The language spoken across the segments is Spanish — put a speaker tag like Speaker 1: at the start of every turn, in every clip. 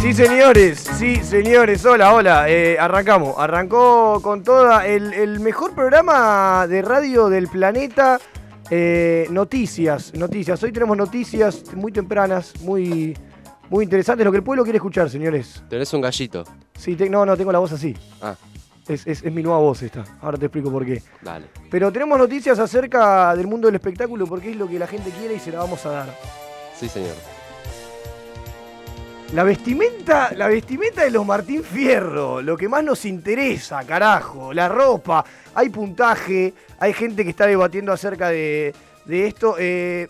Speaker 1: Sí, señores, sí, señores, hola, hola. Eh, arrancamos, arrancó con toda el, el mejor programa de radio del planeta. Eh, noticias, noticias. Hoy tenemos noticias muy tempranas, muy, muy interesantes, lo que el pueblo quiere escuchar, señores.
Speaker 2: Tenés un gallito.
Speaker 1: Sí, te- no, no, tengo la voz así.
Speaker 2: Ah,
Speaker 1: Es, es- es mi nueva voz esta. Ahora te explico por qué.
Speaker 2: dale.
Speaker 1: Pero tenemos noticias acerca del mundo del espectáculo porque es lo que la gente quiere y se la vamos a dar.
Speaker 2: Sí, señor.
Speaker 1: La vestimenta, la vestimenta de los Martín Fierro, lo que más nos interesa, carajo, la ropa, hay puntaje, hay gente que está debatiendo acerca de, de esto. eh,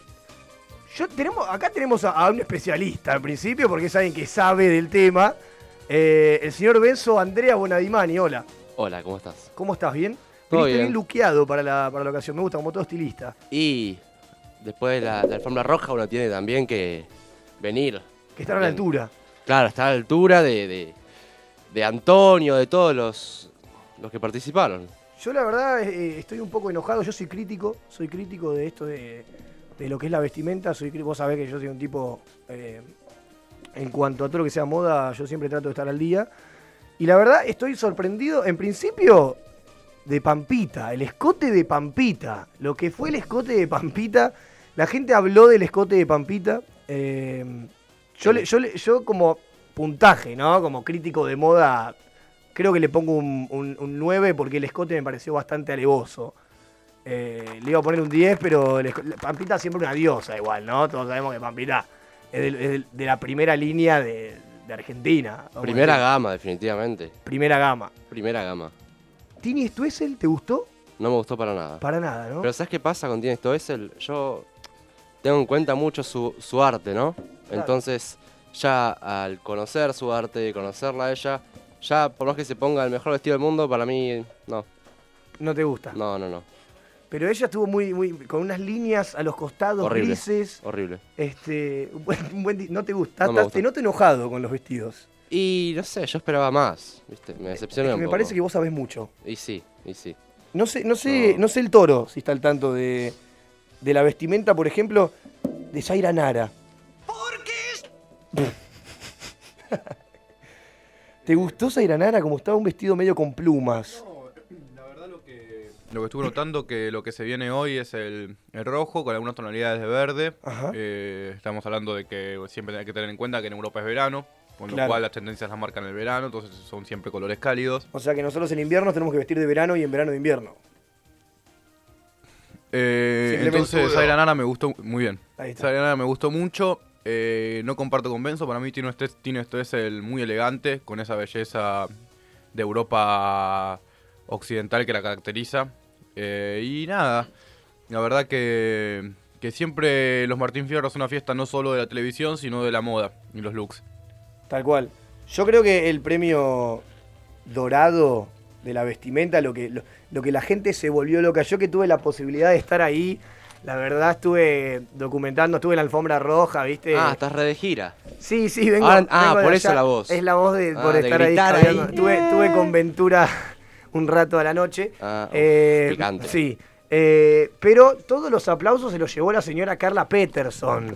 Speaker 1: yo tenemos, acá tenemos a, a un especialista al principio, porque es alguien que sabe del tema. eh, el señor Benzo Andrea Bonadimani, hola,
Speaker 2: Hola, ¿cómo estás?
Speaker 1: ¿cómo estás? ¿Bien?
Speaker 2: Todo
Speaker 1: Viniste
Speaker 2: bien.
Speaker 1: bien luqueado para la, para la ocasión, me gusta, como todo estilista.
Speaker 2: Y después de la, de la alfombra roja uno tiene también que venir.
Speaker 1: Que estar a la
Speaker 2: Bien.
Speaker 1: altura.
Speaker 2: Claro, está a la altura de, de, de Antonio, de todos los, los que participaron.
Speaker 1: Yo la verdad eh, estoy un poco enojado, yo soy crítico, soy crítico de esto de, de lo que es la vestimenta, soy cri- vos sabés que yo soy un tipo, eh, en cuanto a todo lo que sea moda, yo siempre trato de estar al día. Y la verdad estoy sorprendido, en principio, de Pampita, el escote de Pampita, lo que fue el escote de Pampita, la gente habló del escote de Pampita, eh, yo, le- yo, le- yo como puntaje, ¿no? Como crítico de moda, creo que le pongo un, un- un 9 porque el escote me pareció bastante alevoso. Eh, le iba a poner un 10, pero el esco- la- Pampita siempre una diosa igual, ¿no? Todos sabemos que Pampita es del- es del- de, la primera línea de, de Argentina. vamos a
Speaker 2: Primera
Speaker 1: decir.
Speaker 2: gama, definitivamente.
Speaker 1: Primera gama.
Speaker 2: Primera gama.
Speaker 1: ¿Tini Stuesel te gustó?
Speaker 2: No me gustó para nada.
Speaker 1: Para nada, ¿no?
Speaker 2: Pero ¿sabes qué pasa con Tienes todo Yo tengo en cuenta mucho su, su arte, ¿no? Entonces, ya al conocer su arte, conocerla a ella, ya por más que se ponga el mejor vestido del mundo, para mí, no,
Speaker 1: No te gusta.
Speaker 2: no, no, no.
Speaker 1: Pero ella estuvo muy, muy. con unas líneas a los costados
Speaker 2: Horrible.
Speaker 1: grises.
Speaker 2: Horrible.
Speaker 1: Este. un buen- un buen di- no te gusta.
Speaker 2: No me
Speaker 1: Estás-
Speaker 2: gusta.
Speaker 1: Te noto enojado con los vestidos.
Speaker 2: Y no sé, yo esperaba más, ¿viste? Me
Speaker 1: Es
Speaker 2: decepcionó
Speaker 1: que
Speaker 2: un
Speaker 1: me
Speaker 2: poco.
Speaker 1: parece que vos sabés mucho.
Speaker 2: Y sí, y sí.
Speaker 1: No sé, no sé,
Speaker 2: No.
Speaker 1: no sé el toro si está al tanto de, de la vestimenta, por ejemplo, de Zaira Nara. ¿Te gustó Zaira Nara como estaba un vestido medio con plumas?
Speaker 3: La verdad lo que, lo que estuve notando que lo que se viene hoy es el, el rojo con algunas tonalidades de verde.
Speaker 1: Ajá.
Speaker 3: Eh, estamos hablando de que siempre hay que tener en cuenta que en Europa es verano, con
Speaker 1: Claro.
Speaker 3: lo cual las tendencias las marcan el verano, entonces son siempre colores cálidos.
Speaker 1: O sea que nosotros en invierno tenemos que vestir de verano y en verano de invierno.
Speaker 3: Eh,
Speaker 1: Simplemente
Speaker 3: entonces
Speaker 1: todo.
Speaker 3: Zaira Nara me gustó muy bien.
Speaker 1: Ahí está.
Speaker 3: Zaira Nara me gustó mucho. eh, no comparto con Benzo, para mí tiene este, tiene este es el muy elegante, con esa belleza de Europa occidental que la caracteriza. Eh, y nada, la verdad que, que siempre los Martín Fierro es una fiesta no solo de la televisión, sino de la moda y los looks.
Speaker 1: Tal cual. Yo creo que el premio dorado de la vestimenta, lo que, lo, lo que la gente se volvió loca. Yo que tuve la posibilidad de estar ahí, la verdad estuve documentando, estuve en la alfombra roja, ¿viste?
Speaker 2: Ah, estás re de gira.
Speaker 1: Sí, sí, vengo.
Speaker 2: Ahora- ah,
Speaker 1: vengo de
Speaker 2: por eso
Speaker 1: allá.
Speaker 2: la voz.
Speaker 1: Es la voz de,
Speaker 2: Ah,
Speaker 1: por
Speaker 2: de
Speaker 1: estar ahí.
Speaker 2: gritar
Speaker 1: jadeando.
Speaker 2: ahí.
Speaker 1: Tuve, tuve con Ventura un rato a la noche.
Speaker 2: Ah, uf,
Speaker 1: Eh,
Speaker 2: picante.
Speaker 1: Sí. Eh, pero todos los aplausos se los llevó la señora Carla Peterson.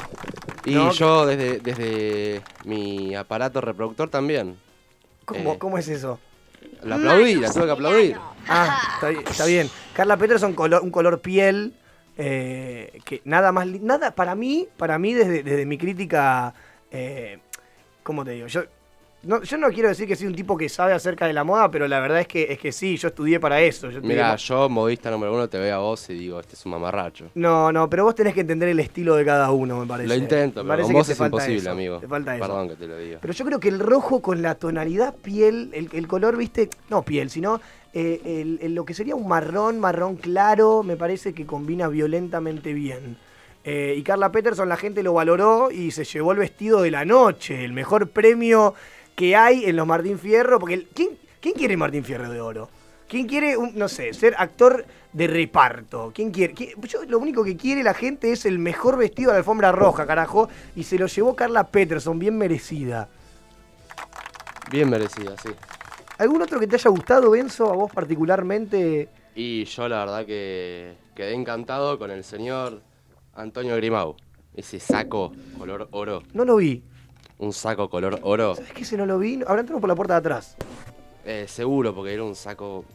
Speaker 2: Y
Speaker 1: No,
Speaker 2: yo desde, desde mi aparato reproductor también.
Speaker 1: ¿Cómo,
Speaker 2: Eh.
Speaker 1: cómo es eso?
Speaker 2: La
Speaker 1: Mm.
Speaker 2: aplaudí, la tuve que aplaudir.
Speaker 1: Ah, está, bien, está bien. Carla Peterson, colo- un color piel. eh, que nada más. li- Nada, para mí, para mí, desde, desde mi crítica. eh, ¿Cómo te digo? Yo no, yo no quiero decir que soy un tipo que sabe acerca de la moda, pero la verdad es que, es que sí, yo estudié para eso. yo estudié
Speaker 2: Mira,
Speaker 1: mo-
Speaker 2: yo, modista número uno, te veo a vos y digo, este es un mamarracho.
Speaker 1: No, no, pero vos tenés que entender el estilo de cada uno, me parece.
Speaker 2: Lo intento,
Speaker 1: Me
Speaker 2: pero
Speaker 1: parece
Speaker 2: con
Speaker 1: que
Speaker 2: vos
Speaker 1: te
Speaker 2: es
Speaker 1: falta
Speaker 2: imposible,
Speaker 1: eso,
Speaker 2: amigo.
Speaker 1: Te falta eso.
Speaker 2: Perdón que te lo diga.
Speaker 1: Pero yo creo que el rojo con la tonalidad piel, el, el color, viste, no piel, sino eh, el- el- lo que sería un marrón, marrón claro, me parece que combina violentamente bien. Eh, y Carla Peterson, la gente lo valoró y se llevó el vestido de la noche, el mejor premio que hay en los Martín Fierro, porque el- ¿quién, quién quiere Martín Fierro de oro? ¿Quién quiere, un- no sé, ser actor de reparto? ¿Quién quiere? ¿Qui- Yo lo único que quiere la gente es el mejor vestido de la alfombra roja, carajo. Y se lo llevó Carla Peterson, bien merecida.
Speaker 2: Bien merecida, sí.
Speaker 1: ¿Algún otro que te haya gustado, Benzo, a vos particularmente?
Speaker 2: Y yo la verdad que quedé encantado con el señor Antonio Grimau. Ese saco color oro.
Speaker 1: No lo vi.
Speaker 2: un saco color oro.
Speaker 1: ¿Sabes que ese no lo vi? Ahora entramos por la puerta de atrás.
Speaker 2: Eh, seguro, porque era un saco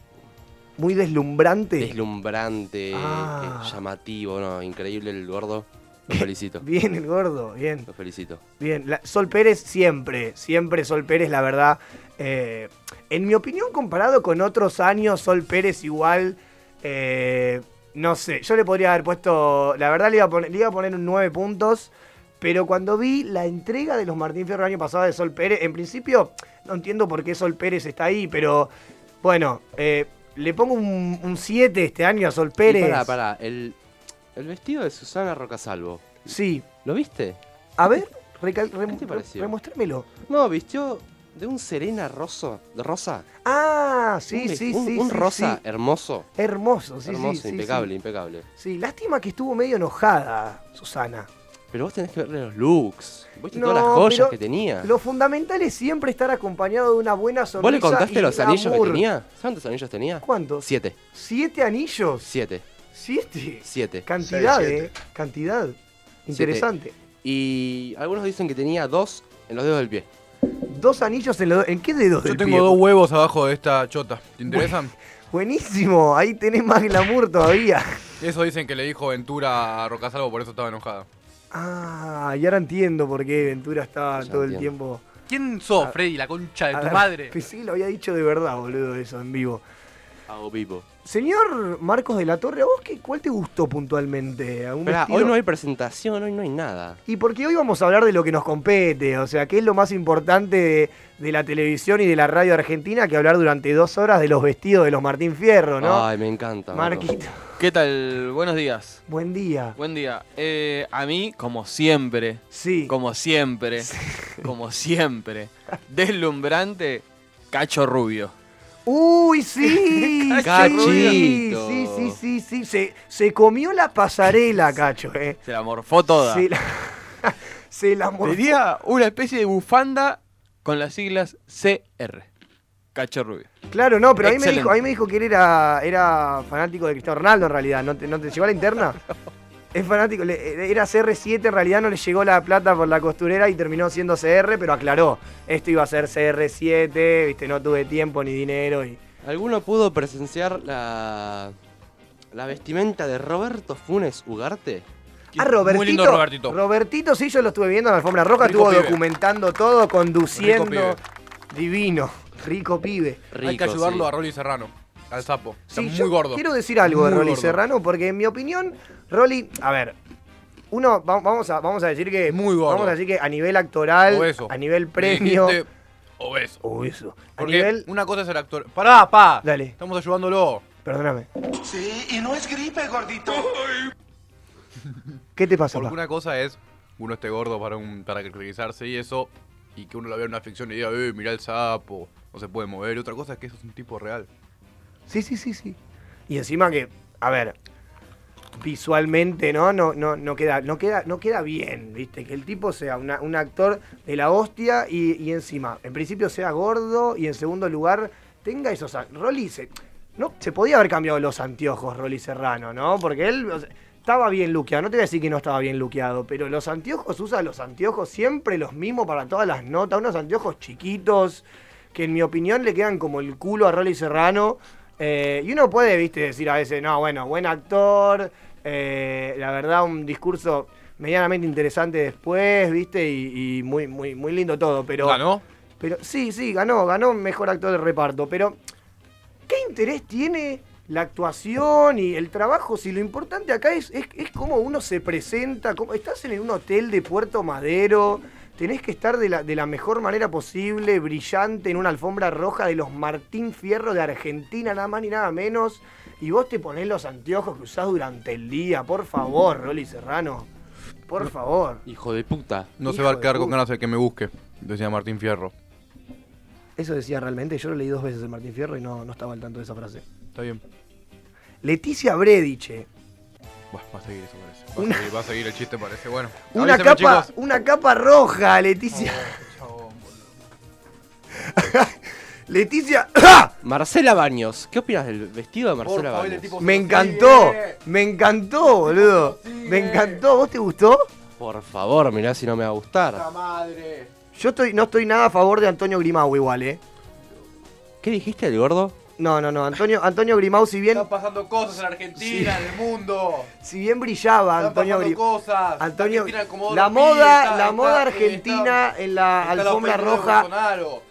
Speaker 1: Muy deslumbrante.
Speaker 2: deslumbrante,
Speaker 1: Ah.
Speaker 2: eh, llamativo, no, increíble el gordo. Lo felicito,
Speaker 1: bien, el gordo, bien.
Speaker 2: lo felicito.
Speaker 1: Bien, La- Sol Pérez siempre, siempre Sol Pérez, la verdad. eh, en mi opinión, comparado con otros años, Sol Pérez igual, eh, no sé, yo le podría haber puesto, la verdad le iba a poner, le iba a poner un 9 puntos, pero cuando vi la entrega de los Martín Fierro el año pasado de Sol Pérez, en principio no entiendo por qué Sol Pérez está ahí, pero bueno, eh, le pongo un un 7 este año a Sol
Speaker 2: Y
Speaker 1: Pérez.
Speaker 2: pará, pará, el, el vestido de Susana Rocasalvo,
Speaker 1: Sí,
Speaker 2: ¿lo viste?
Speaker 1: a ver, recal- rem-
Speaker 2: ¿Qué te pareció?
Speaker 1: remuéstramelo.
Speaker 2: No, vistió de un serena roso, rosa.
Speaker 1: Ah, sí,
Speaker 2: un, ve-
Speaker 1: sí,
Speaker 2: un-
Speaker 1: sí.
Speaker 2: Un
Speaker 1: sí,
Speaker 2: rosa
Speaker 1: sí.
Speaker 2: hermoso,
Speaker 1: Hermoso, sí, sí,
Speaker 2: hermoso,
Speaker 1: sí,
Speaker 2: impecable, impecable.
Speaker 1: Sí. Sí, lástima que estuvo medio enojada, Susana.
Speaker 2: Pero vos tenés que verle los looks, viste
Speaker 1: No,
Speaker 2: todas las joyas
Speaker 1: pero
Speaker 2: que tenía.
Speaker 1: Lo fundamental es siempre estar acompañado de una buena sonrisa.
Speaker 2: ¿Vos le
Speaker 1: y
Speaker 2: contaste los anillos
Speaker 1: glamour.
Speaker 2: que tenía? ¿Sabes cuántos anillos tenía?
Speaker 1: ¿Cuántos?
Speaker 2: Siete,
Speaker 1: ¿Siete anillos?
Speaker 2: siete,
Speaker 1: ¿Siete?
Speaker 2: siete.
Speaker 1: Cantidad,
Speaker 4: Seis,
Speaker 1: ¿eh?
Speaker 4: siete.
Speaker 1: Cantidad. Interesante.
Speaker 2: Y algunos dicen que tenía dos en los dedos del pie.
Speaker 1: Dos anillos en, los, ¿en qué dedos
Speaker 3: Yo
Speaker 1: del
Speaker 3: tengo
Speaker 1: pie?
Speaker 3: dos huevos abajo de esta chota. ¿Te interesan?
Speaker 1: Buenísimo, ahí tenés más glamour todavía.
Speaker 3: Eso dicen que le dijo Ventura a Rocasalvo, por eso estaba enojada.
Speaker 1: Ah, y ahora entiendo por qué Ventura estaba
Speaker 2: Ya
Speaker 1: todo el tiempo...
Speaker 2: entiendo.
Speaker 4: ¿Quién sos, Freddy, la concha de
Speaker 1: A
Speaker 4: tu
Speaker 1: ver,
Speaker 4: madre?
Speaker 1: que Sí, lo había dicho de verdad, boludo, eso en vivo.
Speaker 2: Hago vivo.
Speaker 1: Señor Marcos de la Torre, ¿a vos qué, cuál te gustó puntualmente? ¿Algún
Speaker 2: Esperá,
Speaker 1: vestido?
Speaker 2: hoy no hay presentación, hoy no hay nada.
Speaker 1: Y porque hoy vamos a hablar de lo que nos compete, o sea, qué es lo más importante de, de la televisión y de la radio argentina que hablar durante dos horas de los vestidos de los Martín Fierro, ¿no?
Speaker 2: Ay, me encanta. Marco.
Speaker 1: Marquito,
Speaker 5: ¿Qué tal? Buenos días.
Speaker 1: buen día.
Speaker 5: Buen día. Eh, a mí, como siempre,
Speaker 1: Sí,
Speaker 5: como siempre, como siempre, deslumbrante, cacho rubio.
Speaker 1: Uy, sí.
Speaker 2: Cachito.
Speaker 1: Sí, sí, sí, sí, sí. Se, se comió la pasarela, cacho, eh.
Speaker 5: Se la morfó toda.
Speaker 1: Se la, se la morfó.
Speaker 5: Tenía una especie de bufanda con las siglas CR. Cacho rubio.
Speaker 1: Claro, no, pero a mí, me
Speaker 5: Excelente.
Speaker 1: dijo, a mí me dijo que él era, era fanático de Cristiano Ronaldo en realidad. ¿No te, no te llegó la interna? Es fanático, le- era CR7, en realidad no le llegó la plata por la costurera y terminó siendo CR, pero aclaró. Esto iba a ser CR7, Eh, viste, no tuve tiempo ni dinero y.
Speaker 2: ¿Alguno pudo presenciar la, la vestimenta de Roberto Funes Ugarte?
Speaker 1: Ah, Robertito.
Speaker 3: Muy lindo Robertito.
Speaker 1: Robertito, sí, yo lo estuve viendo en la alfombra roja,
Speaker 3: Rico
Speaker 1: estuvo
Speaker 3: pibe.
Speaker 1: documentando todo, conduciendo.
Speaker 3: Rico
Speaker 1: Divino. Rico pibe.
Speaker 2: Rico,
Speaker 3: Hay que ayudarlo
Speaker 2: sí.
Speaker 3: a Rolly Serrano, al sapo. Está
Speaker 1: Sí,
Speaker 3: muy
Speaker 1: yo
Speaker 3: gordo.
Speaker 1: Quiero decir algo de
Speaker 3: Muy
Speaker 1: Rolly
Speaker 3: gordo.
Speaker 1: Serrano, porque en mi opinión, Rolly, a ver, uno, va- vamos, a, vamos a decir que.
Speaker 3: Muy gordo.
Speaker 1: Vamos a decir que a nivel actoral,
Speaker 3: Obeso.
Speaker 1: a nivel
Speaker 3: Me
Speaker 1: premio.
Speaker 3: dijiste Obeso.
Speaker 1: o eso. A
Speaker 3: Porque
Speaker 1: nivel.
Speaker 3: una cosa es el actor. ¡Pará, pa!
Speaker 1: Dale.
Speaker 3: Estamos ayudándolo.
Speaker 1: Perdóname.
Speaker 6: Sí, y no es gripe, gordito.
Speaker 1: ¿Qué te pasa,
Speaker 3: Porque
Speaker 1: pa?
Speaker 3: una cosa es uno esté gordo para un para caracterizarse y eso, y que uno lo vea en una ficción y diga, eh, mirá el sapo, no se puede mover. Y otra cosa es que eso es un tipo real.
Speaker 1: Sí, sí, sí, sí. Y encima que, a ver, visualmente, ¿no? No, no, no queda, no queda, no queda bien, viste, que el tipo sea una- un actor de la hostia y, y encima, en principio sea gordo y en segundo lugar, tenga esos an- Rolly se. No, se podía haber cambiado los anteojos, Rolly Serrano, ¿no? Porque él o sea, estaba bien luqueado. No te voy a decir que no estaba bien luqueado, pero los anteojos usa los anteojos siempre los mismos para todas las notas. Unos anteojos chiquitos, que en mi opinión le quedan como el culo a Rolly Serrano. Eh, y uno puede, viste, decir a veces, no, bueno, buen actor, eh, la verdad, un discurso medianamente interesante después, viste, y, y muy, muy, muy lindo todo, pero.
Speaker 3: ¿Ganó?
Speaker 1: Pero sí, sí, ganó, ganó mejor actor de reparto, pero ¿qué interés tiene la actuación y el trabajo si lo importante acá es, es, es cómo uno se presenta? cómo- estás en un hotel de Puerto Madero, tenés que estar de la, de la mejor manera posible, brillante, en una alfombra roja de los Martín Fierro de Argentina, nada más ni nada menos, y vos te ponés los anteojos que usás durante el día, por favor, Rolly Serrano, por favor.
Speaker 2: Hijo de puta.
Speaker 3: No se
Speaker 1: Hijo
Speaker 3: va a
Speaker 1: de
Speaker 3: quedar con
Speaker 1: puta.
Speaker 3: ganas de que me busque, decía Martín Fierro.
Speaker 1: Eso decía realmente, yo lo leí dos veces el Martín Fierro y no, no estaba al tanto de esa frase.
Speaker 3: Está bien.
Speaker 1: Leticia Brediche.
Speaker 3: Va, va a seguir eso, parece. Va,
Speaker 1: Una-
Speaker 3: a seguir, va a seguir el chiste, parece. Bueno.
Speaker 1: Una
Speaker 3: avísenme,
Speaker 1: capa,
Speaker 3: chicos.
Speaker 1: una capa roja, Leticia. Leticia,
Speaker 2: Marcela Baños, ¿qué opinas del vestido de Marcela
Speaker 3: favor,
Speaker 2: Baños?
Speaker 3: el tipo-
Speaker 1: me encantó, me encantó, boludo. Me encantó, ¿vos te gustó?
Speaker 2: Por favor, mirá si no me va a gustar.
Speaker 3: madre!
Speaker 1: Yo estoy, no estoy nada a favor de Antonio Grimau igual, ¿eh?
Speaker 2: ¿Qué dijiste, el gordo?
Speaker 1: No, no, no. Antonio, Antonio Grimau, si bien,
Speaker 4: Están pasando cosas en Argentina, en el mundo.
Speaker 1: si bien brillaba
Speaker 4: Están
Speaker 1: Antonio
Speaker 4: pasando
Speaker 1: Grimau.
Speaker 4: cosas.
Speaker 1: Antonio,
Speaker 4: Argentina acomodó
Speaker 1: la
Speaker 4: los
Speaker 1: moda,
Speaker 4: pies, está-
Speaker 1: la moda
Speaker 4: está-
Speaker 1: argentina
Speaker 4: está-
Speaker 1: en la
Speaker 4: está la
Speaker 1: alfombra
Speaker 4: ofensiva de
Speaker 1: roja.
Speaker 4: Bolsonaro.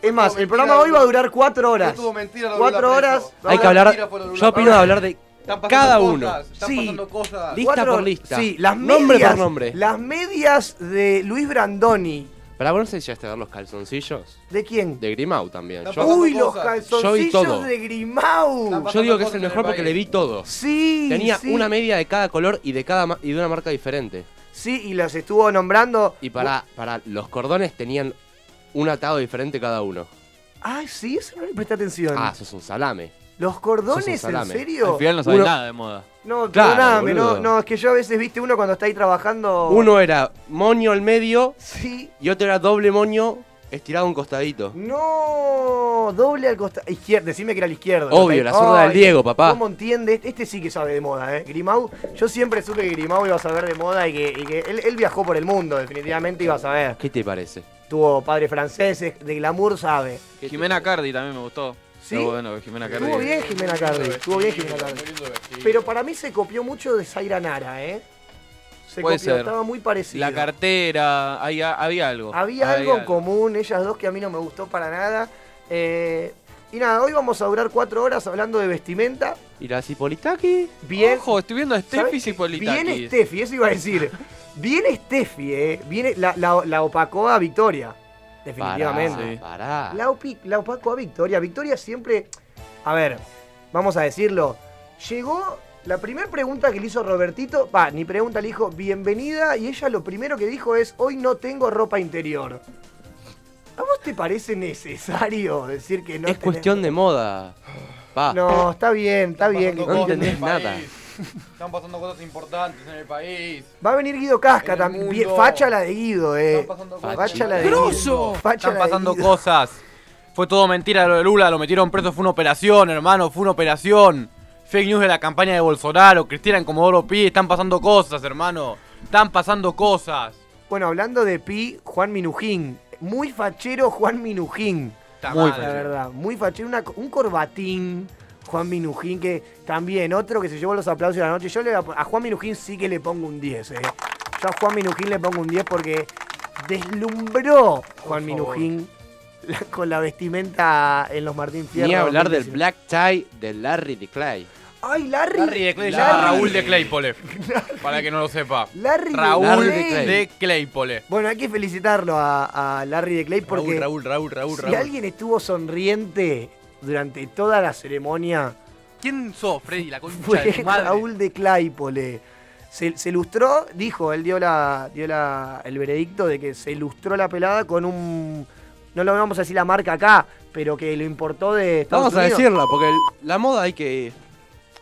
Speaker 1: Es más,
Speaker 4: Estuvo
Speaker 1: el programa
Speaker 4: mentira,
Speaker 1: hoy va a
Speaker 4: no-
Speaker 1: durar cuatro horas.
Speaker 4: estuvo mentira, lo
Speaker 1: Cuatro
Speaker 4: Lula
Speaker 1: horas.
Speaker 4: preso.
Speaker 1: vamos
Speaker 2: Hay
Speaker 1: a-
Speaker 2: que
Speaker 4: Ahora
Speaker 2: hablar.
Speaker 4: tira por el
Speaker 2: Yo
Speaker 4: Lula
Speaker 2: opino de
Speaker 4: Park.
Speaker 2: hablar de
Speaker 4: Están pasando
Speaker 2: cada
Speaker 4: cosas,
Speaker 2: uno.
Speaker 4: Están
Speaker 1: Sí.
Speaker 4: pasando cosas.
Speaker 2: Lista
Speaker 1: Cuatro-
Speaker 2: por lista.
Speaker 1: Sí, las medias.
Speaker 2: Nombre por nombre.
Speaker 1: Las medias de Luis Brandoni.
Speaker 2: Para vos no sé si llegaste a ver los calzoncillos
Speaker 1: ¿De quién?
Speaker 2: de Grimau también.
Speaker 4: No,
Speaker 2: Yo,
Speaker 4: pasando
Speaker 1: Uy, los
Speaker 4: cosas.
Speaker 2: Yo vi todo.
Speaker 1: calzoncillos de
Speaker 4: La
Speaker 1: Grimau.
Speaker 4: pa-
Speaker 2: yo digo que es
Speaker 4: cosas
Speaker 2: el
Speaker 4: en el
Speaker 2: mejor porque
Speaker 4: país.
Speaker 2: le vi todos.
Speaker 1: Sí.
Speaker 2: Tenía
Speaker 1: sí,
Speaker 2: una media de cada color y de cada ma- y de una marca diferente.
Speaker 1: Sí, y los estuvo nombrando.
Speaker 2: Y para, para los cordones tenían un atado diferente cada uno.
Speaker 1: Ah, sí, eso no le presté atención.
Speaker 2: Ah, sos un salame.
Speaker 1: los
Speaker 2: sos un
Speaker 1: cordones, ¿en
Speaker 2: salame.
Speaker 1: serio?
Speaker 5: Al final no sabe
Speaker 2: Uno-
Speaker 5: nada de moda.
Speaker 1: No,
Speaker 2: Claro,
Speaker 1: perdóname, no,
Speaker 2: boludo.
Speaker 1: no, es que yo a veces, viste, uno cuando está ahí trabajando.
Speaker 2: Uno era moño al medio
Speaker 1: Sí.
Speaker 2: y otro era doble moño estirado a un costadito.
Speaker 1: No, doble al costado. Izquierda, decime que era la izquierda.
Speaker 2: Obvio, la zurda del Diego, papá.
Speaker 1: ¿Cómo entiende? Este sí que sabe de moda, ¿eh? Grimau, yo siempre supe que Grimau iba a saber de moda y que, y que él, él viajó por el mundo, definitivamente iba a saber.
Speaker 2: ¿Qué te parece?
Speaker 1: Tuvo padres franceses, de glamour sabe.
Speaker 5: Jimena Cardi también me gustó.
Speaker 1: ¿Sí?
Speaker 5: Pero bueno, Jimena Cardi.
Speaker 1: Estuvo bien Jimena Cardi, estuvo bien Jimena Cardi. Pero para mí se copió mucho de Zaira Nara, ¿eh? Se
Speaker 5: Puede
Speaker 1: copió,
Speaker 5: ser.
Speaker 1: estaba muy parecido.
Speaker 5: La cartera, hay a- había algo.
Speaker 1: Había algo en común, ellas dos, que a mí no me gustó para nada. Eh, y nada, hoy vamos a durar cuatro horas hablando de vestimenta.
Speaker 2: ¿Y la Cipolitaki?
Speaker 1: Bien.
Speaker 5: Ojo, estoy viendo a Steffi
Speaker 1: ¿sabes qué? Bien
Speaker 5: Cipolitakis.
Speaker 1: Steffi, eso iba a decir. Bien Steffi, ¿eh? Viene, la, la, la opacó a Victoria. Definitivamente.
Speaker 2: Pará, pará.
Speaker 1: La, opi- la opacó a Victoria. Victoria siempre. A ver, vamos a decirlo. Llegó. La primera pregunta que le hizo Robertito, va, ni pregunta, le dijo bienvenida y ella lo primero que dijo es hoy no tengo ropa interior. ¿A vos te parece necesario decir que no
Speaker 2: es
Speaker 1: tenés-
Speaker 2: cuestión de moda. Pa.
Speaker 1: No, está bien, está
Speaker 4: Están
Speaker 1: bien.
Speaker 4: pasando
Speaker 2: no
Speaker 4: cosas en el
Speaker 2: entendés nada.
Speaker 4: país. Están pasando cosas importantes en el país.
Speaker 1: Va a venir Guido
Speaker 4: En
Speaker 1: Casca
Speaker 4: el
Speaker 1: también. Bien,
Speaker 4: mundo.
Speaker 1: Facha la de Guido, eh.
Speaker 4: Están pasando
Speaker 1: Facha,
Speaker 4: cosas.
Speaker 1: la de Guido.
Speaker 4: ¡Grosso!
Speaker 1: Facha
Speaker 3: Están
Speaker 1: la de
Speaker 3: pasando
Speaker 1: Guido.
Speaker 3: cosas. Fue todo mentira lo de Lula, lo metieron preso, fue una operación, hermano, fue una operación. Fake news de la campaña de Bolsonaro, Cristina en Comodoro Pi, están pasando cosas, hermano. Están pasando cosas.
Speaker 1: Bueno, hablando de Pi, Juan Minujín. Muy fachero Juan Minujín.
Speaker 3: Está
Speaker 5: Muy
Speaker 1: La
Speaker 3: mal.
Speaker 1: verdad, muy fachero. Una co- un corbatín, Juan Minujín, que también otro que se llevó los aplausos de la noche. Yo le, voy a po- a Juan Minujín sí que le pongo un 10. eh. Yo a Juan Minujín le pongo un 10 porque deslumbró Juan Minujín la- con la vestimenta en los Martín Fierro.
Speaker 2: Ni hablar del
Speaker 1: 2019.
Speaker 2: black tie de Larry de Clay.
Speaker 1: ¡Ay, Larry!
Speaker 4: Larry de Clay,
Speaker 1: Larry-
Speaker 3: Raúl de Claypole, para que no lo sepa.
Speaker 1: Larry de
Speaker 3: Raúl
Speaker 1: Clay.
Speaker 2: de Clay.
Speaker 3: de Claypole.
Speaker 1: Bueno, hay que felicitarlo a, a Larry de Clay porque...
Speaker 3: Raúl, Raúl, Raúl, Raúl,
Speaker 1: Si
Speaker 3: Raúl.
Speaker 1: alguien estuvo sonriente durante toda la ceremonia,
Speaker 4: ¿Quién sos, Freddy? La concha de
Speaker 1: fue
Speaker 4: tu madre.
Speaker 1: Raúl de Claypole. Se, se lustró, dijo, él dio, la, dio la, el veredicto de que se lustró la pelada con un. No lo vamos a decir la marca acá, pero que lo importó de Estados
Speaker 2: Vamos a
Speaker 1: Unidos.
Speaker 2: decirla, porque el- la moda hay que.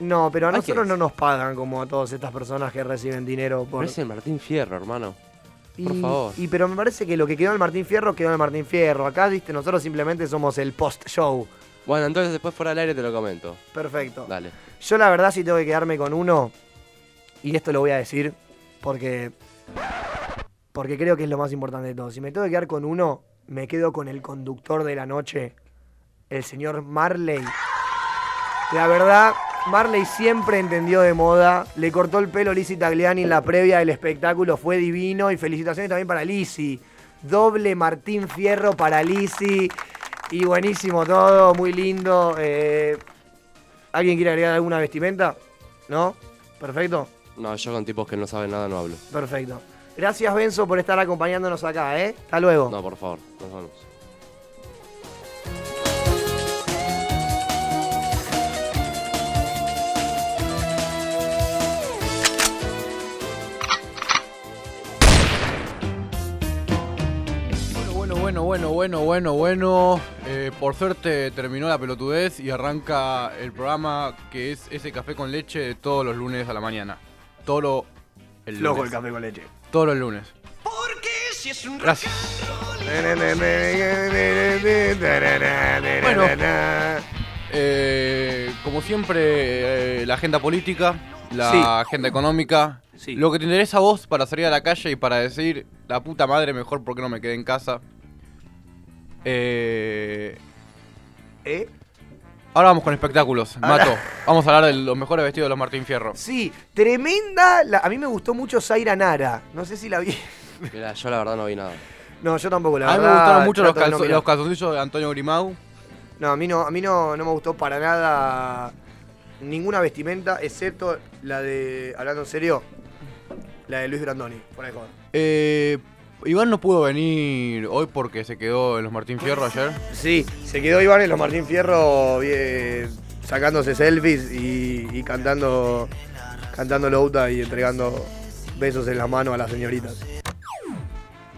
Speaker 1: No, pero a
Speaker 2: Hay que
Speaker 1: nosotros no
Speaker 2: decir.
Speaker 1: nos pagan como a todas estas personas que reciben dinero
Speaker 2: No
Speaker 1: por.
Speaker 2: es el Martín Fierro, hermano.
Speaker 1: y,
Speaker 2: por favor.
Speaker 1: y- pero me parece que lo que quedó en el Martín Fierro quedó en el Martín Fierro. Acá, viste, nosotros simplemente somos el post-show.
Speaker 2: Bueno, entonces después fuera del aire te lo comento.
Speaker 1: Perfecto.
Speaker 2: Dale.
Speaker 1: Yo la verdad sí tengo que quedarme con uno. Y esto lo voy a decir porque. Porque creo que es lo más importante de todo. Si me tengo que quedar con uno, me quedo con el conductor de la noche, el señor Marley. La verdad, Marley siempre entendió de moda. Le cortó el pelo a Lizzie Tagliani en la previa del espectáculo. Fue divino. Y felicitaciones también para Lizzie. Doble Martín Fierro para Lizzie. Y buenísimo todo, muy lindo. Eh, ¿Alguien quiere agregar alguna vestimenta? ¿No? Perfecto,
Speaker 2: No, yo con tipos que no saben nada no hablo.
Speaker 1: perfecto. Gracias, Benzo, por estar acompañándonos acá, ¿eh? Hasta luego.
Speaker 2: No, por favor, nos vamos.
Speaker 3: Bueno, bueno, bueno, bueno, bueno, bueno. Eh, por suerte terminó la pelotudez y arranca el programa que es ese café con leche de todos los lunes a la mañana. Todo lo, el
Speaker 1: Flojo
Speaker 3: lunes.
Speaker 1: el café con leche.
Speaker 3: Todos los lunes. Gracias. Bueno. Eh, como siempre, eh, la agenda política, la
Speaker 5: Sí.
Speaker 3: agenda económica,
Speaker 5: Sí.
Speaker 3: lo que te interesa a vos para salir a la calle y para decir la puta madre, mejor porque no me quedé en casa. Eh,
Speaker 1: ¿Eh?
Speaker 3: ahora vamos con espectáculos. Mato, vamos a hablar de los mejores vestidos de los Martín Fierro.
Speaker 1: Sí, tremenda. la- a mí me gustó mucho Zaira Nara. No sé si la vi.
Speaker 2: Mira, yo la verdad no vi nada.
Speaker 1: No, yo tampoco la
Speaker 3: a mí me
Speaker 1: verdad,
Speaker 3: gustaron mucho los,
Speaker 1: trato de no
Speaker 3: calzo-
Speaker 1: mirar.
Speaker 3: los calzoncillos de Antonio Grimau.
Speaker 1: No, a mí no, a mí no, no me gustó para nada ninguna vestimenta, excepto la de, hablando en serio, la de Luis Brandoni, por ahí joder.
Speaker 3: Eh, Iván no pudo venir hoy porque se quedó en los Martín Fierro ayer.
Speaker 1: Sí, se quedó Iván en los Martín Fierro eh, sacándose selfies y, y cantando cantando Louta y entregando besos en las manos a las señoritas.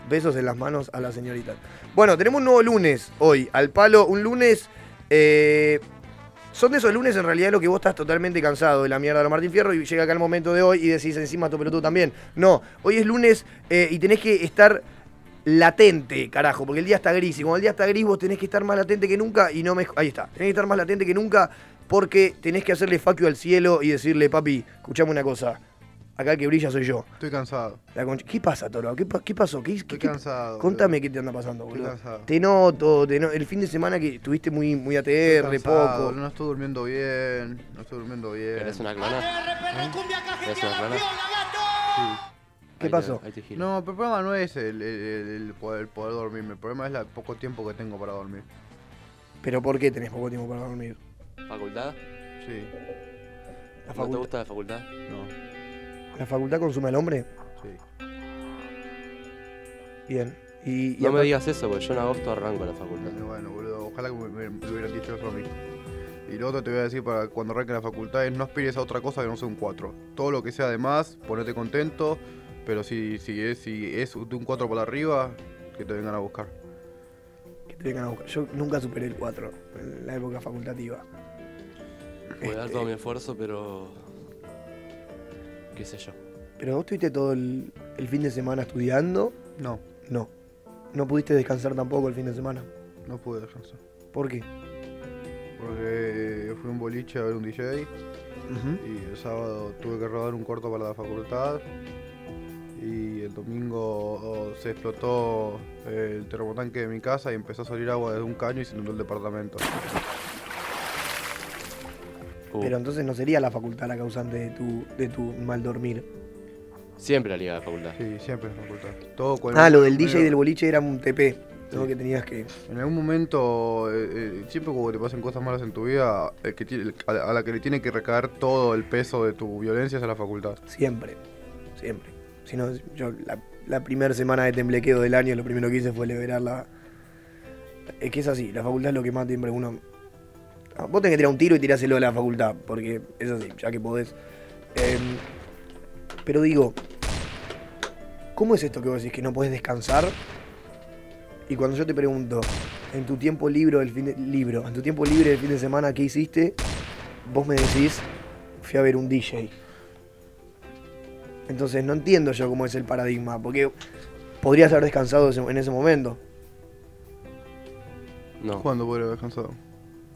Speaker 1: Besos en las manos a las señoritas. Bueno, tenemos un nuevo lunes hoy, al palo, un lunes... eh, son de esos lunes en realidad lo que vos estás totalmente cansado de la mierda de los Martín Fierro y llega acá el momento de hoy y decís encima tu pelotudo también. No, hoy es lunes eh, y tenés que estar latente, carajo, porque el día está gris y cuando el día está gris vos tenés que estar más latente que nunca y no me... Ahí está, tenés que estar más latente que nunca porque tenés que hacerle facio al cielo y decirle, papi, escuchame una cosa, acá el que brilla soy yo.
Speaker 7: Estoy cansado.
Speaker 1: La concha- ¿Qué pasa, Toro? ¿Qué, pa- qué pasó? ¿Qué,
Speaker 7: Estoy
Speaker 1: qué- qué-
Speaker 7: cansado.
Speaker 1: Contame qué te anda pasando,
Speaker 7: Estoy
Speaker 1: boludo.
Speaker 7: cansado.
Speaker 1: Te noto, te no- el fin de semana que estuviste muy, muy
Speaker 7: boludo.
Speaker 1: ATR,
Speaker 7: Estoy cansado,
Speaker 1: poco.
Speaker 7: No estoy durmiendo bien. No estoy durmiendo bien. ¿Eh?
Speaker 2: ¿Querés una clona? ¿Querés una clona?
Speaker 1: ¿Qué
Speaker 2: Ahí te-
Speaker 1: pasó?
Speaker 2: ahí te giro.
Speaker 7: No, pero el problema no es el, el- el- el poder, el poder dormirme. El problema es el poco tiempo que tengo para dormir.
Speaker 1: Pero ¿por qué tenés poco tiempo para dormir?
Speaker 2: ¿Facultad?
Speaker 7: Sí,
Speaker 1: La
Speaker 2: ¿No te
Speaker 1: facultad,
Speaker 2: gusta la facultad?
Speaker 7: no,
Speaker 1: ¿la facultad consume al hombre?
Speaker 7: sí.
Speaker 1: Bien. Y, y
Speaker 2: No me
Speaker 1: aparte-
Speaker 2: digas eso, porque yo en agosto arranco la facultad.
Speaker 7: Y bueno, boludo, ojalá que me, me- me hubieran dicho eso a mí. Y lo otro que te voy a decir para cuando arranque la facultad es no aspires a otra cosa que no sea un 4. Todo lo que sea de más, ponete contento, pero si, si, es, si es de un 4 para arriba, que te vengan a buscar.
Speaker 1: que te vengan a buscar. Yo nunca superé el 4 en la época facultativa.
Speaker 2: Voy a dar
Speaker 1: Este,
Speaker 2: todo mi esfuerzo, pero. qué sé yo.
Speaker 1: Pero vos estuviste todo el, el fin de semana estudiando.
Speaker 7: No,
Speaker 1: No. No pudiste descansar tampoco el fin de semana.
Speaker 7: no pude descansar.
Speaker 1: ¿Por qué?
Speaker 7: Porque eh, fui a un boliche a ver un DJ y el sábado tuve que rodar un corto para la facultad. Y el domingo oh, se explotó eh, el termotanque de mi casa y empezó a salir agua desde un caño y se inundó el departamento.
Speaker 2: Uh,
Speaker 1: Pero entonces no sería la facultad la causante de tu, de tu mal dormir.
Speaker 2: Siempre la liga de la facultad.
Speaker 7: Sí, siempre es facultad. Todo con-
Speaker 1: Ah, lo del
Speaker 7: bueno,
Speaker 1: DJ y del boliche era un TP. Todo que tenías que.
Speaker 7: En algún momento, eh, eh, siempre cuando te pasan cosas malas en tu vida, el que tiene- el- a, la, a la que le tiene que recaer todo el peso de tu violencia es a la facultad.
Speaker 1: Siempre. Siempre. Si no, yo la, la primera semana de temblequeo del año lo primero que hice fue liberar la. Es que es así, la facultad es lo que más siempre uno. Ah, Vos tenés que tirar un tiro y tiráselo a la facultad, porque es así, ya que podés. Em, pero digo, ¿cómo es esto que vos decís que no podés descansar? Y cuando yo te pregunto, en tu tiempo libre del fin de, libro, en tu tiempo libre del fin de semana, ¿qué hiciste? Vos me decís, fui a ver un DJ. Entonces no entiendo yo cómo es el paradigma, porque podrías haber descansado ese- en ese momento.
Speaker 2: No.
Speaker 7: ¿Cuándo podría haber descansado?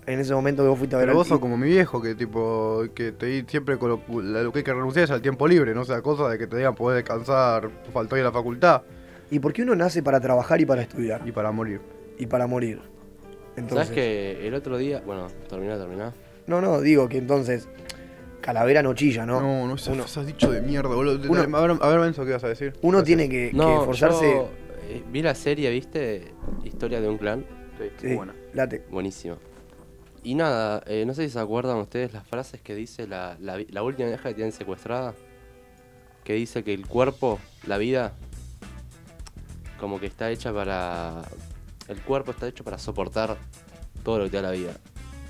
Speaker 1: En ese momento que vos fuiste a ver
Speaker 7: Pero
Speaker 1: al-
Speaker 7: vos sos como mi viejo, que tipo, que te di- siempre con lo, la- lo que hay que renunciar es al tiempo libre, no o sea cosa de que te digan poder descansar, faltó ir a la facultad
Speaker 1: ¿Y por qué uno nace para trabajar y para estudiar?
Speaker 7: y para morir.
Speaker 1: Y para morir. Entonces,
Speaker 2: ¿Sabes que el otro día. Bueno, terminá, terminá.
Speaker 1: No, no, digo que entonces. Calavera no chilla, ¿no?
Speaker 7: No, no, no seas,
Speaker 1: Uno-
Speaker 7: seas dicho de mierda, boludo.
Speaker 1: Uno-
Speaker 7: Dale, a, ver, a ver, Benzo, ¿qué vas a decir?
Speaker 1: Uno tiene que, que
Speaker 2: No,
Speaker 1: esforzarse.
Speaker 2: yo, eh, vi la serie, ¿viste? Historia de un clan.
Speaker 1: Sí, late.
Speaker 2: Buenísima. Y nada, eh, no sé si se acuerdan ustedes las frases que dice la, la vi- la última vieja que tienen secuestrada. Que dice que el cuerpo, la vida, como que está hecha para. El cuerpo está hecho para soportar todo lo que te da la vida.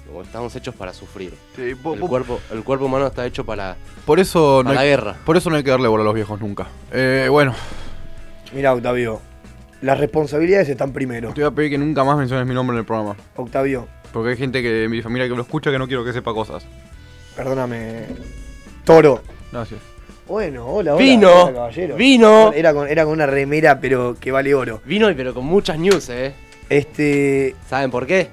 Speaker 2: Como que estamos hechos para sufrir.
Speaker 3: Sí, po-
Speaker 2: El
Speaker 3: po-
Speaker 2: cuerpo, el cuerpo humano está hecho para,
Speaker 3: por, eso no
Speaker 2: para la
Speaker 3: hay,
Speaker 2: guerra.
Speaker 3: por eso no hay que darle bola a los viejos nunca. Eh, bueno,
Speaker 1: Mira, Octavio. Las responsabilidades están primero.
Speaker 3: te voy a pedir que nunca más menciones mi nombre en el programa.
Speaker 1: Octavio,
Speaker 3: Porque hay gente que de mi familia que lo escucha que no quiero que sepa cosas.
Speaker 1: perdóname. Toro.
Speaker 3: Gracias.
Speaker 1: Bueno, hola, hola.
Speaker 2: Vino,
Speaker 1: hola, caballero.
Speaker 2: vino.
Speaker 1: Era con, era con una remera, pero que vale oro.
Speaker 2: Vino y pero con muchas news, ¿eh?
Speaker 1: Este.
Speaker 2: ¿Saben por qué?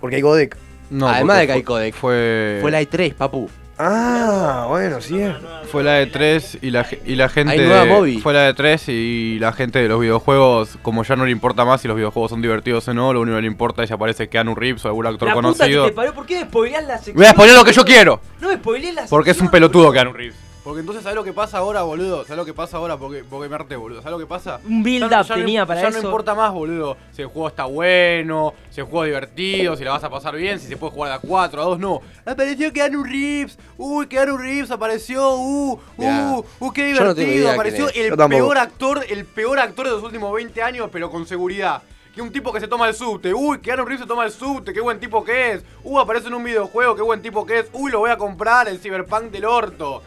Speaker 1: Porque hay Godek.
Speaker 3: No,
Speaker 2: Además
Speaker 3: porque
Speaker 2: de que hay
Speaker 3: fue-
Speaker 2: codec.
Speaker 3: Fue,
Speaker 2: Fue la E E3, papu.
Speaker 1: Ah, bueno, sí. es.
Speaker 3: Fue la de 3 y la, ge- y la gente.
Speaker 2: Hay nueva Moby.
Speaker 3: Fue la de 3 y la gente de los videojuegos, como ya no le importa más si los videojuegos son divertidos o no, lo único que le importa es si aparece Keanu Reeves o algún actor
Speaker 8: La puta que
Speaker 3: conocido.
Speaker 8: te parió, ¿por qué spoileás la sección?
Speaker 3: Voy a poner lo que yo quiero,
Speaker 8: No me spoilees la
Speaker 3: porque es un
Speaker 8: sección,
Speaker 3: pelotudo Keanu Reeves. Porque entonces, ¿sabes lo que pasa ahora, boludo? ¿Sabes lo que pasa ahora? Porque, porque me harté, boludo. ¿Sabes lo que pasa?
Speaker 8: boludo. Un build
Speaker 3: Ya no-
Speaker 8: up
Speaker 3: ya no- em-
Speaker 8: tenía para
Speaker 3: ya
Speaker 8: eso.
Speaker 3: no importa más, boludo. Si el juego está bueno, si el juego es divertido, si la vas a pasar bien, si se puede jugar de a 4, a 2, no. Apareció Keanu Reeves. Uy, Keanu Reeves apareció. Uh,
Speaker 2: Ya.
Speaker 3: uh, uh, qué
Speaker 2: Yo no tengo
Speaker 3: divertido.
Speaker 2: idea
Speaker 3: apareció
Speaker 2: quién
Speaker 1: Yo
Speaker 3: el
Speaker 1: tampoco.
Speaker 3: peor actor, el peor actor de los últimos 20 años, pero con seguridad. Que un tipo que se toma el subte. Uy, Keanu Reeves se toma el subte. Qué buen tipo que es. Uh, aparece en un videojuego. Qué buen tipo que es. Uy, lo voy a comprar. El Cyberpunk del orto.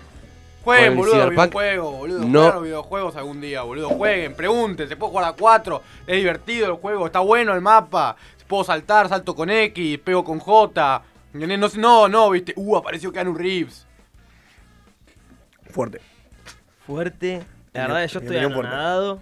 Speaker 2: Bueno,
Speaker 3: Jueguen,
Speaker 2: el
Speaker 3: boludo,
Speaker 2: Cyberpunk
Speaker 3: videojuegos, boludo.
Speaker 2: no-
Speaker 3: Jueguen a los videojuegos algún día, boludo. Jueguen, pregunten, se puede jugar a 4, es divertido el juego, está bueno el mapa, puedo saltar, salto con X, pego con J. ¿entendés? No, sé- no, no, viste, uh, apareció Keanu Reeves.
Speaker 1: Fuerte,
Speaker 8: Fuerte. La
Speaker 1: Bien,
Speaker 8: verdad que yo
Speaker 1: bien,
Speaker 8: estoy
Speaker 1: bien fuerte.
Speaker 8: anonadado.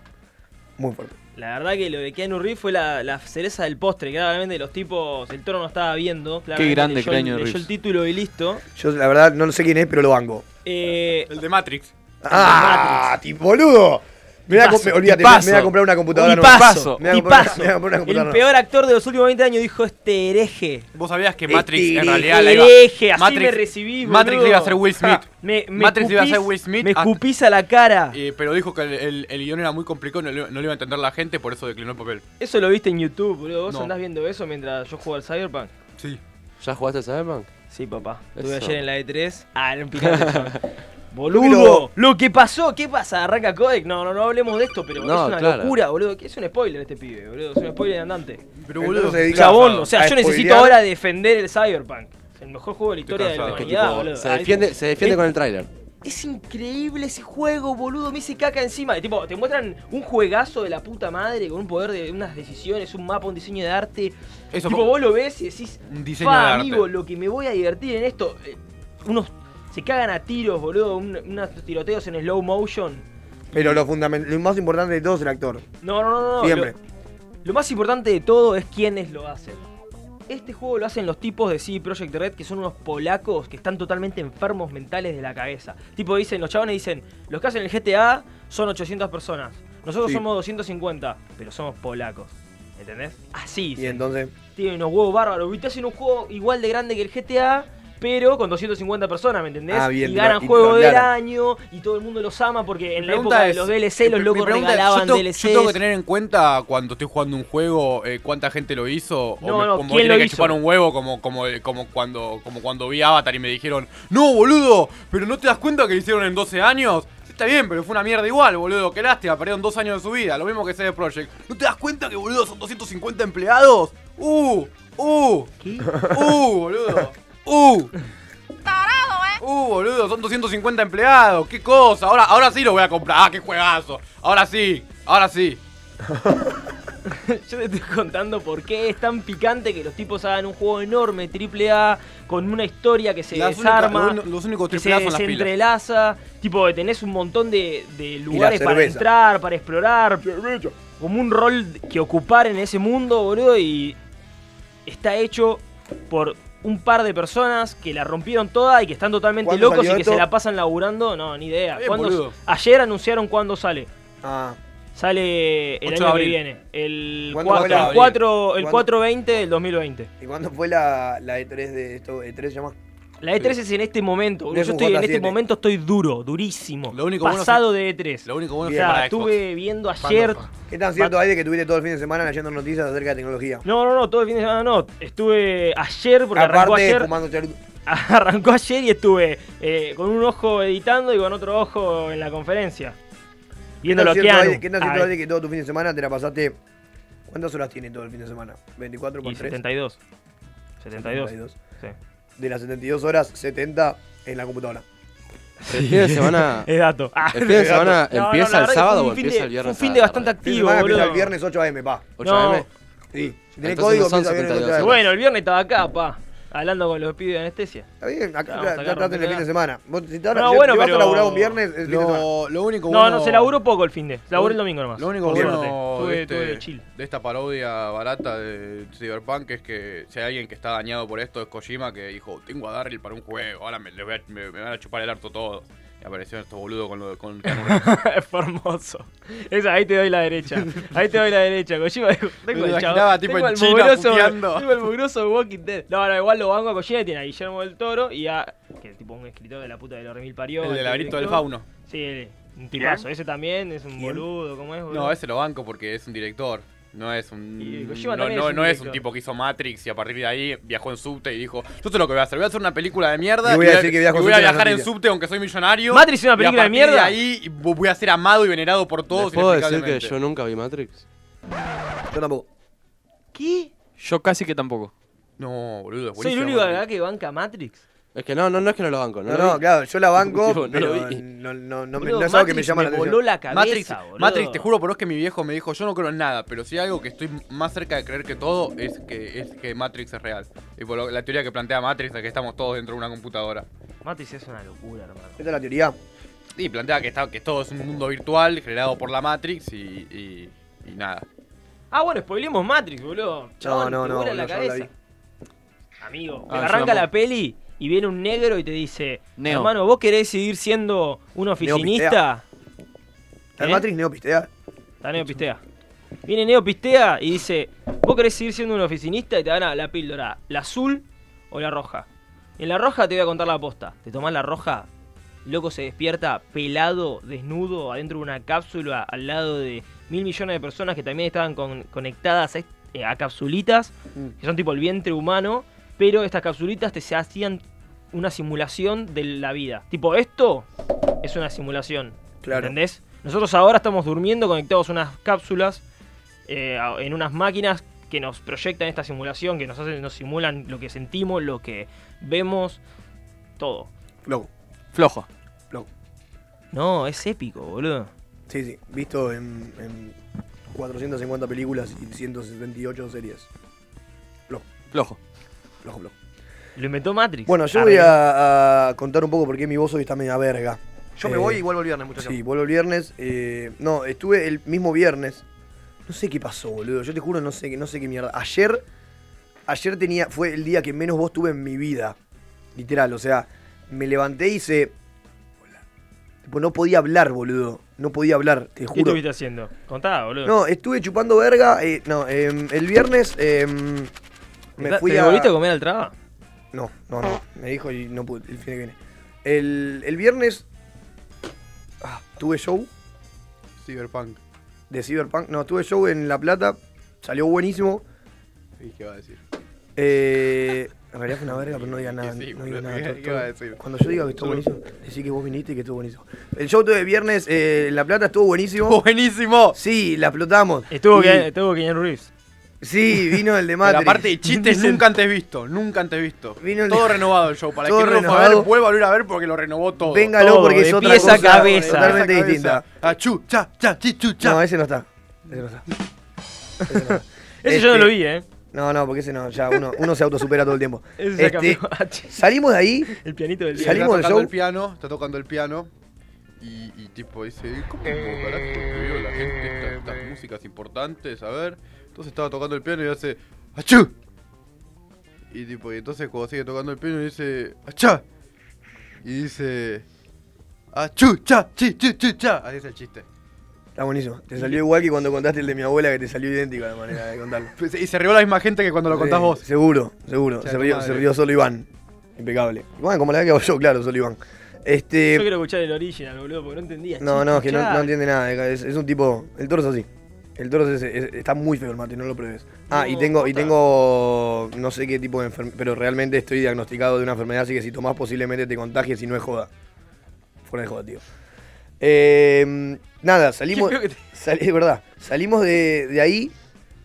Speaker 1: muy fuerte.
Speaker 8: La verdad que lo de Keanu Reeves fue la, la cereza del postre. Claramente los tipos, el toro no estaba viendo. claramente
Speaker 9: grande
Speaker 8: leyó el-
Speaker 9: Keanu
Speaker 8: leyó
Speaker 9: Reeves.
Speaker 8: el título y listo.
Speaker 1: Yo la verdad no sé quién es, pero lo banco.
Speaker 8: Eh,
Speaker 3: El de Matrix.
Speaker 1: ¡Ah! ti- ¡Boludo! Me voy a,
Speaker 8: Tipazo,
Speaker 1: com- olvídate, me,
Speaker 9: tipazo.
Speaker 1: me voy a comprar una computadora
Speaker 8: y
Speaker 1: nueva.
Speaker 8: paso,
Speaker 1: Me voy a
Speaker 8: y
Speaker 1: comprar-
Speaker 8: paso.
Speaker 1: me voy a comprar una computadora
Speaker 8: El
Speaker 1: nueva.
Speaker 8: peor actor de los últimos 20 años dijo este hereje.
Speaker 3: Vos sabías que Matrix
Speaker 1: Este
Speaker 3: en realidad la iba
Speaker 8: Hereje, así
Speaker 3: Matrix-
Speaker 8: me recibí,
Speaker 3: Matrix
Speaker 8: boludo.
Speaker 3: le iba a hacer Will Smith.
Speaker 8: Me, me
Speaker 3: Matrix iba a
Speaker 8: escupís-
Speaker 3: ser Will Smith
Speaker 8: Me
Speaker 3: a-
Speaker 8: escupís a la cara.
Speaker 3: eh, pero dijo que el, el- el guión era muy complicado, no, lo- no lo iba a entender la gente, por eso declinó el papel.
Speaker 8: Eso lo viste en YouTube, boludo. Vos
Speaker 3: No.
Speaker 8: andás viendo eso mientras yo juego al Cyberpunk.
Speaker 3: Sí.
Speaker 2: ¿Ya jugaste al Cyberpunk?
Speaker 8: Sí, papá. Estuve
Speaker 2: Eso.
Speaker 8: ayer en la E3. Ah, era un pirata yo. Boludo, lo que pasó, ¿qué pasa? Arranca Codec. No, no, no hablemos de esto, pero
Speaker 2: No,
Speaker 8: es una
Speaker 2: claro.
Speaker 8: locura, boludo. Es un spoiler este pibe, boludo. Es un spoiler andante.
Speaker 3: Pero
Speaker 1: Entonces
Speaker 3: boludo,
Speaker 1: se dedica- Estoy
Speaker 8: Chabón,
Speaker 1: cansado.
Speaker 8: o sea,
Speaker 1: A
Speaker 8: yo necesito
Speaker 1: spoilear.
Speaker 8: ahora defender el Cyberpunk. El mejor juego de la
Speaker 3: Estoy
Speaker 8: historia de la
Speaker 3: cansado. Es que,
Speaker 8: humanidad,
Speaker 2: Tipo,
Speaker 8: boludo.
Speaker 2: se
Speaker 8: Ay,
Speaker 2: defiende, se defiende
Speaker 8: es-
Speaker 2: con el tráiler.
Speaker 8: Es increíble ese juego, boludo. Me hice caca encima. Y, tipo, te muestran un juegazo de la puta madre con un poder de unas decisiones, un mapa, un diseño de arte.
Speaker 3: Eso
Speaker 8: tipo,
Speaker 3: fue-
Speaker 8: vos lo ves y decís,
Speaker 3: un diseño de
Speaker 8: pa,
Speaker 3: arte.
Speaker 8: amigo, lo que me voy a divertir en esto. eh, unos se cagan a tiros, boludo. un- unos tiroteos en slow motion.
Speaker 1: Pero lo, fundament- lo más importante de todo es el actor.
Speaker 8: No, no, no, no.
Speaker 1: Siempre.
Speaker 8: Lo, lo más importante de todo es quiénes lo hacen. Este juego lo hacen los tipos de CD Projekt Red, que son unos polacos que están totalmente enfermos mentales de la cabeza. Tipo, dicen, los chabones dicen, los que hacen el GTA son 800 personas. Nosotros
Speaker 1: Sí.
Speaker 8: somos 250, pero somos polacos. ¿Entendés? Así.
Speaker 1: Y
Speaker 8: dicen.
Speaker 1: entonces,
Speaker 8: Tienen unos huevos bárbaros. Y te hacen un juego igual de grande que el GTA, pero con 250 personas, ¿me entendés?
Speaker 1: Ah, bien,
Speaker 8: y
Speaker 1: te lo-
Speaker 8: ganan
Speaker 1: y te lo
Speaker 8: juego del
Speaker 1: aclaran.
Speaker 8: año y todo el mundo los ama porque en la
Speaker 3: pregunta
Speaker 8: época de
Speaker 3: es-
Speaker 8: los DLC los
Speaker 3: mi-
Speaker 8: locos
Speaker 3: mi pregunta es,
Speaker 8: regalaban
Speaker 3: yo tengo-
Speaker 8: DLCs.
Speaker 3: Yo tengo que tener en cuenta cuando estoy jugando un juego eh, cuánta gente lo hizo
Speaker 8: No,
Speaker 3: o me,
Speaker 8: no,
Speaker 3: como
Speaker 8: ¿quién
Speaker 3: tiene
Speaker 8: lo
Speaker 3: que
Speaker 8: hizo?
Speaker 3: chupar un huevo como como eh, como cuando como cuando vi Avatar y me dijeron, "No, boludo, pero no te das cuenta que lo hicieron en 12 años." Sí, Está bien, pero fue una mierda igual, boludo. Qué lástima, perdieron dos años de su vida. Lo mismo que CD Projekt. ¿No te das cuenta que, boludo, son 250 empleados? ¡Uh! ¡Uh! ¡Uh, boludo! ¡Uh! Uh, boludo, son 250 empleados, qué cosa. Ahora, ahora sí lo voy a comprar. Ah, qué juegazo. Ahora sí, ahora sí.
Speaker 8: Yo te estoy contando por qué es tan picante que los tipos hagan un juego enorme, triple A, con una historia que se
Speaker 3: Las únicas-
Speaker 8: desarma,
Speaker 3: lo- los únicos
Speaker 8: que se
Speaker 3: triple A son las pilas.
Speaker 8: entrelaza, tipo que tenés un montón de, de lugares para
Speaker 1: cerveza.
Speaker 8: entrar, para explorar, como un rol que ocupar en ese mundo, boludo, y está hecho por un par de personas que la rompieron toda y que están totalmente
Speaker 1: ¿Cuándo
Speaker 8: locos y
Speaker 1: salió
Speaker 8: que
Speaker 1: esto?
Speaker 8: se la pasan laburando, no, ni idea.
Speaker 3: Bien,
Speaker 8: ¿Cuándo-
Speaker 3: boludo.
Speaker 8: ayer anunciaron cuándo sale.
Speaker 1: ah,
Speaker 8: Sale el
Speaker 3: 8 de
Speaker 8: año que
Speaker 3: abril.
Speaker 8: viene. El,
Speaker 1: ¿Cuándo
Speaker 8: cua-
Speaker 1: fue la-
Speaker 8: el, 4, el
Speaker 1: ¿Cuándo?
Speaker 8: 420 del 2020.
Speaker 1: ¿y cuándo fue la, la E3 de esto? ¿E3 se llama?
Speaker 8: La E3 es en este momento. boludo.
Speaker 1: Es
Speaker 8: Yo
Speaker 1: un
Speaker 8: estoy en este
Speaker 1: J7.
Speaker 8: momento estoy duro, durísimo.
Speaker 3: Lo único bueno
Speaker 8: pasado de E3.
Speaker 3: Lo único bueno
Speaker 8: o
Speaker 3: es
Speaker 8: sea,
Speaker 3: que para Xbox.
Speaker 8: estuve viendo ayer.
Speaker 1: ¿Qué tan cierto hay de que tuviste todo el fin de semana leyendo noticias acerca de tecnología?
Speaker 8: No, no, no, todo el fin de semana no. Estuve ayer porque arrancó
Speaker 1: Aparte,
Speaker 8: ayer.
Speaker 1: fumando charuto.
Speaker 8: Arrancó ayer y estuve eh, con un ojo editando y con otro ojo en la conferencia.
Speaker 1: ¿Qué
Speaker 8: Viendo
Speaker 1: tan
Speaker 8: lo que
Speaker 1: cierto hay-
Speaker 8: han.
Speaker 1: qué tan cierto hay de que todo tu fin de semana te la pasaste? ¿Cuántas horas tiene todo el fin de semana? ¿24 por
Speaker 8: Y
Speaker 1: 3?
Speaker 8: 72. 72. Sí.
Speaker 1: De las 72 horas, 70 en la computadora.
Speaker 2: El fin de semana,
Speaker 8: Es dato. Ah.
Speaker 2: el fin de semana
Speaker 8: No, no,
Speaker 2: empieza
Speaker 8: la
Speaker 2: el
Speaker 8: verdad que
Speaker 2: sábado
Speaker 8: fue
Speaker 2: o
Speaker 8: un fin
Speaker 2: empieza
Speaker 8: de-
Speaker 2: el viernes.
Speaker 8: fue un fin de
Speaker 2: a la tarde?
Speaker 8: bastante
Speaker 1: El fin de
Speaker 8: activo,
Speaker 1: semana empieza
Speaker 8: boludo.
Speaker 1: el viernes 8 am, pa.
Speaker 2: 8
Speaker 8: No.
Speaker 2: AM.
Speaker 1: Sí. Si tenés
Speaker 2: Entonces
Speaker 1: código,
Speaker 2: no son
Speaker 1: empieza el viernes 8
Speaker 2: 72
Speaker 1: am.
Speaker 2: horas.
Speaker 8: Bueno, el viernes estaba acá, pa. hablando con los pibes de anestesia.
Speaker 1: Está bien, acá
Speaker 8: Vamos a
Speaker 1: ya,
Speaker 8: sacar
Speaker 1: ya traten el
Speaker 8: rompepedazo.
Speaker 1: fin de semana. Vos, si te van a-
Speaker 8: No,
Speaker 1: si
Speaker 8: bueno,
Speaker 1: vas
Speaker 8: pero-
Speaker 1: a laburar un viernes, el fin de semana.
Speaker 3: Lo, lo único
Speaker 8: No,
Speaker 3: bueno-
Speaker 8: no, se laburó poco el fin de. Se laburé el
Speaker 3: lo-
Speaker 8: domingo nomás.
Speaker 3: Lo único
Speaker 8: por
Speaker 3: bueno
Speaker 8: suerte.
Speaker 3: de,
Speaker 8: Tuve,
Speaker 3: este-
Speaker 8: tuve chill.
Speaker 3: de esta parodia barata de Cyberpunk es que si hay alguien que está dañado por esto es Kojima que dijo, tengo a Daryl para un juego, ahora me, le voy a- me- me van a chupar el harto todo. Y aparecieron estos boludos con lo de... Con, con un-
Speaker 8: Fue hermoso. Esa, ahí te doy la derecha. Ahí te doy la derecha. Kojima dijo, tengo
Speaker 3: Me
Speaker 8: el
Speaker 3: lo
Speaker 8: chavo.
Speaker 3: imaginaba, tipo,
Speaker 8: tengo
Speaker 3: en
Speaker 8: el
Speaker 3: China
Speaker 8: mugroso,
Speaker 3: puteando.
Speaker 8: tengo el mugroso de Walking Dead. No, no, igual lo banco a Kojima. Tiene a Guillermo del Toro y a... Que es tipo un escritor de la puta de los remil parió.
Speaker 3: el del
Speaker 8: este
Speaker 3: laberinto del
Speaker 8: director.
Speaker 3: fauno.
Speaker 8: Sí, el- un tipazo. Ese también es un boludo. ¿Cómo es, boludo?
Speaker 3: No, ese lo banco porque es un director. No es un.
Speaker 8: Y Kojima
Speaker 3: No,
Speaker 8: también
Speaker 3: no-
Speaker 8: es un
Speaker 3: no es
Speaker 8: director.
Speaker 3: un tipo que hizo Matrix y a partir de ahí viajó en subte y dijo: Yo sé lo que voy a hacer, voy a hacer una película de mierda.
Speaker 7: Y voy a decir que viajo
Speaker 3: y
Speaker 7: en
Speaker 3: voy a
Speaker 7: subte en las
Speaker 3: viajar en
Speaker 7: noticias".
Speaker 3: subte aunque soy millonario.
Speaker 8: Matrix es una
Speaker 3: y a
Speaker 8: película de
Speaker 3: partir
Speaker 8: mierda.
Speaker 3: ahí vo- voy a ser amado y venerado por todos.
Speaker 2: ¿Les puedo decir que
Speaker 3: inexplicablemente".
Speaker 2: yo nunca vi Matrix?
Speaker 1: Yo tampoco.
Speaker 10: Yo casi que tampoco.
Speaker 3: No, boludo, es
Speaker 8: Soy el
Speaker 3: buenísimo,
Speaker 8: único de
Speaker 3: Matrix.
Speaker 8: verdad que banca Matrix.
Speaker 2: Es que no, no, no es que no lo banco.
Speaker 1: No,
Speaker 2: lo
Speaker 1: no,
Speaker 2: vi.
Speaker 1: claro, yo la banco,
Speaker 2: Digo, no lo
Speaker 1: pero
Speaker 2: vi.
Speaker 1: no, no, no, me-
Speaker 8: Boludo,
Speaker 1: no es algo que me
Speaker 8: Matrix
Speaker 1: llama la
Speaker 8: voló
Speaker 1: atención.
Speaker 8: la cabeza,
Speaker 3: Matrix,
Speaker 8: boludo.
Speaker 3: Matrix, te juro por Dios que mi viejo me dijo, yo no creo en nada, pero si hay algo que estoy más cerca de creer que todo es que es que Matrix es real. Y por lo- la teoría que plantea Matrix es que estamos todos dentro de una computadora.
Speaker 8: Matrix es una locura, hermano.
Speaker 1: Esta es la teoría.
Speaker 3: Y plantea que, está, que todo es un mundo virtual generado por la Matrix y, y- y nada.
Speaker 8: Ah, bueno, spoilemos Matrix, boludo. Chabón,
Speaker 1: no,
Speaker 8: te
Speaker 1: no,
Speaker 8: vuela
Speaker 1: no,
Speaker 8: la
Speaker 1: yo no la
Speaker 8: cabeza. Amigo,
Speaker 10: Ah, yo
Speaker 8: arranca la
Speaker 10: tampoco.
Speaker 8: peli y viene un negro y te dice,
Speaker 10: Neo.
Speaker 8: hermano, ¿vos querés seguir siendo un oficinista?
Speaker 1: La
Speaker 8: ¿Eh?
Speaker 1: Matrix neopistea.
Speaker 8: Está Neo Pistea. Viene Neo Pistea y dice, ¿vos querés seguir siendo un oficinista? Y te dan a la píldora, la azul o la roja. En la roja te voy a contar la posta. Te tomás la roja, loco se despierta pelado, desnudo, adentro de una cápsula, al lado de mil millones de personas que también estaban con- conectadas a, est- eh, a capsulitas,
Speaker 1: Mm.
Speaker 8: que son tipo el vientre humano, pero estas capsulitas te se hacían una simulación de la vida. Tipo, esto es una simulación.
Speaker 1: Claro.
Speaker 8: ¿Entendés? Nosotros ahora estamos durmiendo conectados a unas cápsulas, eh, a- en unas máquinas que nos proyectan esta simulación, que nos hacen, nos simulan lo que sentimos, lo que vemos, todo.
Speaker 1: Loco.
Speaker 10: Flojo.
Speaker 8: No, es épico, boludo.
Speaker 1: Sí, sí. Visto en, en 450 películas y 178 series.
Speaker 10: Flojo.
Speaker 1: Loco, loco.
Speaker 8: Lo inventó Matrix.
Speaker 1: Bueno, yo
Speaker 8: Arre.
Speaker 1: voy a, a contar un poco por qué mi voz hoy está media verga.
Speaker 11: Yo me
Speaker 1: Eh,
Speaker 11: voy y vuelvo el viernes, muchachos.
Speaker 1: Sí, vuelvo el viernes. eh, no, estuve el mismo viernes. No sé qué pasó, boludo. Yo te juro, no sé, qué- no sé qué mierda. Ayer, ayer tenía, fue el día que menos voz tuve en mi vida. Literal, o sea, me levanté y hice... Tipo, no podía hablar, boludo. No podía hablar, te
Speaker 8: ¿Qué
Speaker 1: juro.
Speaker 8: estuviste haciendo? Contá, boludo.
Speaker 1: No, estuve chupando verga. eh, no, em, el viernes em, me
Speaker 8: ¿Te-
Speaker 1: fui
Speaker 8: ¿Te
Speaker 1: a...
Speaker 8: volviste a comer al traba?
Speaker 1: No, no, no. Me dijo y no pude. El fin que viene. El, el viernes ah, tuve show
Speaker 7: Cyberpunk.
Speaker 1: de Cyberpunk. No, tuve show en La Plata. Salió buenísimo.
Speaker 7: ¿Y qué va a decir?
Speaker 1: Eh, en realidad fue una verga, pero no digas nada.
Speaker 7: Sí, sí,
Speaker 1: no
Speaker 7: boludo,
Speaker 1: digas nada.
Speaker 7: ¿qué-
Speaker 1: todo-
Speaker 7: qué
Speaker 1: todo-
Speaker 7: va a decir?
Speaker 1: Cuando yo diga que estuvo buenísimo, decí que vos viniste y que estuvo buenísimo. El show de viernes eh, en La Plata estuvo buenísimo.
Speaker 3: ¡Buenísimo!
Speaker 1: Sí, la explotamos.
Speaker 8: Estuvo,
Speaker 1: Y-
Speaker 8: que, estuvo Keanu Reeves.
Speaker 1: Sí, vino el de
Speaker 3: Pero
Speaker 1: Matrix.
Speaker 3: aparte de chistes nunca antes visto, nunca antes visto.
Speaker 1: Vino el-
Speaker 3: todo renovado el show, para
Speaker 1: Todo
Speaker 3: que no lo fue a
Speaker 1: renovado.
Speaker 3: ver, vuelva a volver a ver porque lo renovó todo.
Speaker 1: Véngalo
Speaker 8: todo,
Speaker 1: porque
Speaker 8: de
Speaker 1: es otra
Speaker 8: pies a
Speaker 1: cosa
Speaker 8: cabeza.
Speaker 1: totalmente
Speaker 3: Esa cabeza.
Speaker 1: distinta.
Speaker 3: Achú, cha, cha, chi, chu, cha.
Speaker 1: No, ese no está. Ese no está. Ese no está.
Speaker 8: Ese yo no
Speaker 1: Este,
Speaker 8: lo vi, ¿eh?
Speaker 1: No, no, porque ese no, ya uno, uno se autosupera todo el tiempo.
Speaker 8: Ese se
Speaker 1: Este,
Speaker 8: cambió.
Speaker 1: salimos de ahí,
Speaker 8: El pianito del
Speaker 3: Y
Speaker 8: día.
Speaker 1: Salí-
Speaker 3: está
Speaker 1: salimos del
Speaker 3: tocando
Speaker 1: show.
Speaker 3: el piano, está tocando el piano. Y, y tipo dice, ¿cómo carajo escribió la gente esta- estas, músicas importantes? A ver. Entonces estaba tocando el piano y hace, ¡Achú! Y tipo, y entonces cuando sigue tocando el piano dice, ¡Achá! Y dice, ¡Achú! ¡Cha! ¡Chi! ¡Chu! ¡Chu! ¡Cha! Así es el chiste.
Speaker 1: está Ah, buenísimo. Te salió igual que cuando contaste el de mi abuela, que te salió idéntico la manera de contarlo.
Speaker 3: Pues, Y se rió la misma gente que cuando lo contás
Speaker 1: Sí,
Speaker 3: vos.
Speaker 1: Seguro, seguro.
Speaker 3: Che,
Speaker 1: Se
Speaker 3: tu
Speaker 1: rió,
Speaker 3: madre.
Speaker 1: se rió solo Iván. Impecable. Iván, como la vez que hago yo, claro, solo Iván.
Speaker 8: Yo
Speaker 1: Este.
Speaker 8: quiero escuchar el original, boludo, porque no entendía.
Speaker 1: No, no, es que no,
Speaker 8: Claro.
Speaker 1: no entiende nada. Es, es un tipo. El toro es así. El toro es, es- está muy feo el mate, no lo pruebes. Ah, y
Speaker 8: No,
Speaker 1: tengo, y
Speaker 8: puta.
Speaker 1: tengo. No sé qué tipo de enfermedad. Pero realmente estoy diagnosticado de una enfermedad, así que si tomás posiblemente te contagies y no es joda. Fuera de joda, tío. Eh, nada, salimos.
Speaker 8: Qué feo que te-
Speaker 1: Sal- es verdad. Salimos de, de ahí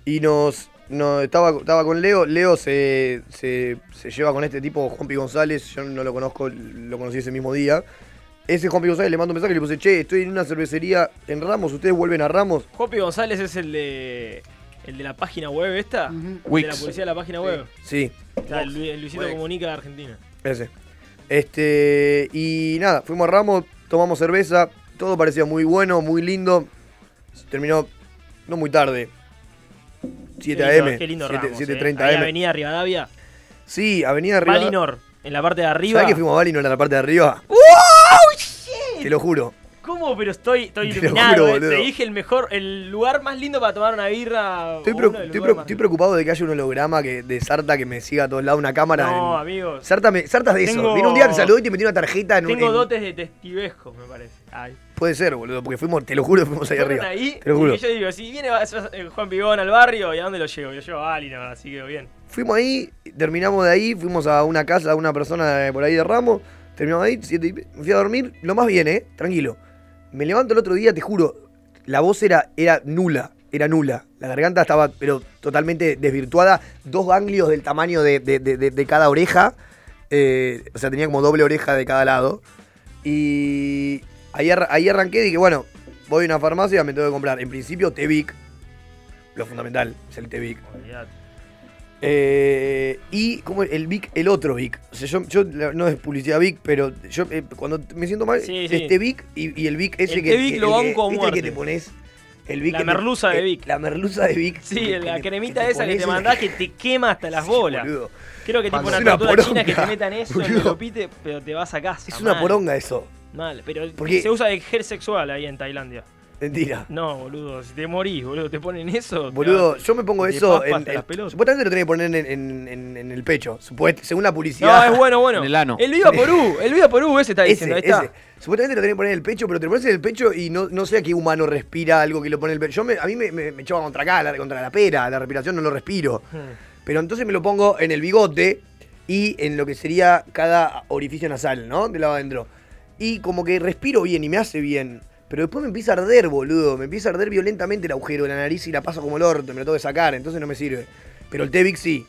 Speaker 1: y nos. nos- estaba, estaba con Leo. Leo se, se- se lleva con este tipo, Juanpi González. Yo no lo conozco, lo conocí ese mismo día. Ese Juanpi González le mandó un mensaje y le puse, che, estoy en una cervecería en Ramos, ustedes vuelven a Ramos.
Speaker 8: Jopi González es el de. el de la página web esta, el de la
Speaker 7: Wix.
Speaker 8: publicidad de la página web.
Speaker 1: Sí,
Speaker 8: Está el, Lu- el Luisito
Speaker 12: Wix.
Speaker 8: Comunica de Argentina.
Speaker 1: ese. Este, y nada, fuimos a Ramos, tomamos cerveza, todo parecía muy bueno, muy lindo. Terminó no muy tarde. 7
Speaker 8: Qué lindo-
Speaker 1: a.m.
Speaker 8: Qué lindo
Speaker 1: 7,
Speaker 8: Ramos, eh.
Speaker 1: 7:30
Speaker 8: Ahí
Speaker 1: a.m.
Speaker 8: Avenida Rivadavia,
Speaker 1: Sí, Avenida Riva-
Speaker 8: Valinor, en la parte de arriba.
Speaker 1: ¿Sabés que fuimos a Valinor en la parte de arriba?
Speaker 8: ¡Wow! ¡Shit!
Speaker 1: Te lo juro.
Speaker 8: ¿Cómo? Pero estoy, estoy
Speaker 1: Te lo
Speaker 8: iluminado.
Speaker 1: juro,
Speaker 8: eh. Te
Speaker 1: boludo.
Speaker 8: dije el mejor, el lugar más lindo para tomar una birra.
Speaker 1: Estoy,
Speaker 8: o
Speaker 1: pre-
Speaker 8: uno
Speaker 1: estoy
Speaker 8: de los lugares
Speaker 1: pre- estoy
Speaker 8: más lindos.
Speaker 1: preocupado de que haya un holograma que, de Sarta que me siga a todos lados, una cámara.
Speaker 8: No,
Speaker 1: en-
Speaker 8: amigos.
Speaker 1: Sarta, me- Sarta es de eso.
Speaker 8: Tengo-
Speaker 1: Vino un día, te saludó y te metió una tarjeta en un.
Speaker 8: Tengo
Speaker 1: Ah, en-
Speaker 8: dotes de testivejo, me parece. Ay.
Speaker 1: Puede ser, boludo, porque fuimos, te lo juro, fuimos ahí
Speaker 8: Fueron
Speaker 1: arriba.
Speaker 8: ahí,
Speaker 1: te lo juro.
Speaker 8: y yo digo, si viene va- va- eh, Juan Pigón al barrio, ¿y a dónde lo llevo? Yo llevo a Alina, así que bien.
Speaker 1: Fuimos ahí, terminamos de ahí, fuimos a una casa de una persona de por ahí de Ramos, terminamos ahí, siete y pe- me fui a dormir, lo más bien, ¿eh? Tranquilo. Me levanto el otro día, te juro, la voz era, era nula, era nula. La garganta estaba, pero totalmente desvirtuada, dos ganglios del tamaño de, de- de- de- de cada oreja, eh, o sea, tenía como doble oreja de cada lado. Y ahí, arra- ahí arranqué, dije, bueno, voy a una farmacia, me tengo que comprar. En principio, Tevic, lo fundamental es el Tevic.
Speaker 8: Olvidate.
Speaker 1: Eh, y como el Vic, el otro Vic. O sea, yo, yo- la- no es publicidad Vic, pero yo eh, cuando me siento mal,
Speaker 8: Sí, sí.
Speaker 1: este Vic y, y el Vic ese
Speaker 8: El
Speaker 1: que,
Speaker 8: Tevic
Speaker 1: que-
Speaker 8: lo
Speaker 1: el que-
Speaker 8: banco a
Speaker 1: ¿viste el que
Speaker 8: muerte.
Speaker 1: te pones. El Vic
Speaker 8: La
Speaker 1: que te-
Speaker 8: merluza de
Speaker 1: eh,
Speaker 8: Vic.
Speaker 1: La merluza de Vic.
Speaker 8: Sí,
Speaker 1: que- que
Speaker 8: la
Speaker 1: te-
Speaker 8: cremita
Speaker 1: te
Speaker 8: esa que
Speaker 1: pones
Speaker 8: te
Speaker 1: en la-
Speaker 8: mandás que te quema hasta las bolas.
Speaker 1: Boludo.
Speaker 8: Creo que tipo
Speaker 1: Mano,
Speaker 8: una
Speaker 1: es una
Speaker 8: tortura china
Speaker 1: poronga,
Speaker 8: que te metan eso en el
Speaker 1: boludo.
Speaker 8: lopite, pero te vas a casa.
Speaker 1: Es una
Speaker 8: mal,
Speaker 1: poronga eso.
Speaker 8: Mal, pero
Speaker 1: Porque-
Speaker 8: se usa de gel sexual ahí en Tailandia.
Speaker 1: Mentira.
Speaker 8: No, boludo, si te morís, boludo, te ponen eso. te
Speaker 1: Boludo,
Speaker 8: vas-
Speaker 1: yo me pongo
Speaker 8: de
Speaker 1: eso.
Speaker 8: papa
Speaker 1: En,
Speaker 8: hasta
Speaker 1: en-
Speaker 8: las pelotas.
Speaker 1: supuestamente lo tenés que poner en, en- en- en el pecho. supuest- según la
Speaker 8: No,
Speaker 1: publicidad.
Speaker 8: es bueno, bueno.
Speaker 7: En el ano.
Speaker 8: Viva Porú, el Viva Porú, ese está
Speaker 1: Ese,
Speaker 8: diciendo, ahí está.
Speaker 1: ese. Supuestamente lo tenés que poner en el pecho, pero te lo pones en el pecho y no, no sé a qué humano respira algo que lo pone en el pecho. Yo me- a mí me, me, me choca contra acá, la- contra la pera, la respiración no lo respiro. Pero entonces me lo pongo en el bigote y en lo que sería cada orificio nasal, ¿no? De lado adentro. Y como que respiro bien y me hace bien. Pero después me empieza a arder, boludo. Me empieza a arder violentamente el agujero de la nariz y la paso como el orto. Me lo tengo que sacar, entonces no me sirve. Pero el Tevic sí.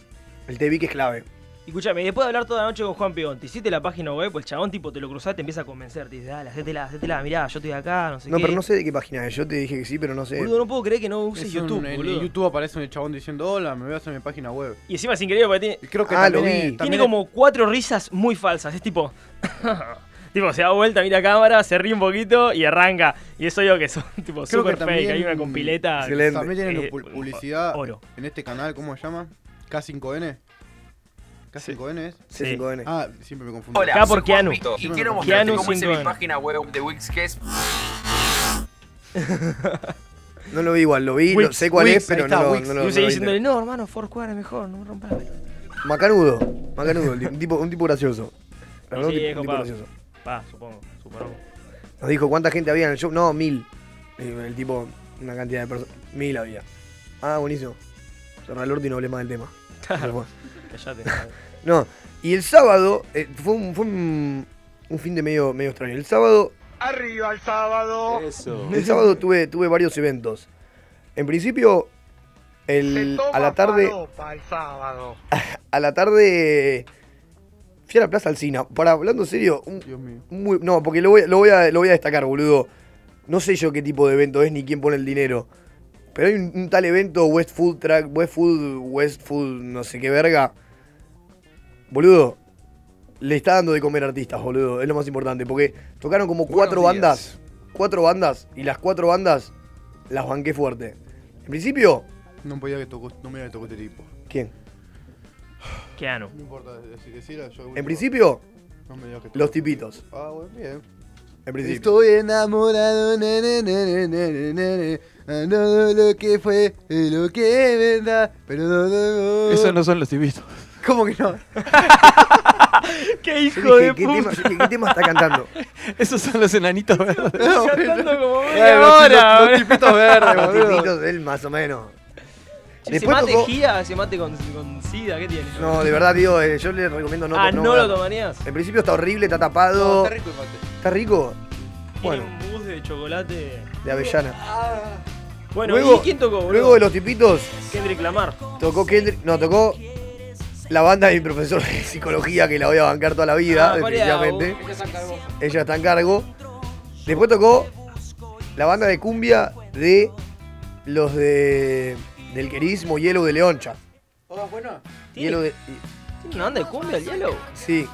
Speaker 1: El Tevic es clave.
Speaker 8: Escuchame, y después de hablar toda la noche con Juan Pigón, te hiciste la página web, pues el chabón tipo te lo cruzás, te empieza a convencer, te dice, dale, hacétela, hacétela, mirá, yo estoy acá, no sé
Speaker 1: No,
Speaker 8: qué.
Speaker 1: pero no sé de qué página es. Yo te dije que sí, pero no sé.
Speaker 8: Boludo, no puedo creer que no
Speaker 13: Es
Speaker 8: uses
Speaker 13: un-
Speaker 8: YouTube,
Speaker 13: en
Speaker 8: boludo.
Speaker 13: YouTube aparece un chabón diciendo, hola, me voy a hacer mi página web.
Speaker 8: Y encima es increíble porque tiene,
Speaker 13: Y creo que
Speaker 1: Ah, lo
Speaker 13: también,
Speaker 1: vi.
Speaker 13: es-
Speaker 1: Tiene
Speaker 8: tiene
Speaker 13: también es-
Speaker 8: como cuatro risas muy falsas, es tipo... tipo, se da vuelta, mira a cámara, se ríe un poquito y arranca. Y eso yo que son tipo
Speaker 13: Creo que
Speaker 8: super fake,
Speaker 13: también-
Speaker 8: hay una compileta...
Speaker 1: Excelente.
Speaker 13: También tienen
Speaker 8: Eh,
Speaker 13: pu- publicidad
Speaker 8: oro.
Speaker 13: en este canal, ¿cómo se llama? K5N. K5N es.
Speaker 1: C5N.
Speaker 13: Ah, siempre me confundo.
Speaker 14: Hola,
Speaker 8: Acá
Speaker 14: soy
Speaker 8: por
Speaker 14: Juan
Speaker 8: Keanu.
Speaker 14: Pito, Y
Speaker 13: Keanu
Speaker 14: quiero mostrarte cómo hice
Speaker 8: 5N.
Speaker 14: mi página web de Wix, que es
Speaker 1: No lo vi igual, lo vi, lo,
Speaker 8: Wix,
Speaker 1: sé cuál
Speaker 13: Wix,
Speaker 1: es, pero
Speaker 13: ahí está,
Speaker 1: no, lo-
Speaker 13: Wix.
Speaker 1: no lo
Speaker 8: Y yo
Speaker 1: no lo
Speaker 8: seguí
Speaker 1: vi.
Speaker 8: diciéndole, no hermano, Foursquare es mejor, no me rompas la pelota".
Speaker 1: Macanudo, macanudo, un tipo, un tipo gracioso. La verdad,
Speaker 8: Sí,
Speaker 1: un tipo-
Speaker 8: es
Speaker 1: un tipo
Speaker 8: copado.
Speaker 1: gracioso.
Speaker 8: Pa, supongo, supongo.
Speaker 1: Nos dijo cuánta gente había en el show. No, mil. Eh, El tipo, una cantidad de personas. Mil había. Ah, buenísimo. Cerrá el orto y no hablé más del tema. Se fue.
Speaker 8: Callate.
Speaker 1: No, y el sábado, eh, fue, un, fue un, un fin de medio, medio extraño. El sábado
Speaker 14: Arriba el sábado.
Speaker 15: Eso.
Speaker 1: El sábado tuve, tuve varios eventos. En principio, el- a la tarde. A la tarde. Fui a la Plaza Alcina. Para, hablando en serio, un-
Speaker 13: Dios mío.
Speaker 1: muy- no, porque lo voy, lo, voy a, lo voy a destacar, boludo. No sé yo qué tipo de evento es ni quién pone el dinero. Pero hay un, un tal evento West Food Track, West Food, West Food, no sé qué verga. Boludo, le está dando de comer artistas, boludo. Es lo más importante. Porque tocaron como cuatro
Speaker 13: días.
Speaker 1: bandas. Cuatro bandas. Y las cuatro bandas las banqué fuerte. En principio,
Speaker 13: No podía que tocó, no me que tocó este tipo.
Speaker 1: ¿quién?
Speaker 8: Keanu.
Speaker 13: No importa decir decirlo, yo.
Speaker 1: En principio,
Speaker 13: No me digas que
Speaker 1: los
Speaker 13: tocó.
Speaker 1: tipitos.
Speaker 13: Ah, bueno, bien.
Speaker 1: En principio.
Speaker 13: Estoy enamorado, ne, ne, ne, ne, ne, ne, ne, ne. Ah, no, no, lo que fue, eh, lo que es verdad, pero no, no, no.
Speaker 7: Esos no son los tipitos.
Speaker 13: ¿Cómo que no?
Speaker 8: ¡Qué
Speaker 1: Yo
Speaker 8: hijo de
Speaker 1: dije, ¿qué tema,
Speaker 8: puta!
Speaker 1: yo dije, ¿qué tema está cantando?
Speaker 7: Esos son los enanitos verdes.
Speaker 8: Cantando como
Speaker 13: Eh,
Speaker 8: media
Speaker 13: los-
Speaker 8: hora,
Speaker 13: los-
Speaker 8: boludo.
Speaker 13: los tipitos verdes,
Speaker 1: Los
Speaker 13: boludo.
Speaker 1: tipitos, él más o menos.
Speaker 8: Che,
Speaker 1: Después
Speaker 8: ¿Se mate
Speaker 1: tocó-
Speaker 8: gira? ¿Se mate con, con sida? ¿Qué tiene?
Speaker 1: No, de verdad, tío, eh, yo les recomiendo no
Speaker 8: ah,
Speaker 1: to-
Speaker 8: ¿no,
Speaker 1: no-
Speaker 8: lo tomarías?
Speaker 1: En principio está horrible, está tapado.
Speaker 12: está rico el mate.
Speaker 1: ¿Está rico? Bueno,
Speaker 8: Tiene un bus de chocolate.
Speaker 1: de avellana.
Speaker 8: Bueno, ¿y quién tocó, boludo?
Speaker 1: Luego de los tipitos,
Speaker 8: Kendrick Lamar.
Speaker 1: tocó Kendrick. No, tocó la banda de mi profesor de psicología, que la voy a bancar toda la vida,
Speaker 8: Ah, ¿cuál era?
Speaker 1: definitivamente. Ella está en cargo. Después tocó la banda de cumbia de los de del queridísimo Hielo de Leoncha.
Speaker 7: Oh, bueno.
Speaker 1: Hielo de.
Speaker 8: ¿Tiene una onda de cumbia el hielo?
Speaker 1: Sí.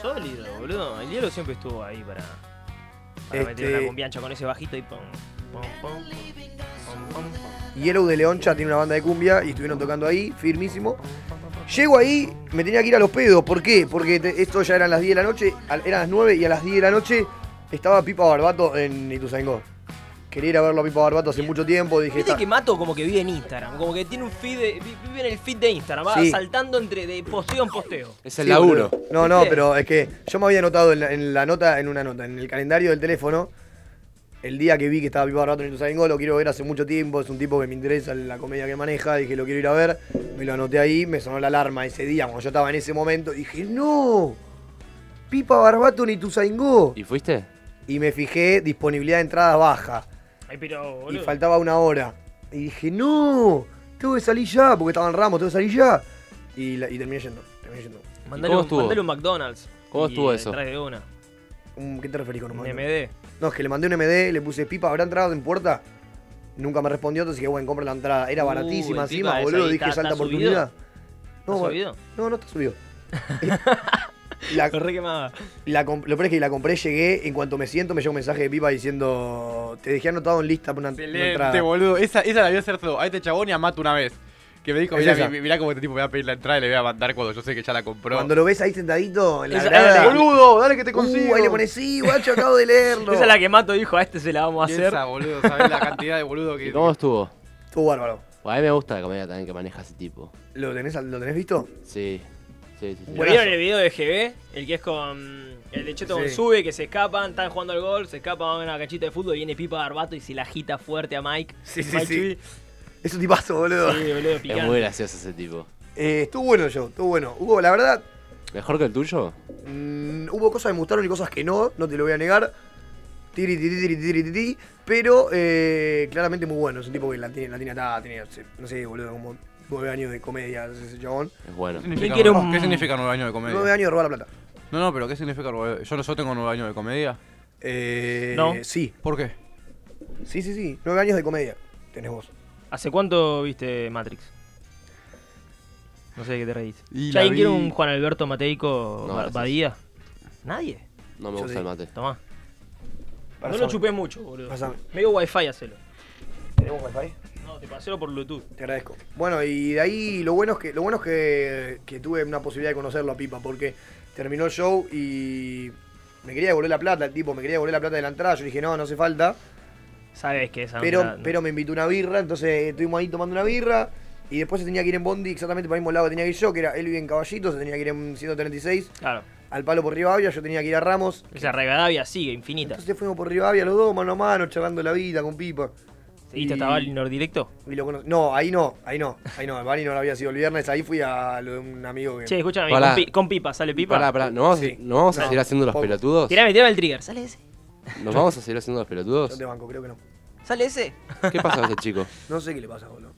Speaker 8: Sólido, boludo. El hielo siempre estuvo ahí para, para meter
Speaker 1: Este-
Speaker 8: una cumbiancha con ese bajito y pum, pum, pum, pum, pum, pum.
Speaker 1: Yellow de Leoncha tiene una banda de cumbia y estuvieron tocando ahí, firmísimo. Llego ahí, me tenía que ir a los pedos. ¿Por qué? Porque te- esto ya eran las 10 de la noche, al- eran las 9 y a las 10 de la noche estaba Pipa Barbato en Ituzaingó. Quería ir a verlo a Pipa Barbato hace mucho tiempo, dije.
Speaker 8: Viste
Speaker 1: "Ta-
Speaker 8: que Mato como que vive en Instagram, como que tiene un feed, de- vi- vive en el feed de Instagram, va
Speaker 1: Sí.
Speaker 8: saltando entre de posteo en posteo.
Speaker 2: Es
Speaker 1: Sí, boludo. No, no, pero es que yo me había anotado en la, en la nota, en una nota, en el calendario del teléfono, el día que vi que estaba Pipa Barbato en Ituzaingó, lo quiero ver hace mucho tiempo, es un tipo que me interesa la comedia que maneja, dije, lo quiero ir a ver, me lo anoté ahí, me sonó la alarma ese día, cuando yo estaba en ese momento, dije, no, Pipa Barbato en Ituzaingó.
Speaker 2: ¿Y fuiste?
Speaker 1: Y me fijé, disponibilidad de entradas baja,
Speaker 8: Ay, pero,
Speaker 1: y
Speaker 8: boludo.
Speaker 1: faltaba una hora, y dije, no, tengo que salir ya, porque estaba en Ramos, tengo que salir ya, y, la- y terminé yendo, terminé yendo.
Speaker 8: Mandale
Speaker 2: ¿Cómo
Speaker 8: un,
Speaker 2: estuvo?
Speaker 8: mandale un McDonald's.
Speaker 2: ¿Cómo
Speaker 8: y,
Speaker 2: estuvo
Speaker 8: eh,
Speaker 2: eso?
Speaker 8: trae de una.
Speaker 1: Un- Mm, ¿Qué te referís con un
Speaker 8: Un
Speaker 1: mando?
Speaker 8: MD.
Speaker 1: No, es que le mandé un MD, le puse pipa, ¿habrá entrado en puerta? Nunca me respondió, entonces dije, bueno, compra la entrada. Era
Speaker 8: Uh,
Speaker 1: baratísima
Speaker 8: el Pipa
Speaker 1: encima,
Speaker 8: es
Speaker 1: boludo.
Speaker 8: ahí,
Speaker 1: Dije,
Speaker 8: ¿está-
Speaker 1: santa
Speaker 8: está
Speaker 1: oportunidad. No,
Speaker 8: ¿Está
Speaker 1: bueno,
Speaker 8: subido?
Speaker 1: no, no está subido. La-
Speaker 8: Lo re quemaba.
Speaker 1: la comp- lo peor es que la compré, llegué, en cuanto me siento, me llegó un mensaje de pipa diciendo, te dejé anotado en lista para una, una
Speaker 3: Excelente,
Speaker 1: entrada.
Speaker 3: boludo. Esa, esa la voy a hacer todo. A este chabón y a Mato una vez. Que me dijo,
Speaker 1: Es
Speaker 3: mirá,
Speaker 1: esa.
Speaker 3: mi- mirá cómo este tipo me va a pedir la entrada y le voy a mandar cuando yo sé que ya la compró.
Speaker 1: Cuando lo ves ahí sentadito en la
Speaker 8: Esa-
Speaker 1: grada,
Speaker 8: esa-
Speaker 3: ¡Boludo! ¡Dale que te
Speaker 1: uh,
Speaker 3: consigo!
Speaker 1: ahí le pones, sí, guacho, acabo de leerlo.
Speaker 8: Esa es la que Mato dijo, a este se la vamos a
Speaker 3: Y
Speaker 8: hacer.
Speaker 3: Esa, boludo. ¿Sabés la cantidad de boludo
Speaker 2: ¿Y
Speaker 3: que...
Speaker 2: cómo estuvo?
Speaker 1: Estuvo bárbaro.
Speaker 2: Bueno, a mí me gusta la comedia también que maneja ese tipo.
Speaker 1: ¿Lo tenés, al- ¿Lo tenés visto?
Speaker 2: Sí, sí, sí. sí.
Speaker 8: ¿Lo ¿Vieron el video de GB? El que es con el de Cheto
Speaker 1: Sí.
Speaker 8: con Sube, que se escapan, están jugando al gol, se escapan, van a una canchita de fútbol, viene Pipa Garbato y se la agita fuerte a Mike.
Speaker 1: Sí, sí,
Speaker 8: Mike
Speaker 1: sí.
Speaker 8: Chuy.
Speaker 1: Es un tipazo, boludo.
Speaker 8: Sí, boludo,
Speaker 2: es
Speaker 8: picante.
Speaker 2: muy gracioso ese tipo.
Speaker 1: Eh, estuvo bueno yo, estuvo bueno. Hugo, la verdad,
Speaker 2: ¿Mejor que el tuyo?
Speaker 1: Mm, hubo cosas que me gustaron y cosas que no, no te lo voy a negar. Tiri, tiri, tiri, tiri, tiri, tiri. pero eh, claramente muy bueno. Es un tipo que la tiene, la tiene atada, tiene, no sé, boludo, como nueve años de comedia, ese chabón.
Speaker 2: Es bueno.
Speaker 3: ¿Qué significa
Speaker 8: quiere
Speaker 3: nueve-
Speaker 8: un-
Speaker 3: ¿Qué significa nueve años de
Speaker 1: Nueve
Speaker 3: comedia?
Speaker 1: años de robar la plata.
Speaker 3: No, no, pero ¿qué significa nueve Yo no yo tengo nueve años de comedia.
Speaker 1: Eh,
Speaker 8: No.
Speaker 1: Sí,
Speaker 3: ¿Por qué?
Speaker 1: sí, sí, sí. Nueve años de comedia tenés vos.
Speaker 8: ¿Hace cuánto viste Matrix? No sé de qué te reís.
Speaker 3: Y la
Speaker 8: ¿Ya alguien quiere
Speaker 3: vi-
Speaker 8: un Juan Alberto Mateico
Speaker 2: No,
Speaker 8: Ba-
Speaker 2: gracias.
Speaker 8: Badía? ¿Nadie?
Speaker 2: No me
Speaker 1: Yo
Speaker 2: gusta
Speaker 1: sí.
Speaker 2: el mate.
Speaker 8: Tomá.
Speaker 1: Pasame.
Speaker 8: No lo chupé mucho, boludo.
Speaker 1: Pasame.
Speaker 8: Medio wifi hacelo.
Speaker 1: ¿Tenemos wifi?
Speaker 8: No, te paselo por Bluetooth.
Speaker 1: Te agradezco. Bueno, y de ahí lo bueno es que lo bueno es que, que tuve una posibilidad de conocerlo a Pipa, porque terminó el show y me quería devolver la plata, el tipo me quería devolver la plata de la entrada, yo dije, no, no hace falta.
Speaker 8: Sabes que esa
Speaker 1: Pero,
Speaker 8: onda-
Speaker 1: pero me invitó una birra, entonces estuvimos ahí tomando una birra. Y después se tenía que ir en Bondi exactamente para el mismo lado que tenía que ir yo, que era él vive en Caballito, se tenía que ir en 136,
Speaker 8: Claro.
Speaker 1: al palo por Rivadavia, yo tenía que ir a Ramos.
Speaker 8: Esa Rivadavia sigue, infinita.
Speaker 1: Entonces fuimos por Rivadavia los dos, mano a mano, charlando la vida con Pipa.
Speaker 8: ¿Seguiste hasta Valinor directo?
Speaker 1: y lo cono- No, ahí no, ahí no, ahí no, el Bali no lo había sido el viernes, ahí fui a lo de un amigo que...
Speaker 8: Che, escúchame,
Speaker 2: Pará.
Speaker 8: con, pi- con pipa, sale pipa.
Speaker 2: Pará, pará, ¿nos vamos,
Speaker 1: Sí.
Speaker 2: a, nos vamos a
Speaker 1: No,
Speaker 2: seguir haciendo los
Speaker 1: poco.
Speaker 2: pelotudos?
Speaker 8: Tirame, tirame el trigger. Sale ese.
Speaker 2: ¿Nos vamos a seguir haciendo los
Speaker 1: Yo
Speaker 2: pelotudos?
Speaker 1: te banco, creo que no.
Speaker 8: Sale ese.
Speaker 2: ¿Qué pasa con ese chico?
Speaker 1: No sé qué le pasa, boludo.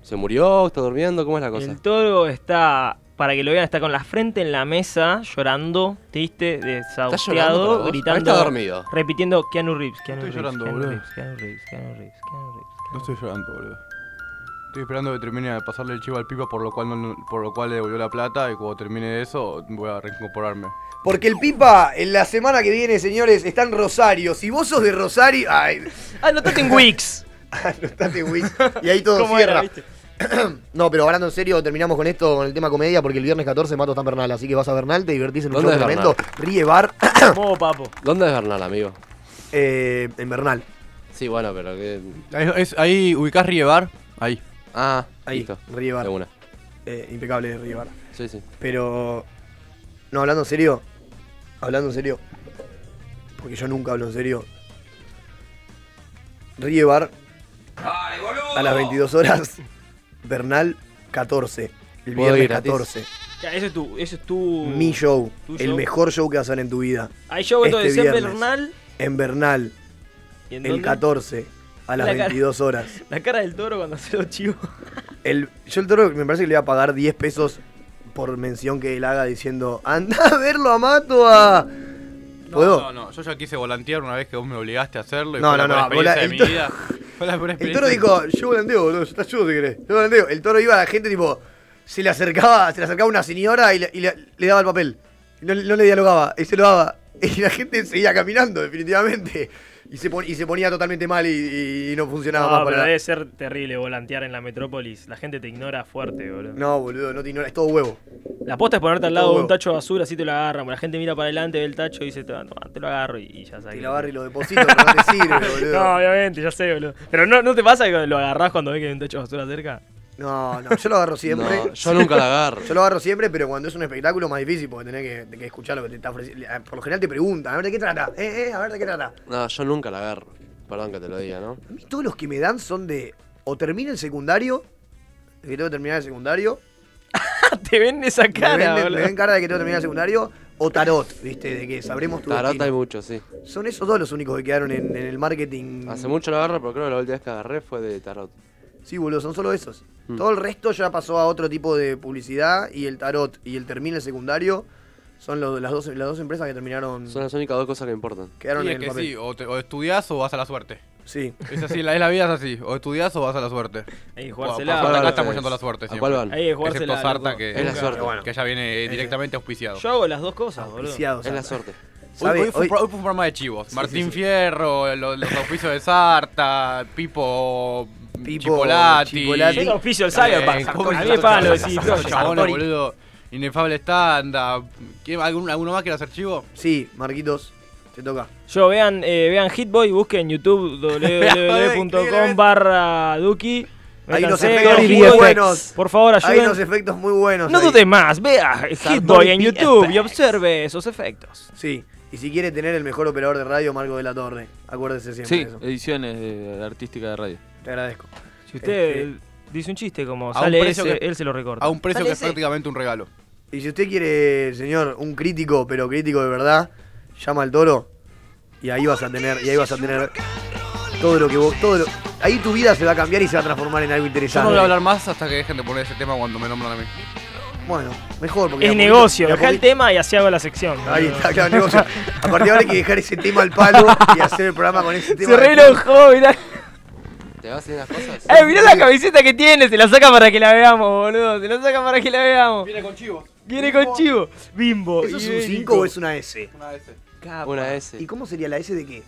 Speaker 2: ¿Se murió? ¿Está durmiendo? ¿Cómo es la cosa?
Speaker 8: El toro está, para que lo vean, está con la frente en la mesa, llorando, triste,
Speaker 2: llorando para
Speaker 8: desahuciado,
Speaker 2: vos?
Speaker 8: gritando.
Speaker 2: Está dormido.
Speaker 8: Repitiendo Keanu Reeves, Keanu
Speaker 3: Estoy
Speaker 8: Reeves.
Speaker 3: llorando,
Speaker 8: Keanu
Speaker 3: boludo.
Speaker 8: Reeves, Keanu Reeves, Keanu Reeves, Keanu Reeves. Keanu
Speaker 3: No estoy llorando, boludo. Estoy esperando que termine de pasarle el chivo al pipa, por lo cual, no- por lo cual le devolvió la plata. Y cuando termine eso, voy a reincorporarme.
Speaker 1: Porque el Pipa, en la semana que viene, señores, está en Rosario. Si vos sos de Rosario... Ay,
Speaker 8: Reeves. Ah, Anotate en Wix.
Speaker 1: anotate, Wiz. Y ahí todo cierra. No, pero hablando en serio, terminamos con esto, con el tema comedia, porque el viernes 14 Mato está en Bernal, así que vas a Bernal, te divertís en un show
Speaker 2: ¿Dónde es
Speaker 1: tremendo. Ríe Bar
Speaker 8: Modo papo.
Speaker 2: ¿Dónde es Bernal, amigo?
Speaker 1: eh, en Bernal.
Speaker 2: Sí, bueno, pero que...
Speaker 3: Ahí, es, ahí ubicás Riebar. Ahí.
Speaker 2: Ah,
Speaker 1: Ahí,
Speaker 2: listo.
Speaker 1: Ríe Bar.
Speaker 2: De una.
Speaker 1: Eh, impecable Ríe Bar.
Speaker 2: Sí, sí.
Speaker 1: Pero. No, hablando en serio. Hablando en serio. Porque yo nunca hablo en serio. Ríe Bar a las 22 horas. Bernal 14. El
Speaker 2: ¿Puedo
Speaker 1: viernes
Speaker 2: ir gratis?
Speaker 1: 14.
Speaker 8: Ya, ese es tu, ese es tu.
Speaker 1: Mi show.
Speaker 8: ¿Tu
Speaker 1: El
Speaker 8: show?
Speaker 1: mejor show que vas a hacer en tu vida.
Speaker 8: Hay show entonces
Speaker 1: este
Speaker 8: en
Speaker 1: viernes.
Speaker 8: Bernal.
Speaker 1: En Bernal.
Speaker 8: ¿Y en
Speaker 1: El
Speaker 8: dónde?
Speaker 1: 14 a las
Speaker 8: La cara.
Speaker 1: 22 horas.
Speaker 8: La cara del toro cuando hace los chivos.
Speaker 1: El, yo el toro me parece que le voy a pagar 10 pesos por mención que él haga diciendo, anda a verlo a Matua.
Speaker 3: No,
Speaker 1: ¿Puedo?
Speaker 3: No, no, yo ya quise volantear una vez que vos me obligaste a hacerlo. Y
Speaker 1: No,
Speaker 3: fue la
Speaker 1: no, no,
Speaker 3: mejor experiencia de mi
Speaker 1: vola-
Speaker 3: vida.
Speaker 1: El toro dijo, yo volanteo, boludo, yo te ayudo si querés. Yo volanteo. El toro iba a la gente, tipo, se le acercaba, se le acercaba una señora y le, y le- le daba el papel. No, no le dialogaba, y se lo daba. Y la gente seguía caminando, definitivamente. Y se, pon- y se ponía totalmente mal y, y no funcionaba
Speaker 8: No,
Speaker 1: más
Speaker 8: pero
Speaker 1: para
Speaker 8: debe ser terrible volantear en la metrópolis. La gente te ignora fuerte, boludo.
Speaker 1: No, boludo, no te ignora, es todo huevo.
Speaker 8: La posta es ponerte al lado
Speaker 1: Todo
Speaker 8: de un
Speaker 1: huevo.
Speaker 8: tacho de basura, así te lo agarran. La gente mira para adelante, ve el tacho y dice, "Toma, toma, te lo agarro y, y ya sabes.
Speaker 1: Te lo agarro y lo deposito, pero no te sirve, boludo.
Speaker 8: No, obviamente, ya sé, boludo. Pero no, ¿no te pasa que lo agarrás cuando ves que hay un tacho de basura cerca?
Speaker 1: No, no, yo lo agarro siempre.
Speaker 2: No, yo nunca la agarro.
Speaker 1: Yo lo agarro siempre, pero cuando es un espectáculo es más difícil porque tenés que, que escuchar lo que te está ofreciendo. Por lo general te preguntan, a ver de qué trata, eh, eh, a ver de qué trata.
Speaker 2: No, yo nunca la agarro. Perdón que te lo diga, ¿no?
Speaker 1: A mí todos los que me dan son de o termina el secundario, de que tengo que terminar el secundario,
Speaker 8: te ven esa
Speaker 1: me,
Speaker 8: cara,
Speaker 1: venden- me
Speaker 8: boludo.
Speaker 1: ven cara de que tengo que terminar el secundario, o tarot, viste, de que sabremos tu
Speaker 2: Tarot
Speaker 1: destino.
Speaker 2: hay mucho, sí.
Speaker 1: Son esos dos los únicos que quedaron en, en el marketing.
Speaker 2: Hace mucho la agarro, pero creo que la última vez que agarré fue de tarot.
Speaker 1: Sí, boludo, son solo esos.
Speaker 2: Mm.
Speaker 1: Todo el resto ya pasó a otro tipo de publicidad y el tarot y el termina el secundario son lo- las, dos, las dos empresas que terminaron,
Speaker 2: Son las únicas dos cosas que importan.
Speaker 1: quedaron
Speaker 3: Y
Speaker 1: en
Speaker 3: es
Speaker 1: el
Speaker 3: que
Speaker 1: papel.
Speaker 3: sí, o, te- o estudias o vas a la suerte.
Speaker 1: Sí.
Speaker 3: Es así, la, es la vida es así. O estudias o vas a la suerte.
Speaker 8: Hay
Speaker 3: Acá-
Speaker 8: que
Speaker 2: ¿A cuál
Speaker 8: jugársela.
Speaker 2: van
Speaker 3: acá estamos
Speaker 2: ustedes?
Speaker 3: yendo a la suerte
Speaker 2: ¿A
Speaker 3: siempre.
Speaker 2: cuál van?
Speaker 8: Hay que jugársela.
Speaker 3: Excepto Sarta,
Speaker 8: loco.
Speaker 3: que,
Speaker 2: Es la
Speaker 3: que-
Speaker 2: suerte.
Speaker 3: que ya viene directamente auspiciado.
Speaker 8: Yo hago las dos cosas, boludo.
Speaker 1: Auspiciados,
Speaker 2: Es la
Speaker 1: ¿sabes?
Speaker 2: suerte.
Speaker 3: Hoy,
Speaker 1: ¿Sabe?
Speaker 3: hoy fue, un
Speaker 1: Hoy-
Speaker 3: pro- hoy fue un programa de chivos. Martín
Speaker 1: sí, sí.
Speaker 3: Fierro, lo- los, auspicios de Sarta, Pipo,
Speaker 1: Pipo,
Speaker 3: Chipolati.
Speaker 1: Chipolati.
Speaker 8: Yo no auspicio el
Speaker 3: Eh,
Speaker 8: Cyberpunk.
Speaker 3: ¿cómo
Speaker 8: A mí
Speaker 3: se
Speaker 8: me pagan
Speaker 3: llama?
Speaker 8: los de
Speaker 3: Esos chabones,
Speaker 8: Sartori.
Speaker 3: boludo. Inefable estándar. ¿Quién- algún- ¿Alguno más quiere hacer chivo?
Speaker 1: Sí, Marquitos, te toca.
Speaker 8: Yo vean, eh, vean Hitboy, busquen en YouTube www.com barra Duki.
Speaker 1: Hay unos
Speaker 8: Métanse,
Speaker 1: efectos
Speaker 8: vean
Speaker 1: muy
Speaker 8: Hitboy.
Speaker 1: buenos.
Speaker 8: Por favor,
Speaker 1: Hay
Speaker 8: ayuden.
Speaker 1: unos efectos muy buenos.
Speaker 8: No
Speaker 1: ahí.
Speaker 8: dudes más, vea Hitboy en YouTube
Speaker 2: Este.
Speaker 8: y observe esos efectos.
Speaker 1: Sí. Y si quiere tener el mejor operador de radio, Marco de la Torre. Acuérdese siempre
Speaker 5: Sí,
Speaker 1: de eso.
Speaker 5: ediciones de, de artística de radio.
Speaker 1: Te agradezco.
Speaker 8: Si usted
Speaker 1: Este,
Speaker 8: dice un chiste como
Speaker 3: un
Speaker 8: sale
Speaker 3: precio
Speaker 8: ese,
Speaker 3: que-
Speaker 8: él se lo recorta.
Speaker 3: A un precio
Speaker 5: Dale
Speaker 3: que es
Speaker 5: ese.
Speaker 3: prácticamente un regalo.
Speaker 1: Y si usted quiere, señor, un crítico, pero crítico de verdad, llama al toro y ahí vas a tener, y ahí vas a tener todo lo que vos, todo lo- ahí tu vida se va a cambiar y se va a transformar en algo
Speaker 3: Yo no
Speaker 1: interesante.
Speaker 3: voy a hablar más hasta que dejen de poner ese tema cuando me nombran a mí.
Speaker 1: Bueno, mejor porque
Speaker 8: Es
Speaker 1: de a poquito-
Speaker 8: negocio,
Speaker 1: de a
Speaker 8: dejá el
Speaker 1: poquito-
Speaker 8: tema y así hago la sección.
Speaker 1: Ahí está, claro, negocio. A partir de ahora hay que dejar ese tema al palo y hacer el programa con ese tema.
Speaker 8: Se re
Speaker 1: de-
Speaker 8: enojó, mirá.
Speaker 2: ¿Te vas a ir las cosas?
Speaker 8: Eh, mirá la camiseta que tiene, se la saca para que la veamos, boludo. Se la saca para que la veamos. Viene con chivo. Viene con chivo. Bimbo.
Speaker 1: ¿Eso es un
Speaker 8: ibérico.
Speaker 1: 5 o es una S?
Speaker 3: Una S.
Speaker 2: Una S.
Speaker 1: ¿Y cómo sería la S de qué?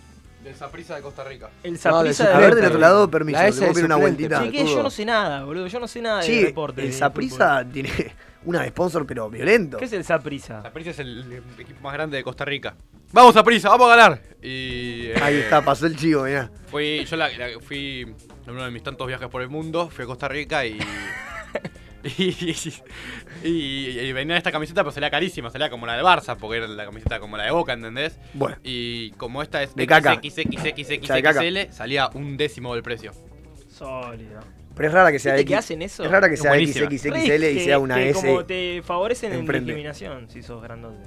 Speaker 3: De Saprisa de Costa Rica.
Speaker 8: El
Speaker 2: No,
Speaker 8: Saprisa
Speaker 2: de
Speaker 1: A
Speaker 8: de
Speaker 1: ver,
Speaker 2: suplente.
Speaker 1: del otro lado, permiso,
Speaker 2: La
Speaker 1: te
Speaker 2: S
Speaker 1: puedo
Speaker 2: de
Speaker 1: pedir una
Speaker 2: suplente,
Speaker 1: vueltita.
Speaker 2: chico.
Speaker 8: Che, yo no sé nada, boludo. Yo no sé nada de
Speaker 1: Sí,
Speaker 8: deporte.
Speaker 1: el
Speaker 8: de
Speaker 1: Saprisa tiene un sponsor, pero violento.
Speaker 8: fútbol. ¿Qué es el Saprisa?
Speaker 3: Saprisa es el, el equipo más grande de Costa Rica. Vamos Saprisa, vamos a ganar. Y eh,
Speaker 1: Ahí está, pasó el chivo, mirá.
Speaker 3: Fui, yo la, la- fui en uno de mis tantos viajes por el mundo, fui a Costa Rica y. Y, y- y venía esta camiseta, pero salía carísima, salía como la de Barça, porque era la camiseta como la de Boca, ¿entendés?
Speaker 1: Bueno,
Speaker 3: Y como esta es
Speaker 1: De caca. Ya de caca.
Speaker 3: XXXXXXL, salía un décimo del precio.
Speaker 8: Sólido.
Speaker 1: pero es rara que sea
Speaker 8: ¿Viste que
Speaker 1: X-
Speaker 8: hacen eso?
Speaker 1: Es rara que
Speaker 3: Es
Speaker 1: sea
Speaker 3: buenísima.
Speaker 1: XXXL y sea una
Speaker 8: que Como
Speaker 1: S.
Speaker 8: te favorecen en
Speaker 1: enfrente.
Speaker 8: discriminación si sos grandote.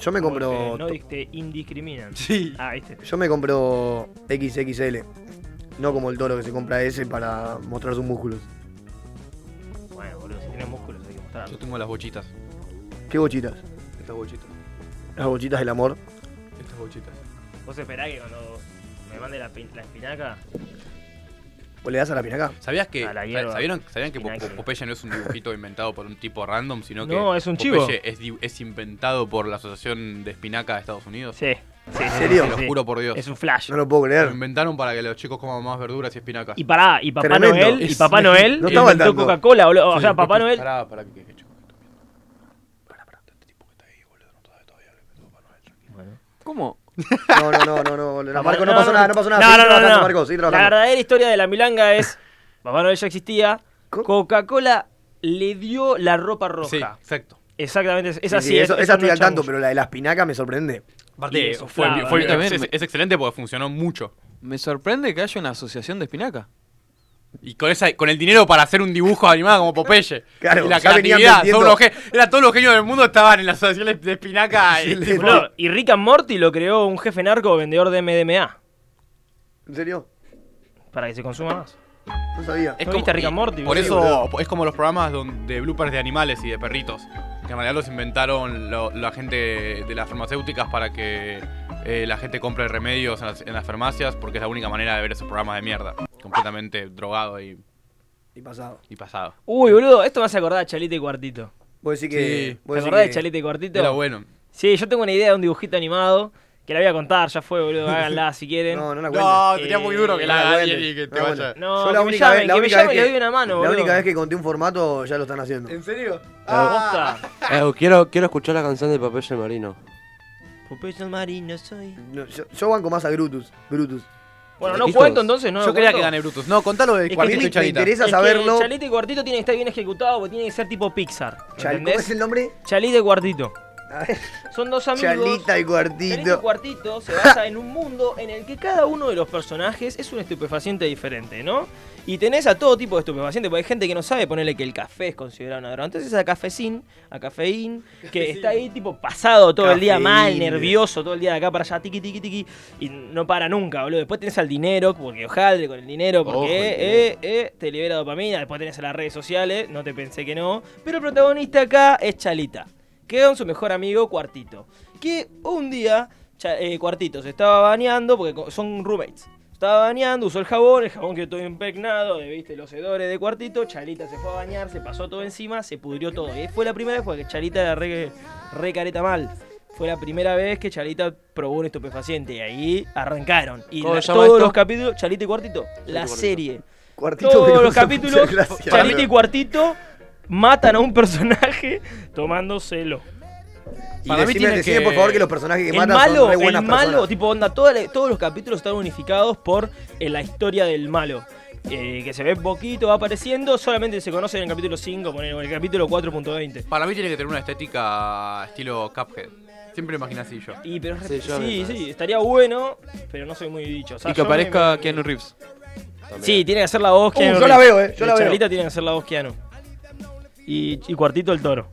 Speaker 1: Yo me
Speaker 8: Porque
Speaker 1: compro.
Speaker 8: No dis- te indiscriminan.
Speaker 3: Sí.
Speaker 8: Ah, viste.
Speaker 1: Yo me compro XXL. No como el toro que se compra S para mostrar sus músculos.
Speaker 8: Bueno, boludo, si tienes músculos hay que mostrarlo.
Speaker 3: Yo tengo las bochitas.
Speaker 1: ¿Qué bochitas?
Speaker 3: Estas bochitas.
Speaker 1: Las bochitas del amor.
Speaker 3: Estas bochitas.
Speaker 8: Vos esperás que cuando me mande la, pin- la espinaca.
Speaker 1: ¿O le das a la pinaca?
Speaker 3: ¿Sabías que,
Speaker 8: A Ah, la
Speaker 3: sab-
Speaker 8: hierba.
Speaker 3: ¿sabieron, sabían que Po-
Speaker 8: Espinaca.
Speaker 3: Po- Popeye no es un dibujito inventado por un tipo random, sino que
Speaker 8: No, es un chivo.
Speaker 3: Popeye es, di- es inventado por la Asociación de Espinaca de Estados Unidos?
Speaker 8: Sí. sí ¿En
Speaker 1: serio?
Speaker 3: Te lo juro por Dios.
Speaker 8: Es un flash.
Speaker 1: No lo
Speaker 3: Lo
Speaker 1: puedo creer.
Speaker 3: inventaron para que los chicos coman más verduras y espinacas.
Speaker 8: Y pará, y Papá
Speaker 1: Tremendo.
Speaker 8: Noel, y
Speaker 3: Es-
Speaker 8: Papá Noel
Speaker 1: No estaba al
Speaker 8: inventó
Speaker 1: tanto.
Speaker 8: Coca-Cola, boludo. O
Speaker 3: Sí,
Speaker 8: sea, Papá
Speaker 3: porque-
Speaker 8: Noel.
Speaker 3: Pará, pará, que que choco. Pará, pará, este tipo que está ahí, boludo, no sabe todavía lo que es Papá Noel, tranquilo.
Speaker 5: ¿Cómo?
Speaker 1: No, no, no, no, no. no, Marco, no pasó nada, no pasó nada.
Speaker 8: No,
Speaker 1: Seguí
Speaker 8: no, no,
Speaker 1: trabajando,
Speaker 8: no.
Speaker 1: Marco, seguí
Speaker 8: La
Speaker 1: trabajando.
Speaker 8: verdadera historia de la milanga es. Papá Noel ya existía.
Speaker 1: Co-
Speaker 8: Coca-Cola le dio la ropa roja.
Speaker 3: Sí, exacto.
Speaker 8: Exactamente. Es
Speaker 1: Sí,
Speaker 8: así.
Speaker 1: sí, eso-
Speaker 8: es-
Speaker 1: esa
Speaker 8: eso no
Speaker 1: estoy al tanto,
Speaker 8: chamuyo.
Speaker 1: pero la de las pinacas me sorprende.
Speaker 8: Aparte,
Speaker 3: Y ah,
Speaker 8: eso
Speaker 3: fue-
Speaker 8: flava,
Speaker 3: fue-
Speaker 5: ¿no? También
Speaker 3: es,
Speaker 5: me-
Speaker 3: es excelente porque funcionó mucho.
Speaker 5: Me sorprende que haya una asociación de espinaca.
Speaker 3: Y con, esa, con el dinero para hacer un dibujo animado como Popeye.
Speaker 1: Claro,
Speaker 3: y la
Speaker 1: ya venían
Speaker 3: creatividad.
Speaker 1: vendiendo-
Speaker 3: son unos gen- era todos los genios del mundo estaban en la asociación de- de espinaca. y-
Speaker 1: Excelente.
Speaker 8: Boludo, y Rick and Morty lo creó un jefe narco vendedor de MDMA.
Speaker 1: ¿En serio?
Speaker 8: Para que se consuma más.
Speaker 1: No sabía.
Speaker 3: Es
Speaker 8: ¿No viste a Rick and
Speaker 3: y-
Speaker 8: Morty,
Speaker 3: Por
Speaker 8: boludo?
Speaker 3: eso es como los programas don- de bloopers de animales y de perritos. Que en realidad los inventaron lo- la gente de las farmacéuticas para que eh, la gente compre remedios en las, en las farmacias porque es la única manera de ver esos programas de mierda. Completamente drogado y,
Speaker 1: y pasado.
Speaker 3: Y pasado.
Speaker 8: Uy, boludo, esto me hace acordar a Chalita y Cuartito.
Speaker 1: Vos decís que-
Speaker 8: Sí.
Speaker 1: vos
Speaker 8: ¿Te
Speaker 1: decís
Speaker 8: acordás de
Speaker 1: que
Speaker 8: Chalita y Cuartito?
Speaker 1: era bueno.
Speaker 8: Sí, yo tengo una idea de un dibujito animado que la voy a contar, ya fue, boludo, háganla si quieren.
Speaker 1: No, no la
Speaker 8: cuento.
Speaker 1: cuentes.
Speaker 8: No,
Speaker 1: Eh, no la cuentes, no la cuentes.
Speaker 8: No,
Speaker 1: Yo
Speaker 8: que
Speaker 1: la
Speaker 8: me
Speaker 1: única
Speaker 8: llamen,
Speaker 1: vez, la
Speaker 8: que me
Speaker 1: única
Speaker 8: llamen
Speaker 1: vez
Speaker 8: y le
Speaker 1: que-
Speaker 8: doy una mano,
Speaker 1: La
Speaker 8: boludo.
Speaker 1: única vez que conté un formato ya lo están haciendo. ¿En
Speaker 8: serio? Ah.
Speaker 2: Eh, quiero, quiero escuchar la canción de Papel Marino.
Speaker 1: marino soy. yo, yo banco más a Brutus. Brutus.
Speaker 8: Bueno, no cuento entonces, no
Speaker 3: Yo
Speaker 8: lo
Speaker 3: quería
Speaker 8: cuento.
Speaker 3: que gane Brutus. No, contalo de
Speaker 8: Es que
Speaker 3: Cuartito
Speaker 8: me-
Speaker 3: y Chalita.
Speaker 1: me interesa
Speaker 8: Es que
Speaker 1: saberlo.
Speaker 8: Chalita y Cuartito tiene que estar bien ejecutado porque tiene que ser tipo Pixar.
Speaker 1: Chal-
Speaker 8: ¿entendés?
Speaker 1: ¿cómo es el nombre?
Speaker 8: Chalita y Cuartito. Son dos amigos.
Speaker 1: Chalita y Cuartito.
Speaker 8: Chalita y Cuartito se basa en un mundo en el que cada uno de los personajes es un estupefaciente diferente, ¿no? Y tenés a todo tipo de estupefacientes, porque hay gente que no sabe ponerle que el café es considerado una droga. Entonces a cafecín, a cafeín, que está ahí tipo pasado todo el día mal,
Speaker 16: Cafeín.
Speaker 8: nervioso, todo el día de acá para allá, tiqui, tiqui, tiqui, y no para nunca, boludo. Después tenés al dinero, porque ojalde con el dinero, porque
Speaker 16: Ojo, el
Speaker 8: eh, eh, eh, te libera dopamina. Después tenés a las redes sociales, no te pensé que no. Pero el protagonista acá es Chalita, que es con su mejor amigo Cuartito. Que un día, Cha- eh, Cuartito se estaba bañando, porque co- son roommates. Estaba bañando, usó el jabón, el jabón quedó todo impregnado, de, viste los hedores de cuartito, Chalita se fue a bañar, se pasó todo encima, se pudrió todo. Y fue la primera vez porque Chalita era re, re careta mal. Fue la primera vez que Chalita probó un estupefaciente y ahí arrancaron. Y
Speaker 16: ¿Cómo
Speaker 8: la-
Speaker 16: se llama
Speaker 8: todos
Speaker 16: esto?
Speaker 8: los capítulos, Chalita y Cuartito, la
Speaker 16: Cuartito.
Speaker 8: serie.
Speaker 1: Cuartito
Speaker 8: todos
Speaker 1: pero
Speaker 8: los
Speaker 1: se-
Speaker 8: capítulos,
Speaker 1: gracias.
Speaker 8: Chalita y Cuartito matan a un personaje tomándoselo.
Speaker 1: Y decime, decime, por favor que los personajes que
Speaker 8: El
Speaker 1: matan
Speaker 8: malo,
Speaker 1: son re buenas
Speaker 8: el malo,
Speaker 1: personas.
Speaker 8: tipo onda, toda la- todos los capítulos están unificados por eh, la historia del malo. Eh, que se ve poquito, va apareciendo, solamente se conocen en el capítulo 5, ponele, o en el capítulo 4.20.
Speaker 3: Para mí tiene que tener una estética estilo Cuphead. Siempre lo imaginé así yo.
Speaker 8: Y pero es re-
Speaker 3: Sí, yo
Speaker 8: sí,
Speaker 3: me
Speaker 8: sí,
Speaker 3: parece.
Speaker 8: estaría bueno, pero no soy muy dicho. O sea,
Speaker 17: Y que
Speaker 8: yo me-
Speaker 17: aparezca Keanu Reeves.
Speaker 8: Sí, tiene que hacer la voz
Speaker 17: Uh,
Speaker 8: Keanu
Speaker 17: yo la
Speaker 8: Reeves.
Speaker 17: veo, eh, yo
Speaker 8: De
Speaker 17: la veo.
Speaker 8: Chalita tiene que hacer la voz Keanu. Y, y Cuartito el Toro.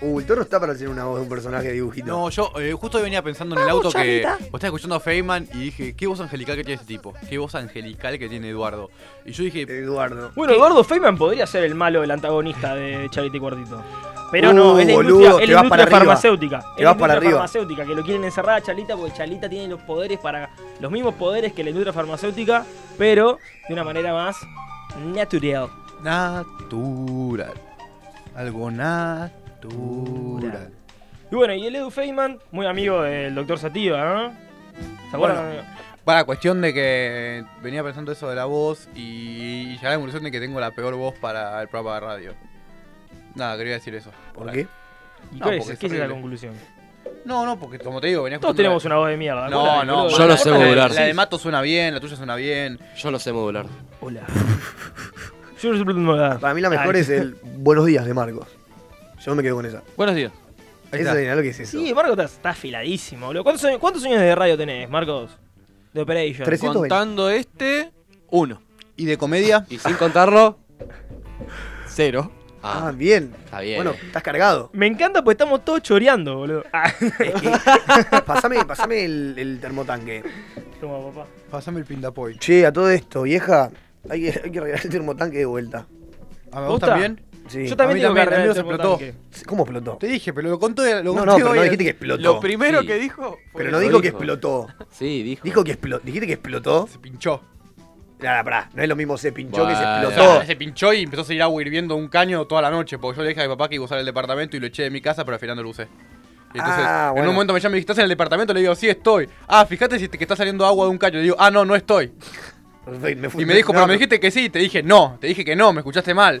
Speaker 1: Uh, el toro está para hacer una voz de un personaje de dibujito.
Speaker 3: No, yo eh, justo hoy venía pensando en el
Speaker 1: Vamos,
Speaker 3: auto que
Speaker 1: Chavita.
Speaker 3: vos estás escuchando a Feynman y dije, qué voz angelical que tiene ese tipo, qué voz angelical que tiene Eduardo. Y yo dije,
Speaker 1: Eduardo.
Speaker 8: Bueno, Eduardo Feynman podría ser el malo, el antagonista de Chalita y Cuartito. Pero no,
Speaker 1: Uh,
Speaker 8: es la
Speaker 1: boludo,
Speaker 8: industria, es
Speaker 1: te
Speaker 8: la
Speaker 1: vas para
Speaker 8: industria
Speaker 1: arriba.
Speaker 8: farmacéutica. Es
Speaker 1: Te
Speaker 8: la
Speaker 1: vas para
Speaker 8: industria
Speaker 1: arriba.
Speaker 8: farmacéutica, que lo quieren encerrar a Chalita porque Chalita tiene los poderes para. los mismos poderes que la industria farmacéutica, pero de una manera más natural.
Speaker 3: natural. Algo natural.
Speaker 8: Y bueno, y el Edu Feynman, muy amigo del doctor Sativa, ¿no? ¿Se acuerdan?
Speaker 3: Bueno, para cuestión de que venía pensando eso de la voz y, y ya la conclusión de que tengo la peor voz para el programa de radio. Nada, quería decir eso. ¿Por,
Speaker 1: qué?
Speaker 8: ¿Y
Speaker 3: No,
Speaker 8: cuál es,
Speaker 3: porque
Speaker 8: qué es la
Speaker 3: horrible.
Speaker 8: conclusión?
Speaker 3: No, no, porque como te digo, venía
Speaker 8: Todos
Speaker 3: escuchando
Speaker 8: tenemos
Speaker 3: la-
Speaker 8: una voz de mierda.
Speaker 3: No,
Speaker 8: acuérdate,
Speaker 3: no,
Speaker 8: boludo.
Speaker 2: Yo no sé
Speaker 3: la-
Speaker 2: modular.
Speaker 3: La de Mato suena bien, la tuya suena bien.
Speaker 2: Yo no sé modular.
Speaker 8: Hola. Yo no
Speaker 1: Para mí la mejor es el Buenos días de Marcos. Yo me quedo con esa.
Speaker 17: Buenos días.
Speaker 1: Esa es lo que es eso.
Speaker 8: Sí, Marco está, está afiladísimo, boludo. ¿Cuántos, años- cuántos años de radio tenés, Marcos? De Operation.
Speaker 1: 320.
Speaker 17: Contando este, uno.
Speaker 3: ¿Y de comedia?
Speaker 2: Y sin contarlo,
Speaker 17: cero.
Speaker 1: Ah, bien.
Speaker 2: Está bien.
Speaker 1: Bueno, estás cargado.
Speaker 8: Me encanta porque estamos todos choreando, boludo. Ah.
Speaker 1: pasame pasame el, el termotanque.
Speaker 8: Toma, papá.
Speaker 7: Pásame el pindapoy.
Speaker 1: Che, a todo esto, vieja, hay que, hay que arreglar el termotanque de vuelta.
Speaker 7: ¿A
Speaker 1: ¿Vos
Speaker 8: ¿Posta? también? Yo también tengo que arreglar el
Speaker 7: explotó.
Speaker 1: termotanque. ¿Cómo explotó?
Speaker 7: Te dije, pero lo contó. Lo
Speaker 1: No,
Speaker 7: conté
Speaker 1: no, pero
Speaker 7: hoy
Speaker 1: no
Speaker 7: en-
Speaker 1: dijiste que explotó.
Speaker 17: Lo primero
Speaker 2: Sí.
Speaker 17: que dijo fue
Speaker 1: Pero no
Speaker 2: Lo
Speaker 1: dijo que
Speaker 2: dijo.
Speaker 1: explotó.
Speaker 2: Sí, dijo.
Speaker 1: Dijo que explotó. Dijiste que explotó.
Speaker 7: Se pinchó.
Speaker 1: Nada, pará. No es lo mismo se pinchó que se
Speaker 2: Bueno.
Speaker 1: explotó.
Speaker 3: Se pinchó y empezó a seguir agua hirviendo un caño toda la noche. Porque yo le dije a mi papá que iba a usar el departamento y lo eché de mi casa, pero al final no lo usé. Y entonces,
Speaker 1: Ah,
Speaker 3: en
Speaker 1: bueno.
Speaker 3: un momento me llama y me dice, ¿estás en el departamento? Le digo, sí, estoy. Ah, fíjate si te- que está saliendo agua de un caño. Le digo, ah, no, no estoy.
Speaker 1: Perfecto, fui-
Speaker 3: Y me dijo,
Speaker 1: no,
Speaker 3: pero me dijiste que sí. Te dije, no, te dije que no, me escuchaste mal.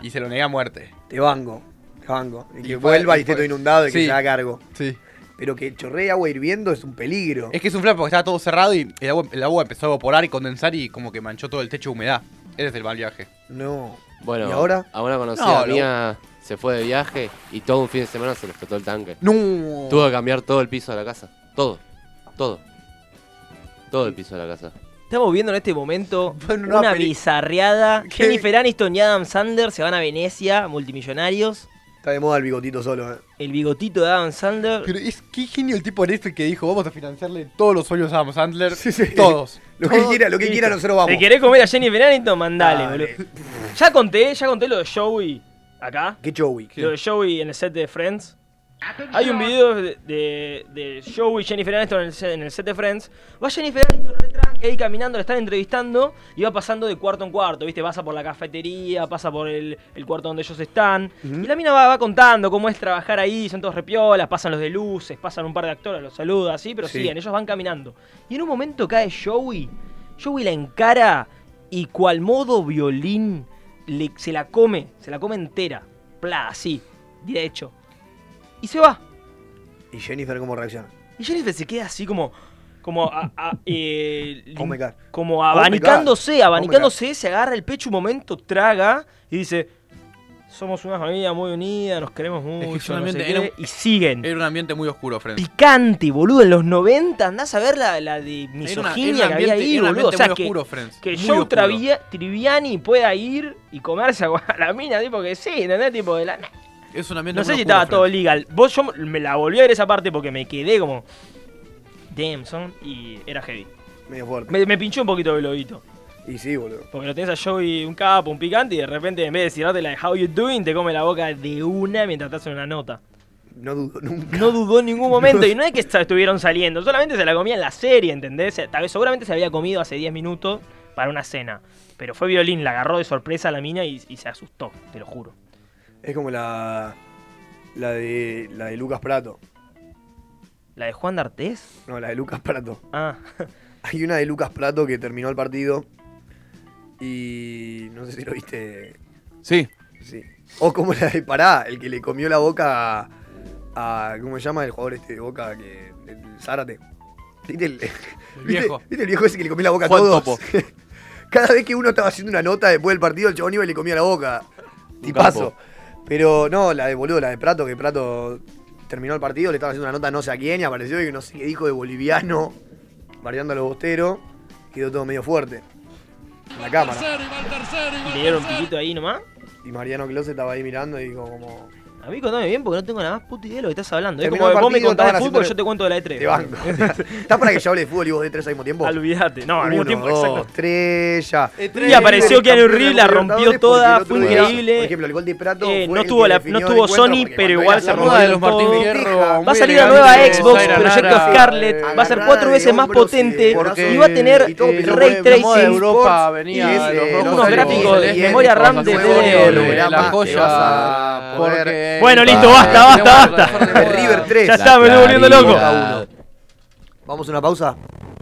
Speaker 3: Y se lo negué a muerte.
Speaker 1: Te banco. Te banco. Y que
Speaker 3: Y fue-
Speaker 1: vuelva
Speaker 3: y
Speaker 1: y esté
Speaker 3: fue-
Speaker 1: todo inundado y que
Speaker 3: Sí.
Speaker 1: se haga cargo.
Speaker 3: Sí.
Speaker 1: Pero que chorree agua hirviendo es un peligro.
Speaker 3: Es que es un flan porque estaba todo cerrado y el agua, el agua empezó a evaporar y condensar y como que manchó todo el techo de humedad. Ese es el mal viaje.
Speaker 1: No.
Speaker 2: Bueno,
Speaker 1: ¿Y ahora?
Speaker 2: a una conocida
Speaker 3: No, lo-
Speaker 2: mía se fue de viaje y todo un fin de semana se le explotó el tanque.
Speaker 3: No.
Speaker 2: Tuvo que cambiar todo el piso de la casa. Todo. Todo. Todo el piso de la casa.
Speaker 8: Estamos viendo en este momento
Speaker 7: una
Speaker 8: una
Speaker 7: peli-
Speaker 8: bizarreada. Jennifer Aniston y Adam Sandler se van a Venecia, multimillonarios.
Speaker 1: Está de moda el bigotito solo, eh.
Speaker 8: El bigotito de Adam Sandler.
Speaker 3: Pero es que genio el tipo de este que dijo, vamos a financiarle todos los sueños a Adam Sandler.
Speaker 1: Sí, sí.
Speaker 3: Todos.
Speaker 1: Lo que quiera, lo que quiera, nosotros vamos.
Speaker 8: ¿Te querés comer a Jennifer Aniston? Mandale,
Speaker 1: Dale.
Speaker 8: boludo. Ya conté, ya conté lo de Joey acá.
Speaker 1: ¿Qué Joey?
Speaker 8: Lo de Joey en el set de Friends. Hay un video de, de, de Joey y Jennifer Aniston en el, set- en el set de Friends. Va Jennifer Aniston re tranqui ahí caminando, la están entrevistando y va pasando de cuarto en cuarto, ¿viste? Pasa por la cafetería, pasa por el, el cuarto donde ellos están. Y la mina va, va contando cómo es trabajar ahí, son todos repiolas, pasan los de luces, pasan un par de actores, los saluda, así, pero
Speaker 18: Sí.
Speaker 8: siguen, ellos van caminando. Y en un momento cae Joey, Joey la encara y cual modo violín le- se la come, se la come entera, pla, así, derecho. Y se va.
Speaker 1: ¿Y Jennifer cómo reacciona?
Speaker 8: Y Jennifer se queda así como. Como, a- a- eh, lim-
Speaker 1: Oh my God.
Speaker 8: como
Speaker 1: my God.
Speaker 8: abanicándose,
Speaker 1: Oh my God.
Speaker 8: abanicándose, se agarra el pecho un momento, traga y dice: Somos una familia muy unida, nos queremos mucho.
Speaker 3: Es un
Speaker 8: no sé
Speaker 3: ambiente-
Speaker 8: qué".
Speaker 3: era un-
Speaker 8: Y siguen.
Speaker 3: Era un ambiente muy oscuro, Friends.
Speaker 8: Picante, boludo, en los 90 andás a ver la, la de misoginia que
Speaker 3: ambiente-
Speaker 8: había ahí,
Speaker 3: era un
Speaker 8: boludo. O
Speaker 3: ambiente
Speaker 8: sea,
Speaker 3: muy
Speaker 8: que,
Speaker 3: oscuro, Friends.
Speaker 8: que
Speaker 3: Muy
Speaker 8: Joe
Speaker 3: oscuro.
Speaker 8: Travia- Triviani pueda ir y comerse a a la mina, tipo que sí, ¿entendés? Tipo de la.
Speaker 3: Es un ambiente
Speaker 8: No sé
Speaker 3: muy
Speaker 8: si
Speaker 3: oscuro,
Speaker 8: estaba todo
Speaker 3: Friends.
Speaker 8: legal. Vos, yo me la volví a ver esa parte porque me quedé como. Damn, son. Y era heavy.
Speaker 1: Medio fuerte.
Speaker 8: Me, me pinchó un poquito el globito.
Speaker 1: Y sí, boludo.
Speaker 8: Porque lo tenés a Joey, un capo, un picante, y de repente en vez de tirarte la de How You Doing, te come la boca de una mientras estás en una nota.
Speaker 1: No dudó nunca.
Speaker 8: No dudó en ningún momento. y no es que sa- estuvieron saliendo, solamente se la comía en la serie, ¿entendés? Se- Tal vez seguramente se había comido hace 10 minutos para una cena. Pero fue violín, la agarró de sorpresa a la mina y, y se asustó, te lo juro.
Speaker 1: Es como la. La de. La de Lucas Prato.
Speaker 8: ¿La de Juan D'Artés?
Speaker 1: No, la de Lucas Prato.
Speaker 8: Ah.
Speaker 1: Hay una de Lucas Prato que terminó el partido. Y. No sé si lo viste.
Speaker 19: Sí.
Speaker 1: Sí. O como la de Pará, el que le comió la boca a. a- ¿Cómo se llama el jugador este de boca? Que, el Zárate. ¿Viste el, ¿viste-
Speaker 3: viejo.
Speaker 1: ¿Viste el viejo ese que le comió la boca
Speaker 3: Juan
Speaker 1: a todos?
Speaker 3: Topo.
Speaker 1: Cada vez que uno estaba haciendo una nota después del partido, el chabón iba y le comía la boca. Tipazo.
Speaker 3: capo.
Speaker 1: Pero no, la de boludo, la de Prato, que Prato terminó el partido, le estaban haciendo una nota no sé a quién y apareció y no sé qué dijo de boliviano, bardeando a los bosteros. Quedó todo medio fuerte. En la cámara.
Speaker 8: ¿Le dieron piquito ahí nomás?
Speaker 1: Y Mariano Close estaba ahí mirando y dijo como...
Speaker 8: A mí contame bien porque no tengo la más puta idea de lo que estás hablando. Es
Speaker 1: Terminó
Speaker 8: como
Speaker 1: el
Speaker 8: que vos me
Speaker 1: partido,
Speaker 8: contás de
Speaker 1: estaban
Speaker 8: fútbol,
Speaker 1: haciendo-
Speaker 8: yo te cuento de la E E3.
Speaker 1: Te banco. ¿Estás para que yo hable de fútbol y vos de E tres al mismo tiempo?
Speaker 8: Olvídate. No, al mismo
Speaker 1: Uno,
Speaker 8: tiempo,
Speaker 1: dos,
Speaker 8: exacto.
Speaker 1: Eh, tres, ya.
Speaker 8: Y apareció Keanu Reeves, la rompió toda, fue increíble.
Speaker 1: Por ejemplo, el gol de Prato
Speaker 8: Eh,
Speaker 1: fue
Speaker 8: no
Speaker 1: el
Speaker 8: tuvo
Speaker 1: que
Speaker 8: la-
Speaker 1: definió
Speaker 8: no
Speaker 1: el
Speaker 8: tuvo
Speaker 1: encuentro,
Speaker 8: Sony,
Speaker 1: porque
Speaker 8: pero
Speaker 1: cuando
Speaker 8: igual
Speaker 1: era
Speaker 8: se
Speaker 1: la
Speaker 8: rompió
Speaker 1: moda
Speaker 8: de los Martín
Speaker 1: todo.
Speaker 19: Fierro,
Speaker 8: Va a
Speaker 19: muy
Speaker 8: salir una
Speaker 19: elegante,
Speaker 8: nueva Xbox,
Speaker 19: Zaira
Speaker 8: Proyecto
Speaker 19: Nara.
Speaker 8: Scarlet,
Speaker 19: Eh,
Speaker 8: va a ser cuatro veces más
Speaker 1: hombros y
Speaker 8: potente
Speaker 1: brazos
Speaker 8: y va a tener
Speaker 1: y todo,
Speaker 8: eh,
Speaker 1: pero
Speaker 8: Ray
Speaker 19: fue- la moda de
Speaker 8: Tracing.
Speaker 19: Europa
Speaker 1: Sports,
Speaker 19: venía
Speaker 1: y es,
Speaker 19: de los
Speaker 1: eh,
Speaker 19: rojos
Speaker 1: no
Speaker 8: unos
Speaker 1: salió
Speaker 8: gráficos de
Speaker 1: bien,
Speaker 8: memoria RAM
Speaker 1: cosas
Speaker 8: de
Speaker 1: nuevas,
Speaker 8: DDR,
Speaker 1: holograma,
Speaker 19: la
Speaker 1: te
Speaker 19: joya,
Speaker 1: vas
Speaker 3: Ah,
Speaker 1: a poder-
Speaker 19: porque-
Speaker 8: Bueno, listo, basta,
Speaker 19: Porque
Speaker 8: basta,
Speaker 19: tenemos
Speaker 8: basta.
Speaker 19: la mejor de
Speaker 1: River
Speaker 19: moda.
Speaker 1: 3.
Speaker 8: Ya está, me estoy volviendo loco.
Speaker 1: Vamos a una pausa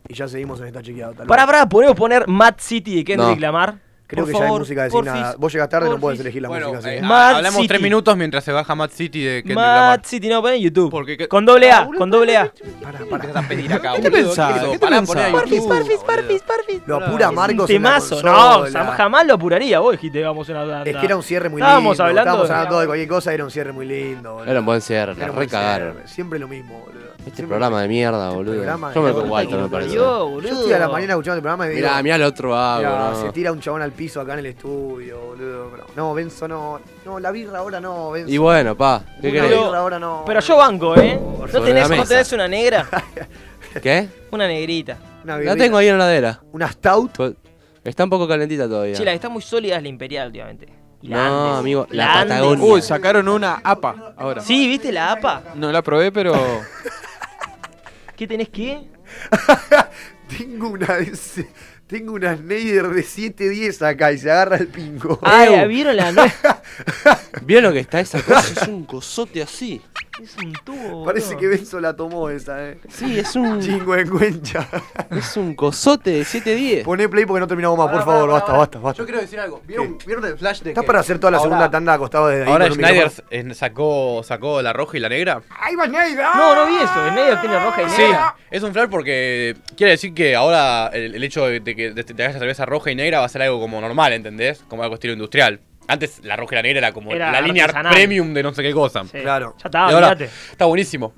Speaker 1: y ya seguimos en esta chequeada. Tal vez.
Speaker 8: Pará, pará, podemos poner Mad City de Kendrick
Speaker 2: No.
Speaker 8: Lamar.
Speaker 1: Creo
Speaker 8: Por
Speaker 1: que ya hay
Speaker 8: favor,
Speaker 1: música
Speaker 8: porfis,
Speaker 1: designada. Vos llegas tarde, no
Speaker 8: porfis.
Speaker 1: puedes elegir la
Speaker 3: Bueno,
Speaker 1: música.
Speaker 3: eh,
Speaker 1: así.
Speaker 8: ah, Mad
Speaker 3: hablamos
Speaker 8: City.
Speaker 3: tres minutos mientras se baja Mad City de Kendrick
Speaker 8: Mad
Speaker 3: Lamar.
Speaker 8: City, no, poner en YouTube.
Speaker 3: Porque qué-
Speaker 8: Con doble A, con doble A.
Speaker 1: Ah, Pará,
Speaker 3: ¿Qué
Speaker 1: pará.
Speaker 3: vas a pedir acá,
Speaker 19: ¿Qué te
Speaker 3: boludo?
Speaker 19: pensás?
Speaker 3: hizo?
Speaker 19: ¿Qué te
Speaker 3: Pará,
Speaker 19: pensás?
Speaker 3: poné a
Speaker 19: Parfis,
Speaker 3: YouTube, boludo.
Speaker 1: Lo apura Marcos. en la
Speaker 8: Temazo, no,
Speaker 1: consola.
Speaker 8: jam- jamás lo apuraría vos, dijiste, vamos a una tanda.
Speaker 1: Es que era un cierre muy
Speaker 8: Estábamos
Speaker 1: lindo.
Speaker 8: hablando
Speaker 1: Estábamos
Speaker 8: de-
Speaker 1: hablando de cualquier cosa, era un cierre muy lindo. boludo.
Speaker 2: Era un buen cierre,
Speaker 1: Era
Speaker 2: la
Speaker 1: un buen
Speaker 2: recagaron.
Speaker 1: cierre, Siempre lo mismo, boludo.
Speaker 2: Este
Speaker 1: Siempre
Speaker 2: programa de mierda, boludo.
Speaker 1: programa de
Speaker 2: Yo me
Speaker 1: mierda.
Speaker 2: pongo Walter, me
Speaker 8: Yo,
Speaker 2: parece.
Speaker 1: Yo
Speaker 8: boludo.
Speaker 1: estoy a la mañana escuchando el programa y digo,
Speaker 2: Mirá, mirá el otro
Speaker 1: mirá,
Speaker 2: vago,
Speaker 1: se
Speaker 2: ¿no?
Speaker 1: tira un chabón al piso acá en el estudio, boludo. pero no, Benzo no. No, la birra ahora no, Benzo.
Speaker 2: Y bueno, pa, ¿qué
Speaker 1: Una
Speaker 2: querés?
Speaker 1: birra ahora no.
Speaker 8: Pero yo banco, ¿eh? ¿No
Speaker 2: sobre
Speaker 8: tenés,
Speaker 2: la
Speaker 8: ¿No
Speaker 2: mesa.
Speaker 8: tenés una negra?
Speaker 2: ¿Qué?
Speaker 8: Una negrita.
Speaker 1: Una
Speaker 2: La
Speaker 1: birrita,
Speaker 2: tengo ahí en la heladera.
Speaker 1: Una stout.
Speaker 2: Pues, Está un poco calentita todavía.
Speaker 8: Che, la que está muy sólida es la Imperial últimamente. Y la
Speaker 2: No,
Speaker 8: Andes.
Speaker 2: amigo, la
Speaker 8: Andes.
Speaker 2: Patagonia.
Speaker 19: Uy, sacaron una APA ahora.
Speaker 8: Sí, ¿viste la APA?
Speaker 19: No la probé, pero.
Speaker 8: ¿Qué tenés que?
Speaker 1: Tengo una de ese- Tengo una Snyder de 7-10 acá y se agarra el pingo.
Speaker 8: Ah, ¿la ¿vieron la no? Es
Speaker 2: ¿Vieron lo que está esa cosa? Es un cosote así.
Speaker 8: un tubo.
Speaker 1: Parece
Speaker 8: boludo.
Speaker 1: que Benzo la tomó esa, eh.
Speaker 2: Sí, es un,
Speaker 1: Chingo en cuencha.
Speaker 2: es un cosote de 7-10.
Speaker 1: Poné play porque no terminamos más, por
Speaker 7: Pará, pará,
Speaker 1: favor.
Speaker 7: pará,
Speaker 1: Basta,
Speaker 7: pará.
Speaker 1: basta, basta.
Speaker 7: Yo quiero decir algo. ¿Vieron, ¿vieron el flash de
Speaker 1: Estás
Speaker 7: que-
Speaker 1: para hacer toda la
Speaker 7: Ahora-
Speaker 1: segunda tanda acostado desde ahí.
Speaker 3: Ahora
Speaker 1: con un
Speaker 3: Schneider
Speaker 1: micrófono?
Speaker 3: eh, sacó, sacó la roja y la negra.
Speaker 1: ¡Ahí va Schneider!
Speaker 8: No, no vi eso. El medio tiene roja y
Speaker 3: Sí,
Speaker 8: negra.
Speaker 3: es un flash porque quiere decir que ahora el, el hecho de, de que te, te hagas cerveza roja y negra va a ser algo como normal, ¿entendés? Como algo estilo industrial. Antes la roja y la negra era como
Speaker 8: Era
Speaker 3: la línea
Speaker 8: artesanal.
Speaker 3: premium de no sé qué cosa.
Speaker 8: Sí,
Speaker 1: Claro.
Speaker 8: Ya está,
Speaker 3: y ahora
Speaker 8: olvídate.
Speaker 3: está buenísimo.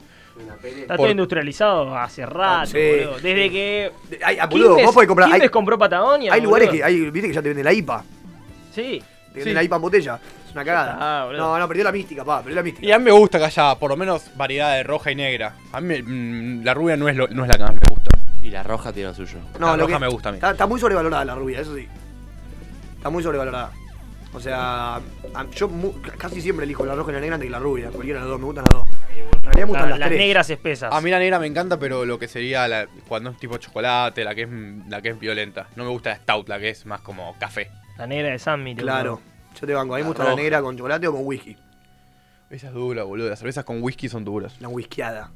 Speaker 8: Está
Speaker 3: por-
Speaker 8: todo industrializado hace rato,
Speaker 1: Sí.
Speaker 8: boludo. Desde que.
Speaker 1: Ay, ah, boludo,
Speaker 8: Quilmes-
Speaker 1: vos podés comprar.
Speaker 8: Quilmes
Speaker 1: Hay,
Speaker 8: compró Patagonia.
Speaker 1: hay lugares
Speaker 8: boludo.
Speaker 1: que. Hay, Viste que ya te venden la IPA.
Speaker 8: Sí.
Speaker 1: Te venden la IPA en botella. Es una cagada.
Speaker 8: está, boludo.
Speaker 1: no, no, perdió la mística, pa. Perdió la mística.
Speaker 3: Y a mí me gusta que haya por lo menos variedad de roja y negra. A mí mm, la rubia no es, lo- no es la que más me gusta.
Speaker 2: Y la roja tiene lo suyo.
Speaker 1: no,
Speaker 3: la
Speaker 1: lo
Speaker 3: roja
Speaker 1: que-
Speaker 3: me gusta a mí.
Speaker 1: Está, está muy sobrevalorada la rubia, eso sí. Está muy sobrevalorada. O sea, a- yo mu- casi siempre elijo la roja y la negra antes que la rubia. Cualquiera de las dos, me gustan las dos. A mí me gustan
Speaker 19: La-
Speaker 1: las
Speaker 19: las
Speaker 1: tres.
Speaker 19: negras espesas.
Speaker 3: A mí la negra me encanta, pero lo que sería la, cuando es tipo chocolate, la que es la que es violenta. No me gusta la stout, la que es más como café.
Speaker 19: La negra de Sammy. te
Speaker 1: Claro.
Speaker 19: gusta.
Speaker 1: Yo te banco. A mí me
Speaker 3: La
Speaker 1: gusta la
Speaker 3: roja.
Speaker 1: negra con chocolate o con whisky.
Speaker 3: Esa es dura, boludo. Las cervezas con whisky son duras.
Speaker 1: La whiskyada.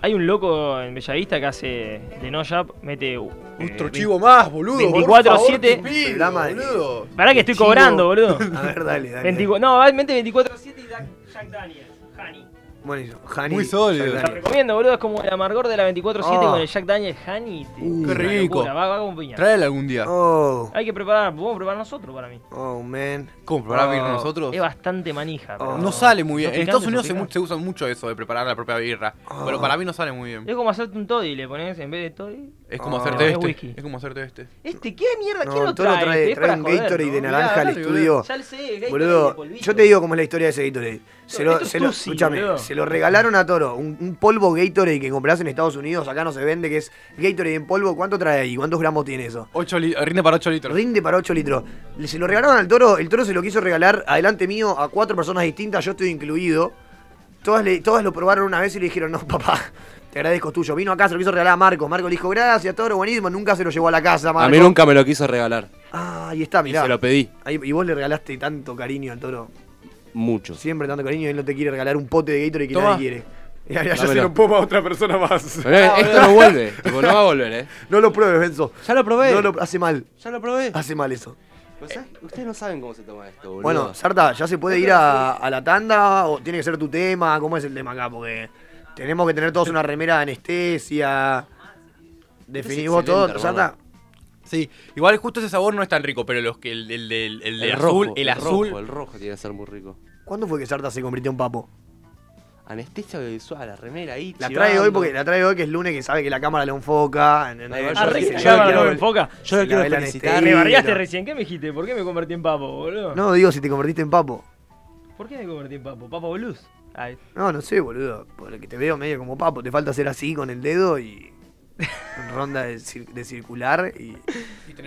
Speaker 19: Hay un loco en Bellavista que hace de no jab, mete. uh, eh,
Speaker 3: Otro chivo más, boludo. por
Speaker 19: 24,
Speaker 3: favor,
Speaker 19: 7.
Speaker 3: te pido,
Speaker 1: Programa de-
Speaker 3: boludo.
Speaker 19: Pará que estoy
Speaker 1: Chivo.
Speaker 19: cobrando, boludo.
Speaker 1: A ver, dale, dale.
Speaker 19: 24 no, mete 24-7 y da Jack Daniels. Honey.
Speaker 1: Buenísimo. Honey,
Speaker 3: Muy sólido.
Speaker 1: Jack
Speaker 19: Te
Speaker 1: Daniel.
Speaker 19: lo recomiendo, boludo. Es como el amargor de la 24-7
Speaker 1: Ah.
Speaker 19: con el Jack Daniels Honey.
Speaker 1: Uh,
Speaker 19: te- es
Speaker 3: qué
Speaker 19: una
Speaker 3: rico.
Speaker 19: locura, Va, va con piña.
Speaker 3: Tráela algún día.
Speaker 1: Oh,
Speaker 19: Hay que preparar, vamos a preparar nosotros para mí.
Speaker 1: oh, man.
Speaker 3: ¿Cómo preparar birra
Speaker 1: Oh,
Speaker 3: nosotros?
Speaker 19: Es bastante manija. pero-
Speaker 1: Oh.
Speaker 3: No sale muy
Speaker 19: No
Speaker 3: bien. en
Speaker 19: picante,
Speaker 3: Estados
Speaker 19: no
Speaker 3: Unidos se, mu-
Speaker 19: picante.
Speaker 3: se usa mucho eso de preparar la propia birra.
Speaker 1: Ah.
Speaker 3: Pero para mí no sale muy bien.
Speaker 19: Es como hacerte un toddy, le pones en vez de toddy.
Speaker 3: Es como
Speaker 1: Ah.
Speaker 3: hacerte
Speaker 19: Es
Speaker 3: este.
Speaker 19: whisky.
Speaker 3: Es como hacerte este.
Speaker 19: Este, ¿qué mierda?
Speaker 1: No,
Speaker 19: ¿Quién lo
Speaker 1: Toro
Speaker 19: trae?
Speaker 1: trae,
Speaker 19: Este es
Speaker 1: trae
Speaker 19: para
Speaker 1: un
Speaker 19: joder,
Speaker 1: Gatorade
Speaker 19: ¿no?
Speaker 1: de naranja
Speaker 3: Mirá,
Speaker 1: al
Speaker 3: dale, boludo.
Speaker 1: estudio.
Speaker 19: Ya lo sé, Gatorade de
Speaker 1: Boludo,
Speaker 19: polvito.
Speaker 1: yo te digo cómo es la historia de ese Gatorade. Se lo,
Speaker 19: Esto es
Speaker 1: se lo-
Speaker 19: Tusi,
Speaker 1: escúchame,
Speaker 19: boludo.
Speaker 1: se lo regalaron a Toro, un, un polvo Gatorade que comprás en Estados Unidos, acá no se vende, que es Gatorade en polvo. ¿Cuánto trae ahí? ¿Cuántos gramos tiene eso?
Speaker 3: Ocho li- eh, Rinde para 8 litros.
Speaker 1: Rinde para 8 litros. Le- Se lo regalaron al toro, el toro se lo quiso regalar adelante mío a cuatro personas distintas, yo estoy incluido. Todas, le- todas lo probaron una vez y le dijeron, no, papá, te agradezco es tuyo. Vino acá, se lo quiso regalar a Marco. Marco le dijo, gracias, toro, buenísimo. Nunca se lo llevó a la casa, Marco.
Speaker 2: A mí nunca me lo quiso regalar.
Speaker 1: Ah, ahí está,
Speaker 2: Y
Speaker 1: mirá.
Speaker 2: se lo pedí.
Speaker 1: Ahí- y vos le regalaste tanto cariño al toro.
Speaker 2: Mucho.
Speaker 1: Siempre tanto cariño, él no te quiere regalar un pote de Gatorade que
Speaker 3: Tomá.
Speaker 1: nadie quiere. Y ahora ya
Speaker 2: Dámelo.
Speaker 1: se lo pongo a otra persona más. Ah,
Speaker 2: Pero, eh, esto no vuelve. tipo, no va a volver, ¿eh?
Speaker 1: No lo pruebes, Benzo.
Speaker 2: Ya lo probé.
Speaker 1: No lo, hace mal,
Speaker 2: Ya lo probé.
Speaker 1: hace mal eso.
Speaker 2: Pero, ¿sabes? Ustedes no saben cómo se toma esto, boludo.
Speaker 1: Bueno, Sarta, ¿ya se puede ir a, a la tanda o tiene que ser tu tema? ¿Cómo es el tema acá? Porque tenemos que tener todos una remera de anestesia. Definimos vos
Speaker 2: excelente,
Speaker 1: todo,
Speaker 2: hermano.
Speaker 1: Sarta.
Speaker 3: Sí. Igual justo ese sabor no es tan rico, pero los que el, el, el, el de
Speaker 2: rojo,
Speaker 3: azul, el azul.
Speaker 2: rojo, el rojo tiene que ser muy rico.
Speaker 1: ¿Cuándo fue que Sarta se convirtió en papo?
Speaker 2: Anestesia audiovisual, la remera ahí.
Speaker 1: La
Speaker 2: chivando.
Speaker 1: trae hoy porque la trae hoy que es lunes que sabe que la cámara lo enfoca.
Speaker 2: Ahí
Speaker 1: ¿entendés?
Speaker 2: va, yo
Speaker 1: Se
Speaker 2: recién
Speaker 1: le
Speaker 19: La
Speaker 2: yo
Speaker 19: cámara
Speaker 1: ve
Speaker 19: no
Speaker 1: la-
Speaker 19: me enfoca.
Speaker 2: Yo le
Speaker 1: la este
Speaker 2: quiero
Speaker 1: vela
Speaker 2: felicitar.
Speaker 1: anestesia.
Speaker 19: Me barriaste
Speaker 1: no.
Speaker 19: recién. ¿Qué me dijiste? ¿Por qué me convertí en papo, boludo?
Speaker 1: No digo si te convertiste en papo.
Speaker 19: ¿Por qué me convertí en papo? ¿Papo blues? Ay,
Speaker 1: No, no sé, boludo. Porque te veo medio como papo. Te falta hacer así con el dedo y. Ronda de, cir- de circular y,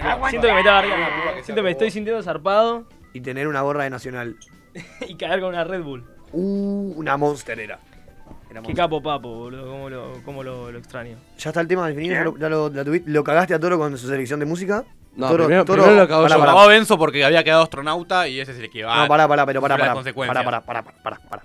Speaker 19: Ah, siento que me estaba arriba. Siento que me estoy sintiendo zarpado
Speaker 1: y tener una gorra de nacional.
Speaker 19: y caer con una Red Bull.
Speaker 1: Uh, una monster era. Era
Speaker 19: Qué
Speaker 1: Monster.
Speaker 19: capo papo, boludo. ¿Cómo lo, cómo lo, lo extraño?
Speaker 1: Ya está el tema definido, ya lo, ya lo- la tuvi- lo cagaste a Toro con su selección de música.
Speaker 2: No,
Speaker 1: Toro,
Speaker 2: primero-
Speaker 1: Toro-
Speaker 2: primero lo cagó
Speaker 1: pará,
Speaker 2: yo.
Speaker 1: pará.
Speaker 3: Clavó a Benzo porque había quedado astronauta y ese es el que va.
Speaker 1: No, pará, pará, pero pará,
Speaker 3: sufre
Speaker 1: pará.
Speaker 3: las consecuencias.
Speaker 1: Pará, pará, pará, pará, pará, pará.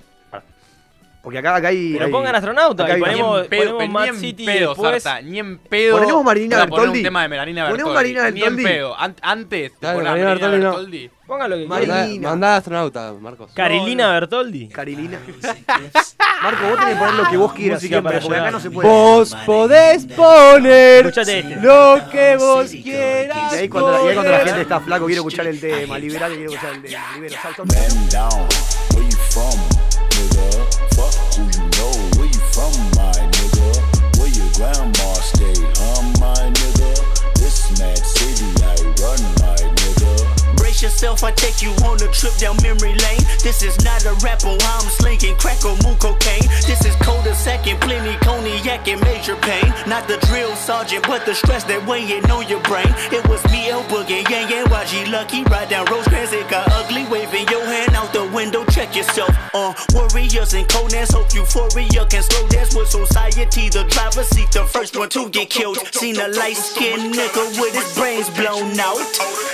Speaker 1: Porque acá, acá hay.
Speaker 19: Pero
Speaker 1: hay-
Speaker 19: pongan astronauta
Speaker 1: acá
Speaker 19: y
Speaker 1: hay-
Speaker 3: Ni en pedo,
Speaker 19: ponemos, ponemos
Speaker 3: pero
Speaker 19: Mad
Speaker 3: ni en
Speaker 19: City
Speaker 3: pedo,
Speaker 19: después.
Speaker 3: Sarta, ni en pedo.
Speaker 1: Ponemos Marina
Speaker 3: para poner
Speaker 1: Bertoldi.
Speaker 3: un tema de Marina Bertoldi.
Speaker 1: Ponemos Marina Bertoldi.
Speaker 3: Ni en pedo. An- antes de
Speaker 2: Claro,
Speaker 3: poner a
Speaker 2: Marina
Speaker 3: Marina
Speaker 2: Bertoldi no.
Speaker 3: Bertoldi.
Speaker 19: Pongan lo que
Speaker 1: Mari-
Speaker 19: quieran.
Speaker 2: Mandá,
Speaker 1: Marina.
Speaker 2: mandá astronauta, Marcos.
Speaker 19: Carilina Bertoldi.
Speaker 1: Carilina. Marco, vos tenés que poner lo que vos quieras
Speaker 19: Ah. Música
Speaker 1: siempre,
Speaker 19: para
Speaker 1: porque acá
Speaker 19: llorar.
Speaker 1: no se puede.
Speaker 2: Vos podés poner
Speaker 19: Escuchate este.
Speaker 2: lo
Speaker 3: Ah,
Speaker 2: que vos quieras.
Speaker 1: Y ahí cuando, y ahí cuando la
Speaker 2: poner.
Speaker 1: gente está flaco, quiero escuchar el tema. Liberal, quiero escuchar el tema. Libero, sal, sal.
Speaker 20: Man down, where you from, nigga? Fuck who you know, where you from, my nigga? Where your grandma stay, huh, my nigga? This mad city I run, my nigga.
Speaker 21: Brace yourself, I take you on a trip down memory lane. This is not a rapper, I'm slinking crack or moon cocaine. This is cold a second, plenty cognac and major pain. Not the drill sergeant, but the stress that weighing on your brain. It was me, El Boogie, Yang Yang, YG Lucky. Ride down Rosecrans, it got ugly. Waving your hand out the window, check yourself. Uh, warriors and Conan's, hope euphoria can slow dance with society. The driver seat, the first one to get killed. Seen a light skinned nigga with his brains blown out.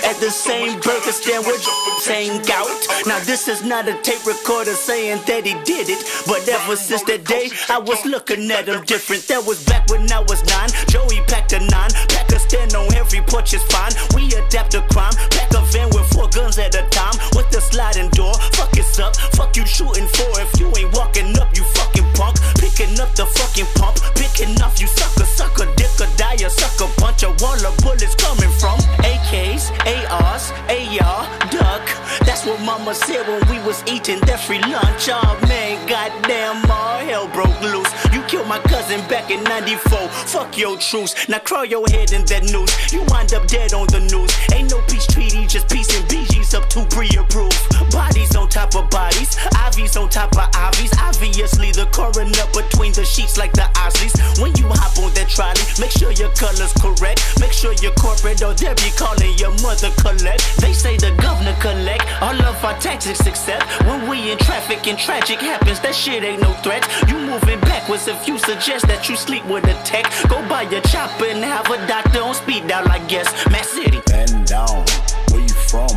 Speaker 21: At the same burger stand with same gout. Now this is not a tape recorder saying that he did it, but ever since that day I was looking at him different. That was back when I was nine. Joey packed a nine, pack a stand on every porch is fine. We adapt to crime, pack a van with four guns at a time with the sliding door. Fuck it's up, fuck you shooting for if you ain't walking up, you fucking punk. Picking up the fucking pump, picking off you sucker, sucker, dick or die, a sucker punch. A wall of bullets coming from AKs, ARs, AR, duck. That's what mama said when we was eating that free lunch. Oh man, goddamn, all hell broke loose. You killed my cousin back in 94. Fuck your truce. Now crawl your head in that noose. You wind up dead on the news. Ain't no peace treaty, just peace and BG's up to pre-approved. Bodies on top of bodies, IVs on top of IVs. Obviously, the coroner between the sheets like the Osleys. When you hop on that trolley, make sure your color's correct. Make sure you're corporate or they'll be calling your mother collect. They say the governor collect. All of if our tactics accept. When we in traffic and tragic happens, that shit ain't no threat. You moving backwards if you suggest that you sleep with a tech. Go buy a chopper and have a doctor on speed dial, I guess. Mass City.
Speaker 20: And down, where you from,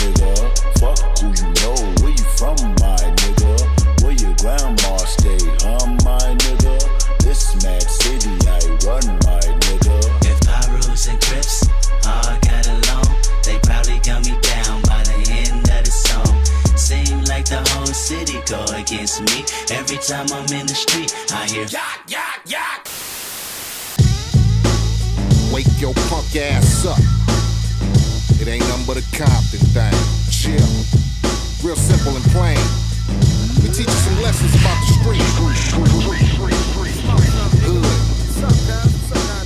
Speaker 20: nigga? Fuck who you know, where you from, my nigga? Where your grandma stay, huh, my nigga? This mad city I run, my nigga.
Speaker 22: If Pyrus and Crips all got along, they probably got me down by the end of the song. Seem like the whole city go against me. Every time I'm in the street, I hear yak, yak, yak.
Speaker 23: Wake your punk ass up. It ain't nothing but a Compton thing. Chill. Real simple and plain. We teach you some lessons about the street. Hood.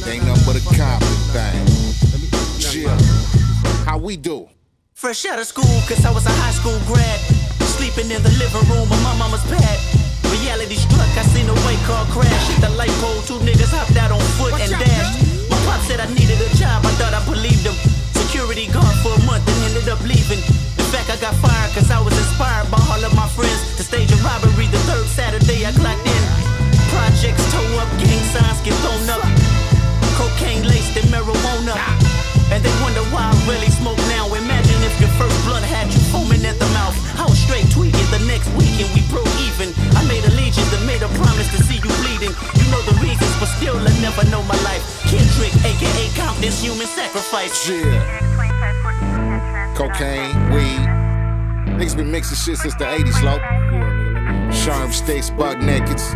Speaker 23: Ain't nothing but a Compton thing. Chill. How we do?
Speaker 21: Fresh out of school, cause I was a high school grad. Sleeping in the living room on my mama's pad. Reality struck, I seen a white car crash. Hit the light pole, two niggas hopped out on foot and dashed. My pop said I needed a job, I thought I believed him. Security guard for a month and ended up leaving. In fact, I got fired cause I was inspired by all of my friends to stage a robbery the third Saturday I clocked in. Projects tore up, gang signs get thrown up. Cocaine laced in marijuana. And they wonder why I really smoke now. Imagine if your first blunt had you foaming at the mouth. I was straight tweaking the next weekend, we broke even. I made allegiance and made a promise to see you bleeding. You know the reasons, but still I never know my life. Kendrick, aka Compton's human sacrifice.
Speaker 23: Cocaine, weed. Niggas been mixing shit since the 80s, low. Sharp sticks, bug nakeds.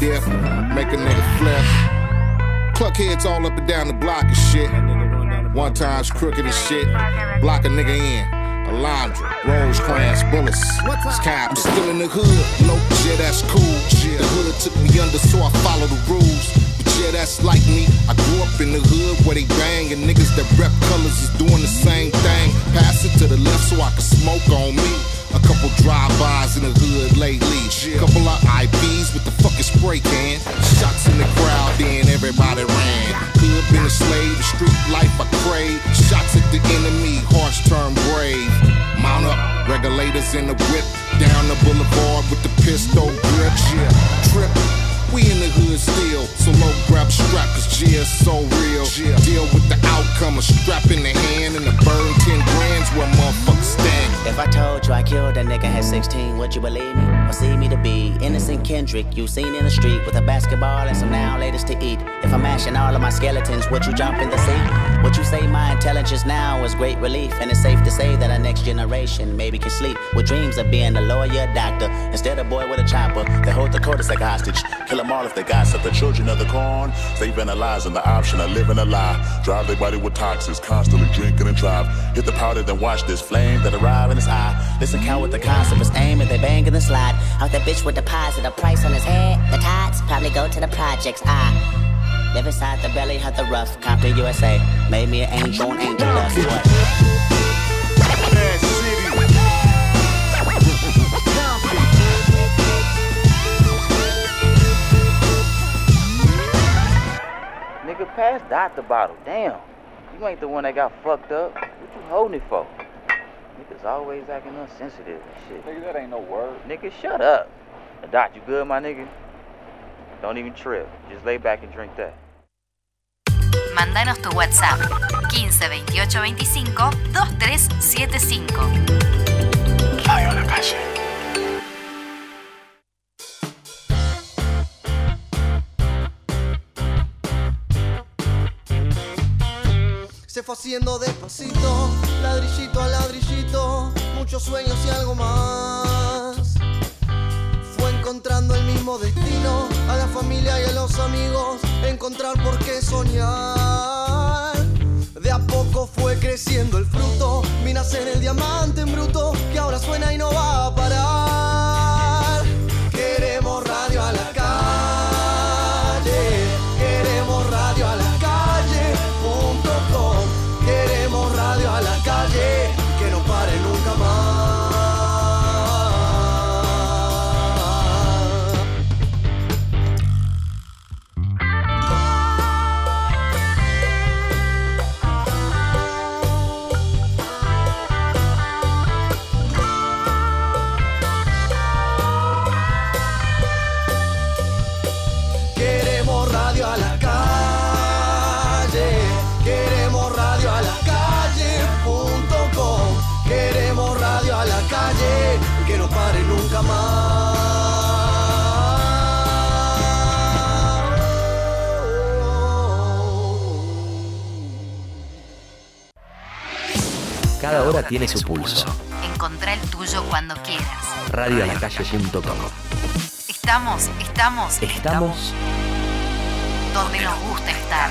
Speaker 23: Death, make a nigga flip. Cluck heads all up and down the block and shit. One time's crooked and shit. Block a nigga in. Alondra, Rosecrans, bullets. Sky, I'm still in the hood. Nope, yeah, that's cool. The hood took me under, so I follow the rules. But yeah, that's like me. I grew up in the hood where they bang, and niggas that rep colors is doing the same thing. Pass it to the left so I can smoke on me. A couple drive-bys in the hood lately. Couple of IPs with the fucking spray can. Shots in the crowd, then everybody ran. Hood been a slave, the street life I crave. Shots at the enemy, harsh turn brave. Mount up, regulators in the whip. Down the boulevard with the pistol grip. Yeah, trip. We in the hood still, so low grab a strap, cause G is so real. Deal with the outcome, a strap in the hand, and a burn 10 grand's where motherfuckers stand.
Speaker 22: If I told you I killed a nigga at 16, would you believe me? Or see me to be innocent Kendrick you seen in the street with a basketball and some now latest to eat? If I'm mashing all of my skeletons, would you jump in the sea? Would you say my intelligence now is great relief? And it's safe to say that our next generation maybe can sleep with dreams of being a lawyer, doctor, instead of boy with a chopper.
Speaker 24: They hold the Kodak hostage. Kill them all if they gossip. The children of the corn, they've been analyzing the option of living a lie. Drive their body with toxins, constantly drinking and drive. Hit the powder, then watch this flame that arrive in his eye.
Speaker 22: Listen, coward, the concept is aiming, they banging the slide. Out that bitch with deposit, a price on his head. The tots probably go to the projects. I live inside the belly of the rough. Compton, USA. Made me an angel, an angel, that's what.
Speaker 25: Nigga, pass Dot the bottle. Damn. You ain't the one that got fucked up. What you holding it for? Niggas always acting insensitive and shit. Nigga, that ain't no word. Nigga, shut up. Now, Dot, you good, my nigga? Don't even trip. Just lay back and drink that.
Speaker 17: Mándanos tu WhatsApp 15 28 25 2375.
Speaker 26: Radio La Calle.
Speaker 13: Se fue haciendo despacito, ladrillito a ladrillito, muchos sueños y algo más. Fue encontrando el mismo destino, a la familia y a los amigos, encontrar por qué soñar. De a poco fue creciendo el fruto, vino a ser el diamante en bruto, que ahora suena y no va a parar. Queremos radio a la calle, queremos radio a la calle.com, queremos radio a la calle, que no pare nunca más.
Speaker 2: ahora tiene su pulso.
Speaker 17: Encontrá el tuyo cuando quieras.
Speaker 2: Radio a la calle.com.
Speaker 17: Estamos, estamos
Speaker 2: Estamos
Speaker 17: donde nos gusta estar.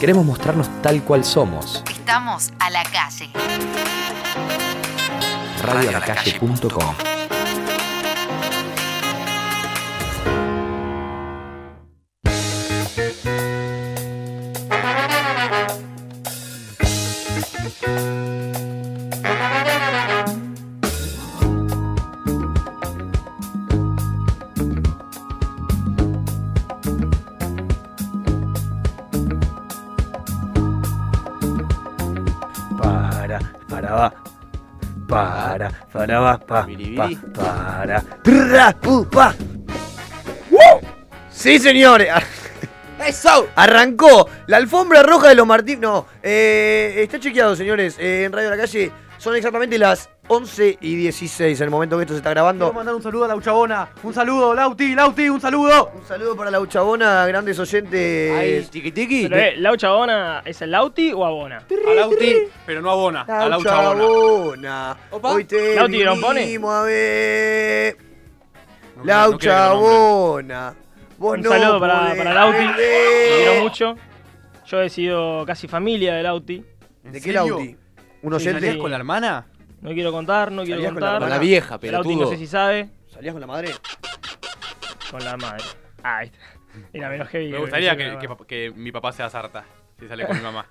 Speaker 27: Queremos mostrarnos tal cual somos.
Speaker 17: Estamos a la calle.
Speaker 27: Radioalacalle.com
Speaker 8: Para, para, va. Para, para, va, pa, pa, para.
Speaker 1: Trrra, pu, pa. ¡Wow! Sí, señores. ¡Eso! Arrancó la alfombra roja de los Martín. No, eh, está chequeado, señores. eh, en Radio de la Calle son exactamente las 11 y 16 en el momento que esto se está grabando.
Speaker 4: Quiero mandar un saludo a la Uchabona. Un saludo, Lauti, Lauti, un saludo.
Speaker 1: Un saludo para la Uchabona, grandes oyentes.
Speaker 4: Ahí,
Speaker 1: tiki tiki.
Speaker 8: Pero, eh, ¿Laucha Abona es el Lauti o Abona?
Speaker 1: A Lauti,
Speaker 8: pero no Abona,
Speaker 1: La Uchabona. Hoy te
Speaker 8: ¿Lauti Grompone?
Speaker 1: vinimos a ver.
Speaker 8: No,
Speaker 1: la
Speaker 8: no quiero que lo nombre.
Speaker 1: Uchabona. Vos
Speaker 8: Un
Speaker 1: no
Speaker 8: saludo para,
Speaker 1: podés
Speaker 8: para Lauti. Lo
Speaker 1: perder.
Speaker 8: quiero mucho. Yo he sido casi familia de Lauti.
Speaker 1: ¿De qué Lauti? ¿Un oyente? ¿Salías con la
Speaker 8: hermana? No quiero contar, no quiero
Speaker 1: ¿Salías con la
Speaker 8: contar.
Speaker 1: hermana? Con la vieja,
Speaker 8: Lauti no
Speaker 1: pelotudo.
Speaker 8: sé si sabe.
Speaker 1: ¿Salías con la madre?
Speaker 8: Con la madre. Ah, está. Era menos heavy.
Speaker 3: Me
Speaker 8: que-
Speaker 3: gustaría
Speaker 8: que-
Speaker 3: que, que pap- que mi papá sea sarta si sale con mi mamá.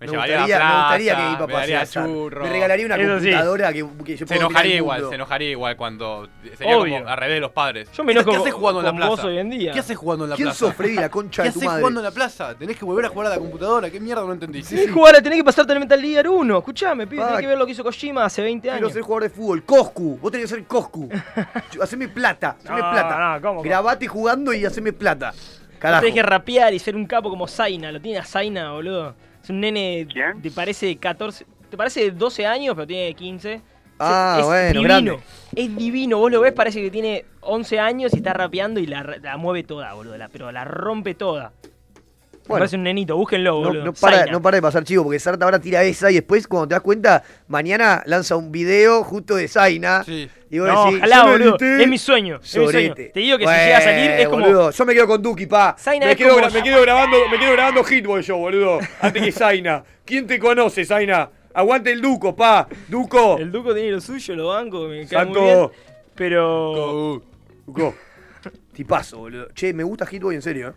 Speaker 3: Me,
Speaker 1: Me
Speaker 3: llevaría
Speaker 1: gustaría,
Speaker 3: a la
Speaker 1: me gustaría
Speaker 3: plaza,
Speaker 1: que mi papá
Speaker 3: me daría
Speaker 1: sea sarta.
Speaker 3: churro.
Speaker 1: Me regalaría una Eso sí. computadora que- que
Speaker 3: Se
Speaker 1: yo puedo mirar
Speaker 3: enojaría
Speaker 1: el
Speaker 3: igual,
Speaker 1: mundo.
Speaker 3: se enojaría igual cuando... Sería
Speaker 1: Obvio.
Speaker 3: como al revés de los padres.
Speaker 8: Yo me enojo
Speaker 3: ¿Qué
Speaker 8: con-
Speaker 3: haces jugando en la
Speaker 8: con
Speaker 3: plaza?
Speaker 8: vos hoy en día.
Speaker 3: ¿Qué haces jugando en la
Speaker 1: ¿Quién
Speaker 3: plaza?
Speaker 1: sos, Freddy, la concha
Speaker 3: ¿Qué
Speaker 1: de tu
Speaker 3: haces
Speaker 1: madre?
Speaker 3: jugando en la plaza? Tenés que volver a jugar a la computadora. ¿Qué mierda no entendiste?
Speaker 8: Tenés que jugar, a- tenés que pasarte el Metal Gear 1. Escuchame, pibe,
Speaker 1: Pa.
Speaker 8: tenés que ver lo que hizo Kojima hace 20 años.
Speaker 1: Quiero ser jugador de fútbol. Coscu. Vos tenés que ser Coscu. Yo- haceme plata. Haceme
Speaker 8: No,
Speaker 1: plata.
Speaker 8: no, ¿cómo, cómo?
Speaker 1: Grabate jugando y haceme plata.
Speaker 8: Vos
Speaker 1: Carajo.
Speaker 8: Tenés que rapear y ser un capo como Zaina. Lo tiene a Zaina, boludo. Es un nene. Te parece de 14. Te parece de 12 años, pero tiene 15.
Speaker 1: Ah,
Speaker 8: es
Speaker 1: bueno,
Speaker 8: divino.
Speaker 1: grande.
Speaker 8: Es divino. Vos lo ves, parece que tiene 11 años y está rapeando y la, la mueve toda, boludo. la- pero la rompe toda.
Speaker 1: Bueno.
Speaker 8: Parece un nenito, búsquenlo,
Speaker 1: No,
Speaker 8: boludo.
Speaker 1: no para,
Speaker 8: Zaina.
Speaker 1: no para de pasar chivo, porque Sarta ahora tira esa y después, cuando te das cuenta, mañana lanza un video justo de Zaina. Y vos
Speaker 8: No,
Speaker 1: decís,
Speaker 8: ojalá,
Speaker 1: "Yo lo
Speaker 8: boludo.
Speaker 1: edité".
Speaker 8: Es mi sueño. Es mi sueño.
Speaker 1: Sorete.
Speaker 8: Te digo que
Speaker 1: este". Bueno,
Speaker 8: si llega a salir es como.
Speaker 1: boludo, yo me quedo con Duki, pa.
Speaker 8: Zaina
Speaker 1: me,
Speaker 8: es
Speaker 1: quedo
Speaker 8: como-
Speaker 1: gra- me quedo grabando, me quedo grabando Hitboy yo, boludo. Antes que Zaina. ¿Quién te conoce, Zaina? Aguante el Duco, pa. Duco.
Speaker 8: El Duco tiene lo suyo, lo banco, me cae muy bien.
Speaker 1: Santo.
Speaker 8: Pero.
Speaker 1: Duco. Tipazo, boludo. Che, me gusta Hitboy en serio, eh.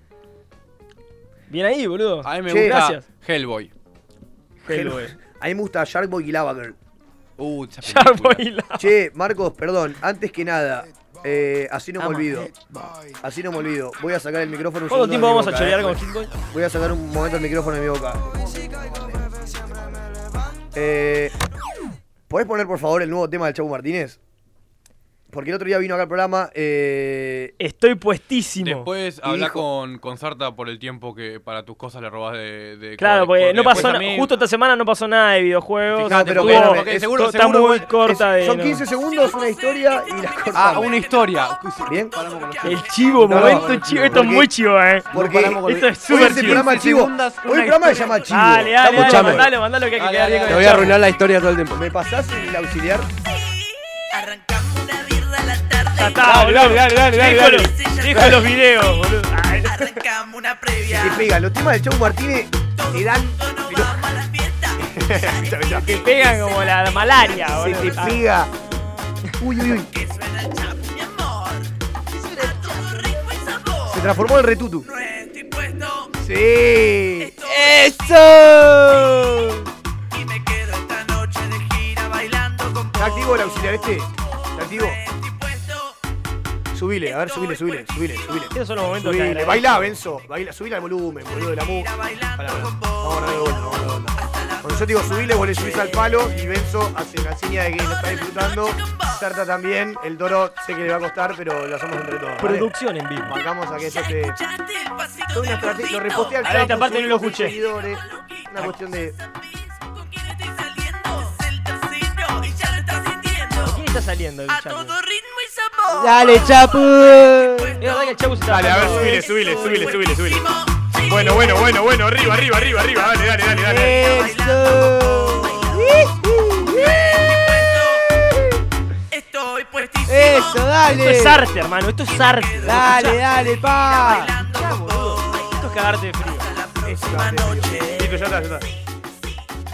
Speaker 8: Bien ahí, boludo. A mí
Speaker 1: Che,
Speaker 8: Gracias.
Speaker 3: Hellboy.
Speaker 8: Hellboy.
Speaker 1: A mí me gusta Sharkboy y Lava Girl.
Speaker 3: Uh,
Speaker 1: Che, Marcos, perdón, antes que nada, eh, así no me
Speaker 8: Ama
Speaker 1: olvido. Así no me olvido. Voy a sacar el micrófono. un
Speaker 8: ¿Cuánto
Speaker 1: segundo
Speaker 8: tiempo
Speaker 1: de mi
Speaker 8: vamos a
Speaker 1: boca,
Speaker 8: chorear
Speaker 1: eh.
Speaker 8: con Hitboy?
Speaker 1: Voy a sacar un momento el micrófono de mi boca. Eh, ¿Podés poner, por favor, el nuevo tema del Chau Martínez? Porque el otro día vino acá al programa. eh,
Speaker 8: Estoy puestísimo.
Speaker 3: Después
Speaker 1: Y
Speaker 3: habla
Speaker 1: dijo-
Speaker 3: con, con Sarta por el tiempo que para tus cosas le robás de. de
Speaker 8: Claro,
Speaker 3: Kodak,
Speaker 8: porque no pasó
Speaker 3: después a
Speaker 8: nada.
Speaker 3: mí-
Speaker 8: Justo esta semana no pasó nada de videojuegos.
Speaker 3: Fijate,
Speaker 8: estuvo-
Speaker 3: porque- porque
Speaker 8: es-
Speaker 3: seguro-
Speaker 8: está
Speaker 3: seguro-
Speaker 8: muy corta de.
Speaker 1: Son
Speaker 8: no.
Speaker 1: 15 segundos, una historia y la cortamos.
Speaker 3: una historia.
Speaker 1: ¿Bien?
Speaker 8: El chivo,
Speaker 1: No,
Speaker 8: momento
Speaker 1: no,
Speaker 8: chivo. Esto es muy chivo, eh.
Speaker 1: Porque
Speaker 8: esto es
Speaker 1: hoy
Speaker 8: súper
Speaker 1: es el
Speaker 8: chivo.
Speaker 1: programa chivo. Hoy el programa se llama chivo.
Speaker 8: Dale, dale, dale,
Speaker 2: Escuchame.
Speaker 8: mandalo, mandalo que hay que quedar bien con el
Speaker 2: Te voy a
Speaker 8: chavo.
Speaker 2: arruinar la historia todo el tiempo.
Speaker 1: ¿Me pasás el auxiliar?
Speaker 8: Ya está, boludo.
Speaker 1: Dale, dale, dale, dale,
Speaker 8: Déjalo,
Speaker 1: dale.
Speaker 8: deja los videos, boludo. Ay, no.
Speaker 1: Te pega. Los temas del Chau Martínez te dan. pero-
Speaker 8: Te pegan como la malaria,
Speaker 1: Se
Speaker 8: boludo.
Speaker 1: te pega. Uy, uy, uy. Se transformó en retutu. Sí.
Speaker 8: ¡Eso!
Speaker 1: ¿Está activo el auxiliar este? ¿Está activo? Subile, a ver, subile, subile, subile, subile.
Speaker 8: Esos son los momentos que
Speaker 1: Subile,
Speaker 8: agradezco.
Speaker 1: bailá, Benzo. Baila, subile al volumen, boludo, de la música. Pará, pará. Vamos a darle vuelta, vamos a darle vuelta. Cuando yo te digo subile, vos le subís al palo y Benzo hace la seña de que lo está disfrutando. Sarta también, el Toro sé que le va a costar, pero lo hacemos entre todos. ¿vale?
Speaker 8: Producción en vivo.
Speaker 1: Marcamos a que eso te. Fue una estrategia- Lo reposté al
Speaker 8: A ver,
Speaker 1: chat.
Speaker 8: esta parte
Speaker 1: subí
Speaker 8: no lo
Speaker 1: con sus
Speaker 8: escuché.
Speaker 1: seguidores. Una cuestión de.
Speaker 8: ¿Con quién está saliendo el Chapu?
Speaker 26: Dale, chapu.
Speaker 8: Es verdad que el Chapu se está
Speaker 26: Dale, a ver,
Speaker 8: bajando.
Speaker 26: subile, subile, subile, subile, subile. Bueno, bueno, bueno, bueno, arriba, arriba, arriba, arriba. Dale, dale, dale, dale.
Speaker 8: Eso, dale. Esto es arte, hermano. Esto es arte.
Speaker 26: Dale,
Speaker 8: Escuchá.
Speaker 26: dale, pa.
Speaker 8: Esto es cagarte de frío.
Speaker 1: Eso,
Speaker 26: listo, ya está, ya está.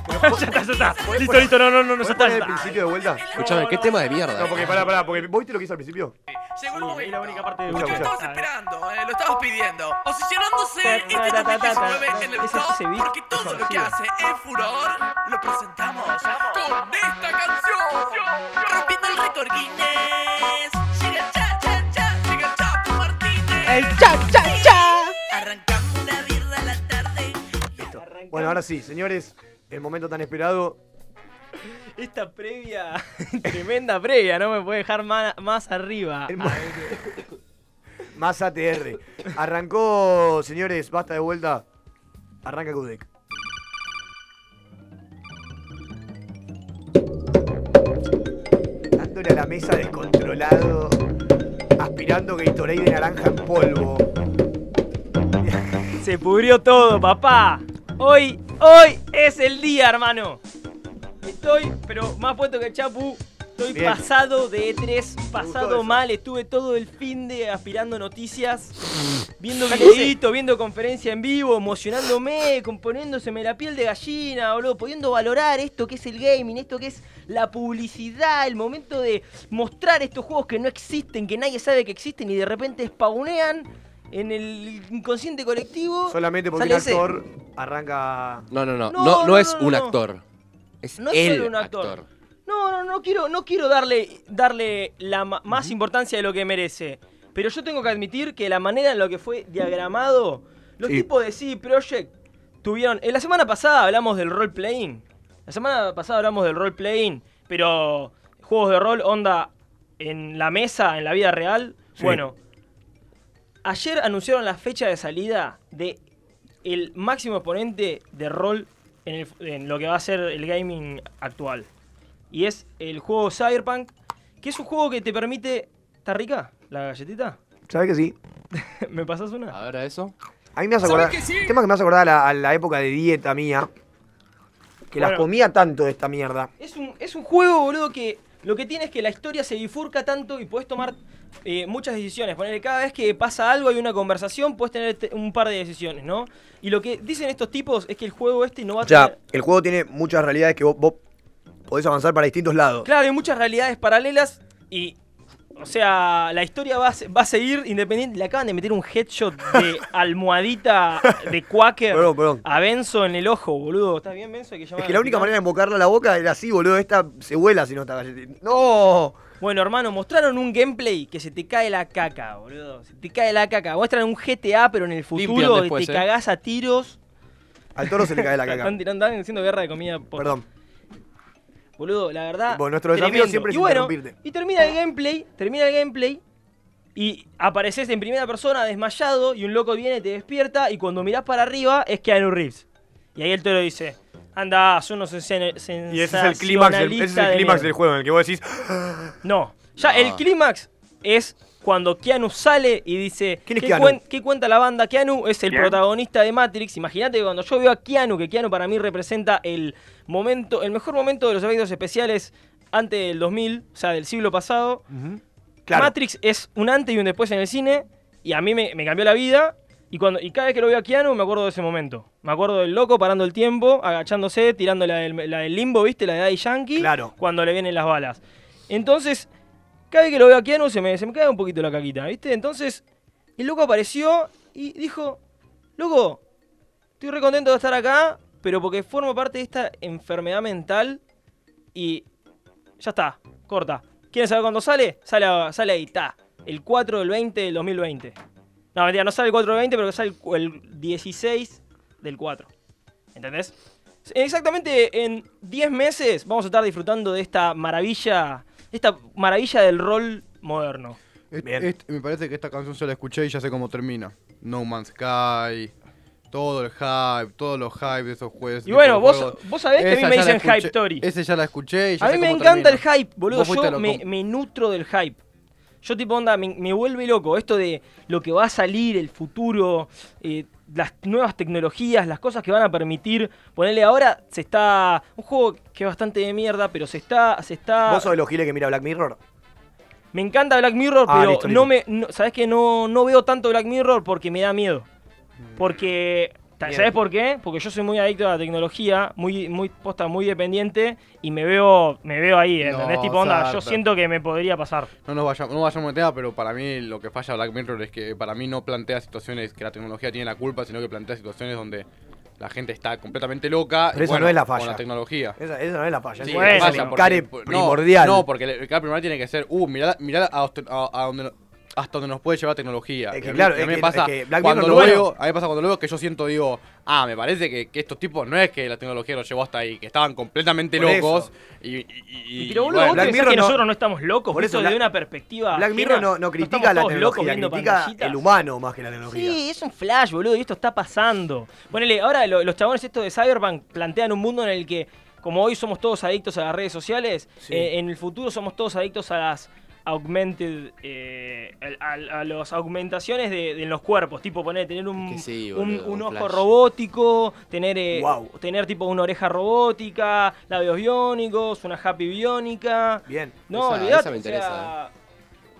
Speaker 26: ya está, ya está. Listo, listo, no, no, no, no, ya está.
Speaker 1: ¿Puedes poner el principio de vuelta?
Speaker 5: Escuchame, qué tema de mierda. eh.
Speaker 1: No, porque pará, pará, porque ¿vos viste lo que hice al principio?
Speaker 28: Seguro es la única parte
Speaker 1: de-
Speaker 28: Muchos lo
Speaker 1: Escucha,
Speaker 28: estabas esperando, eh, lo estabas pidiendo. Posicionándose este 2019 en el top, porque todo lo que hace es furor, lo presentamos con esta canción. Rompiendo el récord Guinness. Llega el cha, cha, cha, llega el Chapo Martínez.
Speaker 1: El cha, cha, cha.
Speaker 28: Arrancamos una birra a la tarde.
Speaker 1: Bueno, ahora sí, señores, el momento tan esperado.
Speaker 8: Esta previa, tremenda previa, no me puede dejar ma- más, arriba.
Speaker 1: Más ATR. Arrancó, señores, basta de vuelta. Arranca Kudek. Dándole a la mesa descontrolado. Aspirando Gatorade de naranja en polvo.
Speaker 8: Se pudrió todo, papá. Hoy, hoy es el día, hermano. Estoy, pero más puesto que el Chapu. Estoy
Speaker 1: Bien.
Speaker 8: pasado de E3, pasado
Speaker 1: eso.
Speaker 8: mal. Estuve todo el fin de aspirando noticias, viendo videitos, viendo conferencia en vivo, emocionándome, componiéndoseme la piel de gallina, boludo, pudiendo valorar esto que es el gaming, esto que es la publicidad, el momento de mostrar estos juegos que no existen, que nadie sabe que existen y de repente spawnean en el inconsciente colectivo.
Speaker 1: Solamente porque un
Speaker 8: sale ese.
Speaker 1: actor arranca.
Speaker 5: No, no, no. No,
Speaker 8: No, no,
Speaker 5: no,
Speaker 8: no,
Speaker 5: es
Speaker 8: no,
Speaker 5: un
Speaker 8: no.
Speaker 5: actor. Es
Speaker 8: No es
Speaker 5: el
Speaker 8: solo un actor.
Speaker 5: actor.
Speaker 8: No, no, no quiero, no quiero darle, darle la ma- más importancia de lo que merece. Pero yo tengo que admitir que la manera en la que fue diagramado, los
Speaker 1: Sí.
Speaker 8: tipos de CD Projekt tuvieron. En la semana pasada hablamos del role playing. La semana pasada hablamos del role playing, pero juegos de rol onda en la mesa, en la vida real.
Speaker 1: Sí.
Speaker 8: Bueno, ayer anunciaron la fecha de salida de el máximo exponente de rol en, el- en lo que va a ser el gaming actual. Y es el juego Cyberpunk, que es un juego que te permite... ¿Está rica la galletita?
Speaker 1: ¿Sabes que sí?
Speaker 8: ¿Me pasas una?
Speaker 5: A ver, a eso.
Speaker 1: A mí me hace
Speaker 8: ¿Sabés
Speaker 1: acordar.
Speaker 8: que sí?
Speaker 1: El tema que me hace acordar a la, a la época de dieta mía. Que las
Speaker 8: Bueno.
Speaker 1: comía tanto de esta mierda.
Speaker 8: Es un, es un juego, boludo, que lo que tiene es que la historia se bifurca tanto y puedes tomar eh, muchas decisiones. Ponele, cada vez que pasa algo, hay una conversación, puedes tener te- un par de decisiones, ¿no? Y lo que dicen estos tipos es que el juego este no va a
Speaker 1: O sea,
Speaker 8: tener...
Speaker 1: el juego tiene muchas realidades que vos, vos podés avanzar para distintos lados.
Speaker 8: Claro, hay muchas realidades paralelas y... O sea, la historia va a, se- va a seguir independiente. Le acaban de meter un headshot de almohadita de Quaker
Speaker 1: Perdón, perdón.
Speaker 8: a Benzo en el ojo, boludo. ¿Estás bien, Benzo? Hay que llamar
Speaker 1: Es
Speaker 8: al
Speaker 1: que la única
Speaker 8: hospital.
Speaker 1: manera de embocarla a la boca era así, boludo. Esta se vuela si no está galletita. ¡No!
Speaker 8: Bueno, hermano, mostraron un gameplay que se te cae la caca, boludo. Se te cae la caca. Muestran un GTA, pero en el
Speaker 1: Limpian
Speaker 8: futuro
Speaker 1: después,
Speaker 8: te
Speaker 1: eh.
Speaker 8: cagás a tiros.
Speaker 1: Al toro se le cae la
Speaker 8: Están,
Speaker 1: caca.
Speaker 8: tirando, están haciendo guerra de comida. por-
Speaker 1: Perdón.
Speaker 8: Boludo, la verdad.
Speaker 1: Bueno, nuestro desafío
Speaker 8: tremendo.
Speaker 1: siempre es
Speaker 8: y bueno,
Speaker 1: interrumpirte.
Speaker 8: Y termina el gameplay, termina el gameplay. Y apareces en primera persona desmayado y un loco viene, te despierta y cuando mirás para arriba es Keanu Reeves. Y ahí el toro dice, anda, son unos sensacionalistas
Speaker 26: Y ese es el clímax del, ese es el
Speaker 8: de
Speaker 26: clímax
Speaker 8: mierda".
Speaker 26: del juego en el que vos decís.
Speaker 8: No. Ya
Speaker 26: No.
Speaker 8: el clímax es cuando Keanu sale y dice.
Speaker 1: ¿Quién es
Speaker 8: "¿Qué
Speaker 1: Keanu?
Speaker 8: ¿Qué cuenta la banda? Keanu es el
Speaker 1: Bien.
Speaker 8: protagonista de Matrix. Imagínate que cuando yo veo a Keanu, que Keanu para mí representa el momento, el mejor momento de los efectos especiales antes del 2000, o sea, del siglo pasado.
Speaker 1: Claro.
Speaker 8: Matrix es un antes y un después en el cine y a mí me, me cambió la vida. Y, cuando, y cada vez que lo veo a Keanu me acuerdo de ese momento. Me acuerdo del loco parando el tiempo, agachándose, tirando la del, la del limbo, ¿viste? La de Daddy Yankee. Claro. Cuando le vienen las balas. Entonces, cada vez que lo veo a Keanu se me, se me cae un poquito la caquita, ¿viste? Entonces, el loco apareció y dijo, loco, estoy re contento de estar acá, pero porque formo parte de esta enfermedad mental y ya está, corta. ¿Quieren saber cuándo sale? Sale, a- sale ahí, está. El 4 del 20 del 2020. No, mentira, no sale el 4 del 20, pero sale el cu- el 16 del 4. ¿Entendés? Exactamente en 10 meses vamos a estar disfrutando de esta maravilla, esta maravilla del rol moderno.
Speaker 7: Et- et- Este, me parece que esta canción ya la escuché y ya sé cómo termina. No Man's Sky, todo el hype, todos los hype de esos juegos.
Speaker 8: Y bueno, vos- vos sabés que a mí me dicen hype Tori.
Speaker 7: Ese ya la escuché y ya
Speaker 8: A
Speaker 7: sé
Speaker 8: mí me
Speaker 7: cómo
Speaker 8: encanta
Speaker 7: termina.
Speaker 8: el hype, boludo.
Speaker 7: Vos fuiste a
Speaker 8: Yo
Speaker 7: lo
Speaker 8: me,
Speaker 7: com-
Speaker 8: me nutro del hype. Yo tipo, onda, me, me vuelve loco esto de lo que va a salir, el futuro, eh, las nuevas tecnologías, las cosas que van a permitir. Ponerle ahora, se está... Un juego que es bastante de mierda, pero se está... Se está
Speaker 1: ¿Vos sos de los giles que mira Black Mirror?
Speaker 8: Me encanta Black Mirror,
Speaker 1: Ah,
Speaker 8: pero
Speaker 1: listo,
Speaker 8: no me... No, ¿Sabes que no, no veo tanto Black Mirror porque me da miedo? Porque Ta-
Speaker 19: Bien.
Speaker 8: ¿Sabes por qué? Porque yo soy muy adicto a la tecnología, muy, muy posta, muy dependiente y me veo, me veo ahí, ¿entendés?
Speaker 3: No,
Speaker 8: tipo, onda, yo
Speaker 3: Sarta.
Speaker 8: siento que me podría pasar.
Speaker 3: No nos vayamos, no vayamos de tema, pero para mí lo que falla Black Mirror es que para mí no plantea situaciones que la tecnología tiene la culpa, sino que plantea situaciones donde la gente está completamente loca. y
Speaker 1: Pero esa
Speaker 3: bueno,
Speaker 1: no es la
Speaker 3: Con
Speaker 1: falla.
Speaker 3: la tecnología.
Speaker 1: Esa- esa no es la falla,
Speaker 3: Sí,
Speaker 1: esa es
Speaker 3: falla,
Speaker 1: el
Speaker 3: porque-
Speaker 1: encare
Speaker 3: no,
Speaker 1: primordial.
Speaker 3: No, porque el encare primordial tiene que ser, uh, mirá, mirá hasta, a- a donde- hasta donde nos puede llevar tecnología.
Speaker 1: Es que
Speaker 3: Y a mí-
Speaker 1: claro,
Speaker 3: y a
Speaker 1: es
Speaker 3: mí me
Speaker 1: que-
Speaker 3: pasa
Speaker 1: es que Black
Speaker 3: cuando
Speaker 1: Mirror
Speaker 3: lo
Speaker 1: no es
Speaker 3: veo,
Speaker 1: bueno.
Speaker 3: a mí me pasa cuando lo veo que yo siento, digo, ah, me parece que, que estos tipos no es que la tecnología los llevó hasta ahí, que estaban completamente
Speaker 1: Por eso.
Speaker 3: locos. Y, y- y-
Speaker 8: Pero
Speaker 3: y
Speaker 8: boludo,
Speaker 3: bueno.
Speaker 8: vos pensás que nosotros no estamos locos,
Speaker 1: por
Speaker 8: visto
Speaker 1: eso
Speaker 8: desde
Speaker 1: Black-
Speaker 8: una perspectiva
Speaker 1: Black
Speaker 8: ajena.
Speaker 1: Mirror no, no critica la
Speaker 8: estamos todos locos
Speaker 1: tecnología,
Speaker 8: viendo
Speaker 1: critica
Speaker 8: pantallitas.
Speaker 1: el humano más que la tecnología.
Speaker 8: Sí, es un flash, boludo, y esto está pasando. Ponele, ahora lo- los chabones estos de Cyberpunk plantean un mundo en el que, como hoy somos todos adictos a las redes sociales,
Speaker 1: Sí.
Speaker 8: eh, en el futuro somos todos adictos a las augmented, eh, al- al- a, las augmentaciones de, de los cuerpos, tipo poner tener un,
Speaker 2: Que sí,
Speaker 8: un-
Speaker 2: boludo,
Speaker 8: un
Speaker 2: un
Speaker 8: ojo
Speaker 2: flash.
Speaker 8: robótico, tener eh,
Speaker 1: Guau.
Speaker 8: tener tipo una oreja robótica, labios biónicos, una happy biónica.
Speaker 1: Bien.
Speaker 8: No,
Speaker 1: Esa-
Speaker 8: olvidate,
Speaker 1: esa me
Speaker 8: o sea,
Speaker 1: interesa,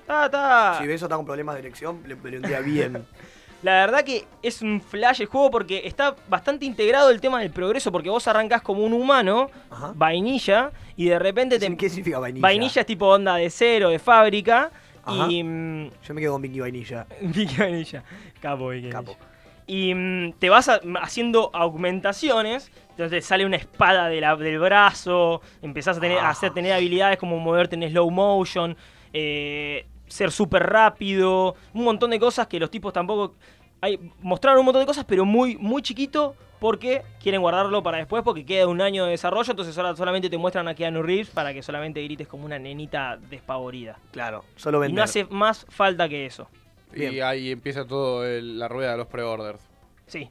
Speaker 8: está, está.
Speaker 1: Si Beso está con problemas de erección, le, le hundía bien.
Speaker 8: La verdad que es un flash el juego porque está bastante integrado el tema del progreso, porque vos arrancás como un humano, vainilla, y de repente te...
Speaker 1: ¿Qué significa vainilla?
Speaker 8: Vainilla es tipo onda de cero, de fábrica,
Speaker 1: Ajá.
Speaker 8: y... mm,
Speaker 1: Yo me quedo con Vicky Vainilla.
Speaker 8: Vicky Vainilla. Capo, Vicky Vainilla. Y mm, te vas a- haciendo aumentaciones. Entonces sale una espada de la- del brazo. Empezás a, tener, a hacer,
Speaker 1: Ah.
Speaker 8: tener habilidades como moverte en slow motion. eh, ser súper rápido. Un montón de cosas que los tipos tampoco. Hay, mostraron un montón de cosas, pero muy, muy chiquito. Porque quieren guardarlo para después, porque queda un año de desarrollo. Entonces ahora solamente te muestran a Keanu Reeves para que solamente grites como una nenita despavorida.
Speaker 1: Claro, solo
Speaker 8: Y
Speaker 1: vender.
Speaker 8: no hace más falta que eso.
Speaker 3: Y ahí empieza todo el- la rueda de los pre-orders.
Speaker 8: Sí.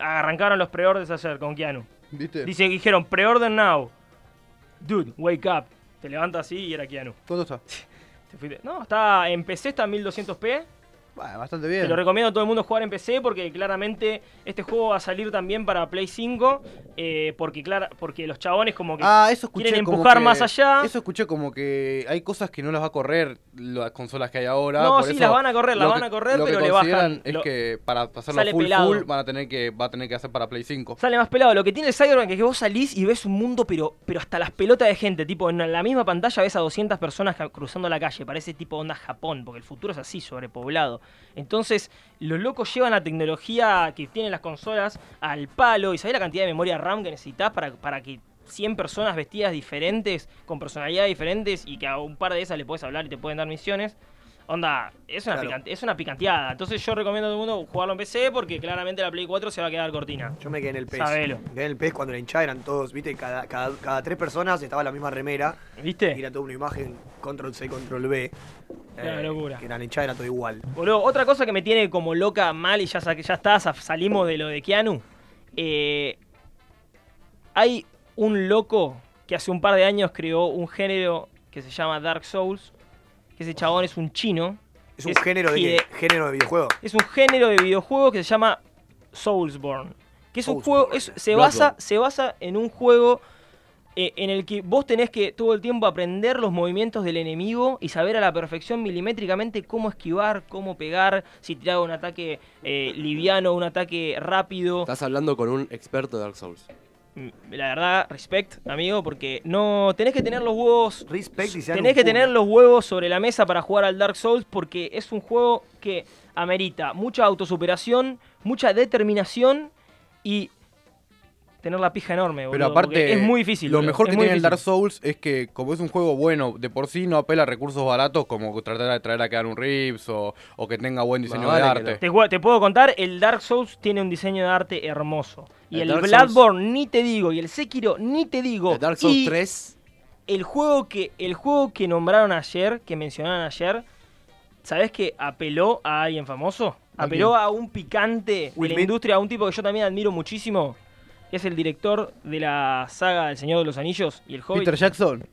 Speaker 8: Arrancaron los preorders ayer con Keanu.
Speaker 3: ¿Viste?
Speaker 8: Dice, dijeron, preorder now. Dude, wake up. Te levantas así y era Keanu.
Speaker 3: ¿Cuánto está?
Speaker 8: Te fuiste- No, está en PC, está en 1200p.
Speaker 3: bastante bien.
Speaker 8: Te lo recomiendo a todo el mundo jugar en PC porque claramente este juego va a salir también para Play 5. eh, porque, clara- porque los chabones como que
Speaker 3: Ah, eso escuché.
Speaker 8: quieren
Speaker 3: como
Speaker 8: empujar
Speaker 3: que-
Speaker 8: más allá.
Speaker 3: Eso escuché como que hay cosas que no las va a correr las consolas que hay ahora.
Speaker 8: No,
Speaker 3: por
Speaker 8: sí,
Speaker 3: eso
Speaker 8: las van a correr, las
Speaker 3: lo
Speaker 8: van
Speaker 3: que-
Speaker 8: a correr,
Speaker 3: lo que
Speaker 8: pero le bajan,
Speaker 3: consideran Es
Speaker 8: lo-
Speaker 3: que para pasarlo
Speaker 8: sale
Speaker 3: full,
Speaker 8: pelado.
Speaker 3: full van a tener que, va a tener que hacer para Play 5.
Speaker 8: Sale más pelado. Lo que tiene el Cyberpunk es que vos salís y ves un mundo, pero, pero hasta las pelotas de gente. Tipo, en la misma pantalla ves a 200 personas ca- cruzando la calle. Parece tipo onda Japón, porque el futuro es así, sobrepoblado. Entonces, los locos llevan la tecnología que tienen las consolas al palo. ¿Y sabés la cantidad de memoria RAM que necesitas para, para que 100 personas vestidas diferentes, con personalidades diferentes, y que a un par de esas le puedes hablar y te pueden dar misiones? Onda, es una,
Speaker 1: Claro.
Speaker 8: pican- es una picanteada. Entonces yo recomiendo a todo el mundo jugarlo en PC porque claramente la Play 4 se va a quedar cortina.
Speaker 1: Yo me quedé en el PES.
Speaker 8: Sabelo.
Speaker 1: Me quedé en el PES cuando la hinchada eran todos, viste, cada, cada, cada tres personas estaba la misma remera.
Speaker 8: ¿Viste?
Speaker 1: Y era toda una imagen control C, control B. Eh,
Speaker 8: Era una locura.
Speaker 1: Que era la hinchada, era todo igual.
Speaker 8: Boludo, otra cosa que me tiene como loca mal y ya, sa- ya está, sa- salimos de lo de Keanu. Eh, hay un loco que hace un par de años creó un género que se llama Dark Souls. Que ese chabón es un chino.
Speaker 1: ¿Es un género de
Speaker 8: gide-
Speaker 1: qué? ¿Género de videojuego?
Speaker 8: Es un género de videojuegos que se llama Soulsborne. Que es un juego. es- se,
Speaker 1: Bloodborne.
Speaker 8: basa, se basa en un juego eh, en el que vos tenés que todo el tiempo aprender los movimientos del enemigo y saber a la perfección milimétricamente cómo esquivar, cómo pegar, si tirar un ataque eh, liviano, un ataque rápido.
Speaker 2: Estás hablando con un experto de Dark Souls.
Speaker 8: Mm, La verdad, respect, amigo, porque no tenés que tener los huevos.
Speaker 1: Respect y sean
Speaker 8: Tenés
Speaker 1: un
Speaker 8: que
Speaker 1: culo.
Speaker 8: tener los huevos sobre la mesa para jugar al Dark Souls porque es un juego que amerita mucha autosuperación, mucha determinación y tener la pija enorme,
Speaker 3: Pero
Speaker 8: boludo, porque
Speaker 3: aparte,
Speaker 8: es muy difícil.
Speaker 3: Lo
Speaker 8: boludo,
Speaker 3: mejor
Speaker 8: es
Speaker 3: que
Speaker 8: muy
Speaker 3: tiene el
Speaker 8: difícil.
Speaker 3: Dark Souls es que, como es un juego bueno, de por sí no apela a recursos baratos como tratar de traer a quedar un Rips o, o que tenga buen diseño de
Speaker 2: vale que
Speaker 3: arte.
Speaker 8: Te, cua- te puedo contar, el Dark Souls tiene un diseño de arte hermoso. Y
Speaker 2: El
Speaker 8: el,
Speaker 2: Dark Souls-
Speaker 8: Bloodborne ni te digo, y el Sekiro ni te digo.
Speaker 2: El Dark Souls
Speaker 8: y
Speaker 2: 3.
Speaker 8: El juego, que, el juego que nombraron ayer, que mencionaron ayer, ¿sabés que apeló a alguien famoso?
Speaker 19: ¿A
Speaker 8: Apeló
Speaker 19: quién?
Speaker 8: a un picante de
Speaker 19: Will
Speaker 8: la
Speaker 19: Smith.
Speaker 8: industria, a un tipo que yo también admiro muchísimo, que es el director de la saga del Señor de los Anillos y el Hobbit.
Speaker 3: Peter Jackson.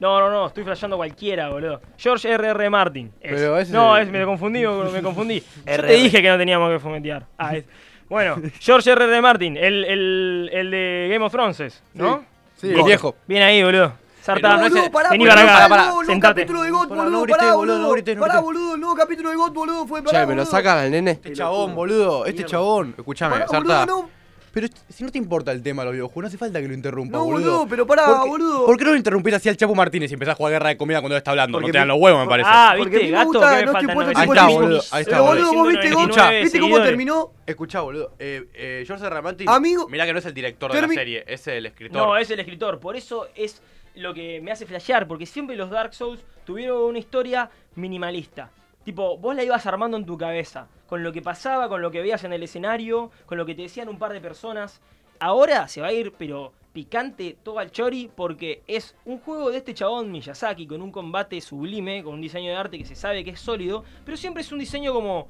Speaker 8: No, no, no, estoy flasheando cualquiera, boludo. George R.R. Martin. es.
Speaker 3: Pero ese-
Speaker 8: No, es, me confundí, boludo, me confundí. Yo te
Speaker 19: RR.
Speaker 8: dije que no teníamos que fomentear. Ah, es- Bueno, George R.R. Martin, el, el- el de Game of Thrones, es, ¿no?
Speaker 3: Sí, el viejo.
Speaker 8: Bien ahí, boludo.
Speaker 1: Eh,
Speaker 8: Sartá,
Speaker 13: Boludo, pará,
Speaker 8: vení
Speaker 13: boludo,
Speaker 8: para acá,
Speaker 13: pará,
Speaker 8: pará,
Speaker 13: el nuevo- nuevo
Speaker 8: sentate.
Speaker 13: capítulo de GOT,
Speaker 8: Pará, no
Speaker 13: boludo,
Speaker 8: grites,
Speaker 13: pará,
Speaker 8: boludo, no
Speaker 13: boludo,
Speaker 8: grites, no
Speaker 13: pará,
Speaker 8: grites.
Speaker 13: boludo, el nuevo capítulo de GOT, boludo, fue pará,
Speaker 2: Che, ¿me lo
Speaker 13: boludo.
Speaker 2: sacan al nene?
Speaker 3: Este chabón, boludo, este chabón. Escúchame,
Speaker 13: Pará, boludo,
Speaker 3: Sarta.
Speaker 13: no.
Speaker 3: Pero si no te importa el tema de los videojuegos, no hace falta que lo interrumpa,
Speaker 13: No,
Speaker 3: boludo.
Speaker 13: boludo, pero pará,
Speaker 3: ¿Por qué-
Speaker 13: boludo.
Speaker 3: ¿Por qué no interrumpís así al Chapo Martínez y empezás a jugar guerra de comida cuando él está hablando?
Speaker 13: Porque
Speaker 3: no te dan
Speaker 13: me-
Speaker 3: los huevos, me parece.
Speaker 8: Ah,
Speaker 13: Porque a
Speaker 8: viste,
Speaker 13: mí me
Speaker 8: gato,
Speaker 13: gusta,
Speaker 8: que me
Speaker 13: no estoy
Speaker 8: faltan
Speaker 13: puesto
Speaker 3: Ahí
Speaker 8: 95
Speaker 3: está, boludo. Ahí está,
Speaker 13: Pero boludo, vos viste, GOT,
Speaker 8: 199
Speaker 13: viste cómo
Speaker 8: seguidores.
Speaker 13: terminó.
Speaker 3: Escuchá, boludo. Eh, eh, George Ramanti.
Speaker 13: Amigo-
Speaker 3: Mirá que no es el director de
Speaker 13: Termi-
Speaker 3: la serie, es el escritor.
Speaker 8: No, eh. es el escritor. Por eso es lo que me hace flashear. Porque siempre los Dark Souls tuvieron una historia minimalista. Tipo, vos la ibas armando en tu cabeza. Con lo que pasaba, con lo que veías en el escenario, con lo que te decían un par de personas. Ahora se va a ir, pero picante todo al chori, porque es un juego de este chabón Miyazaki, con un combate sublime, con un diseño de arte que se sabe que es sólido, pero siempre es un diseño como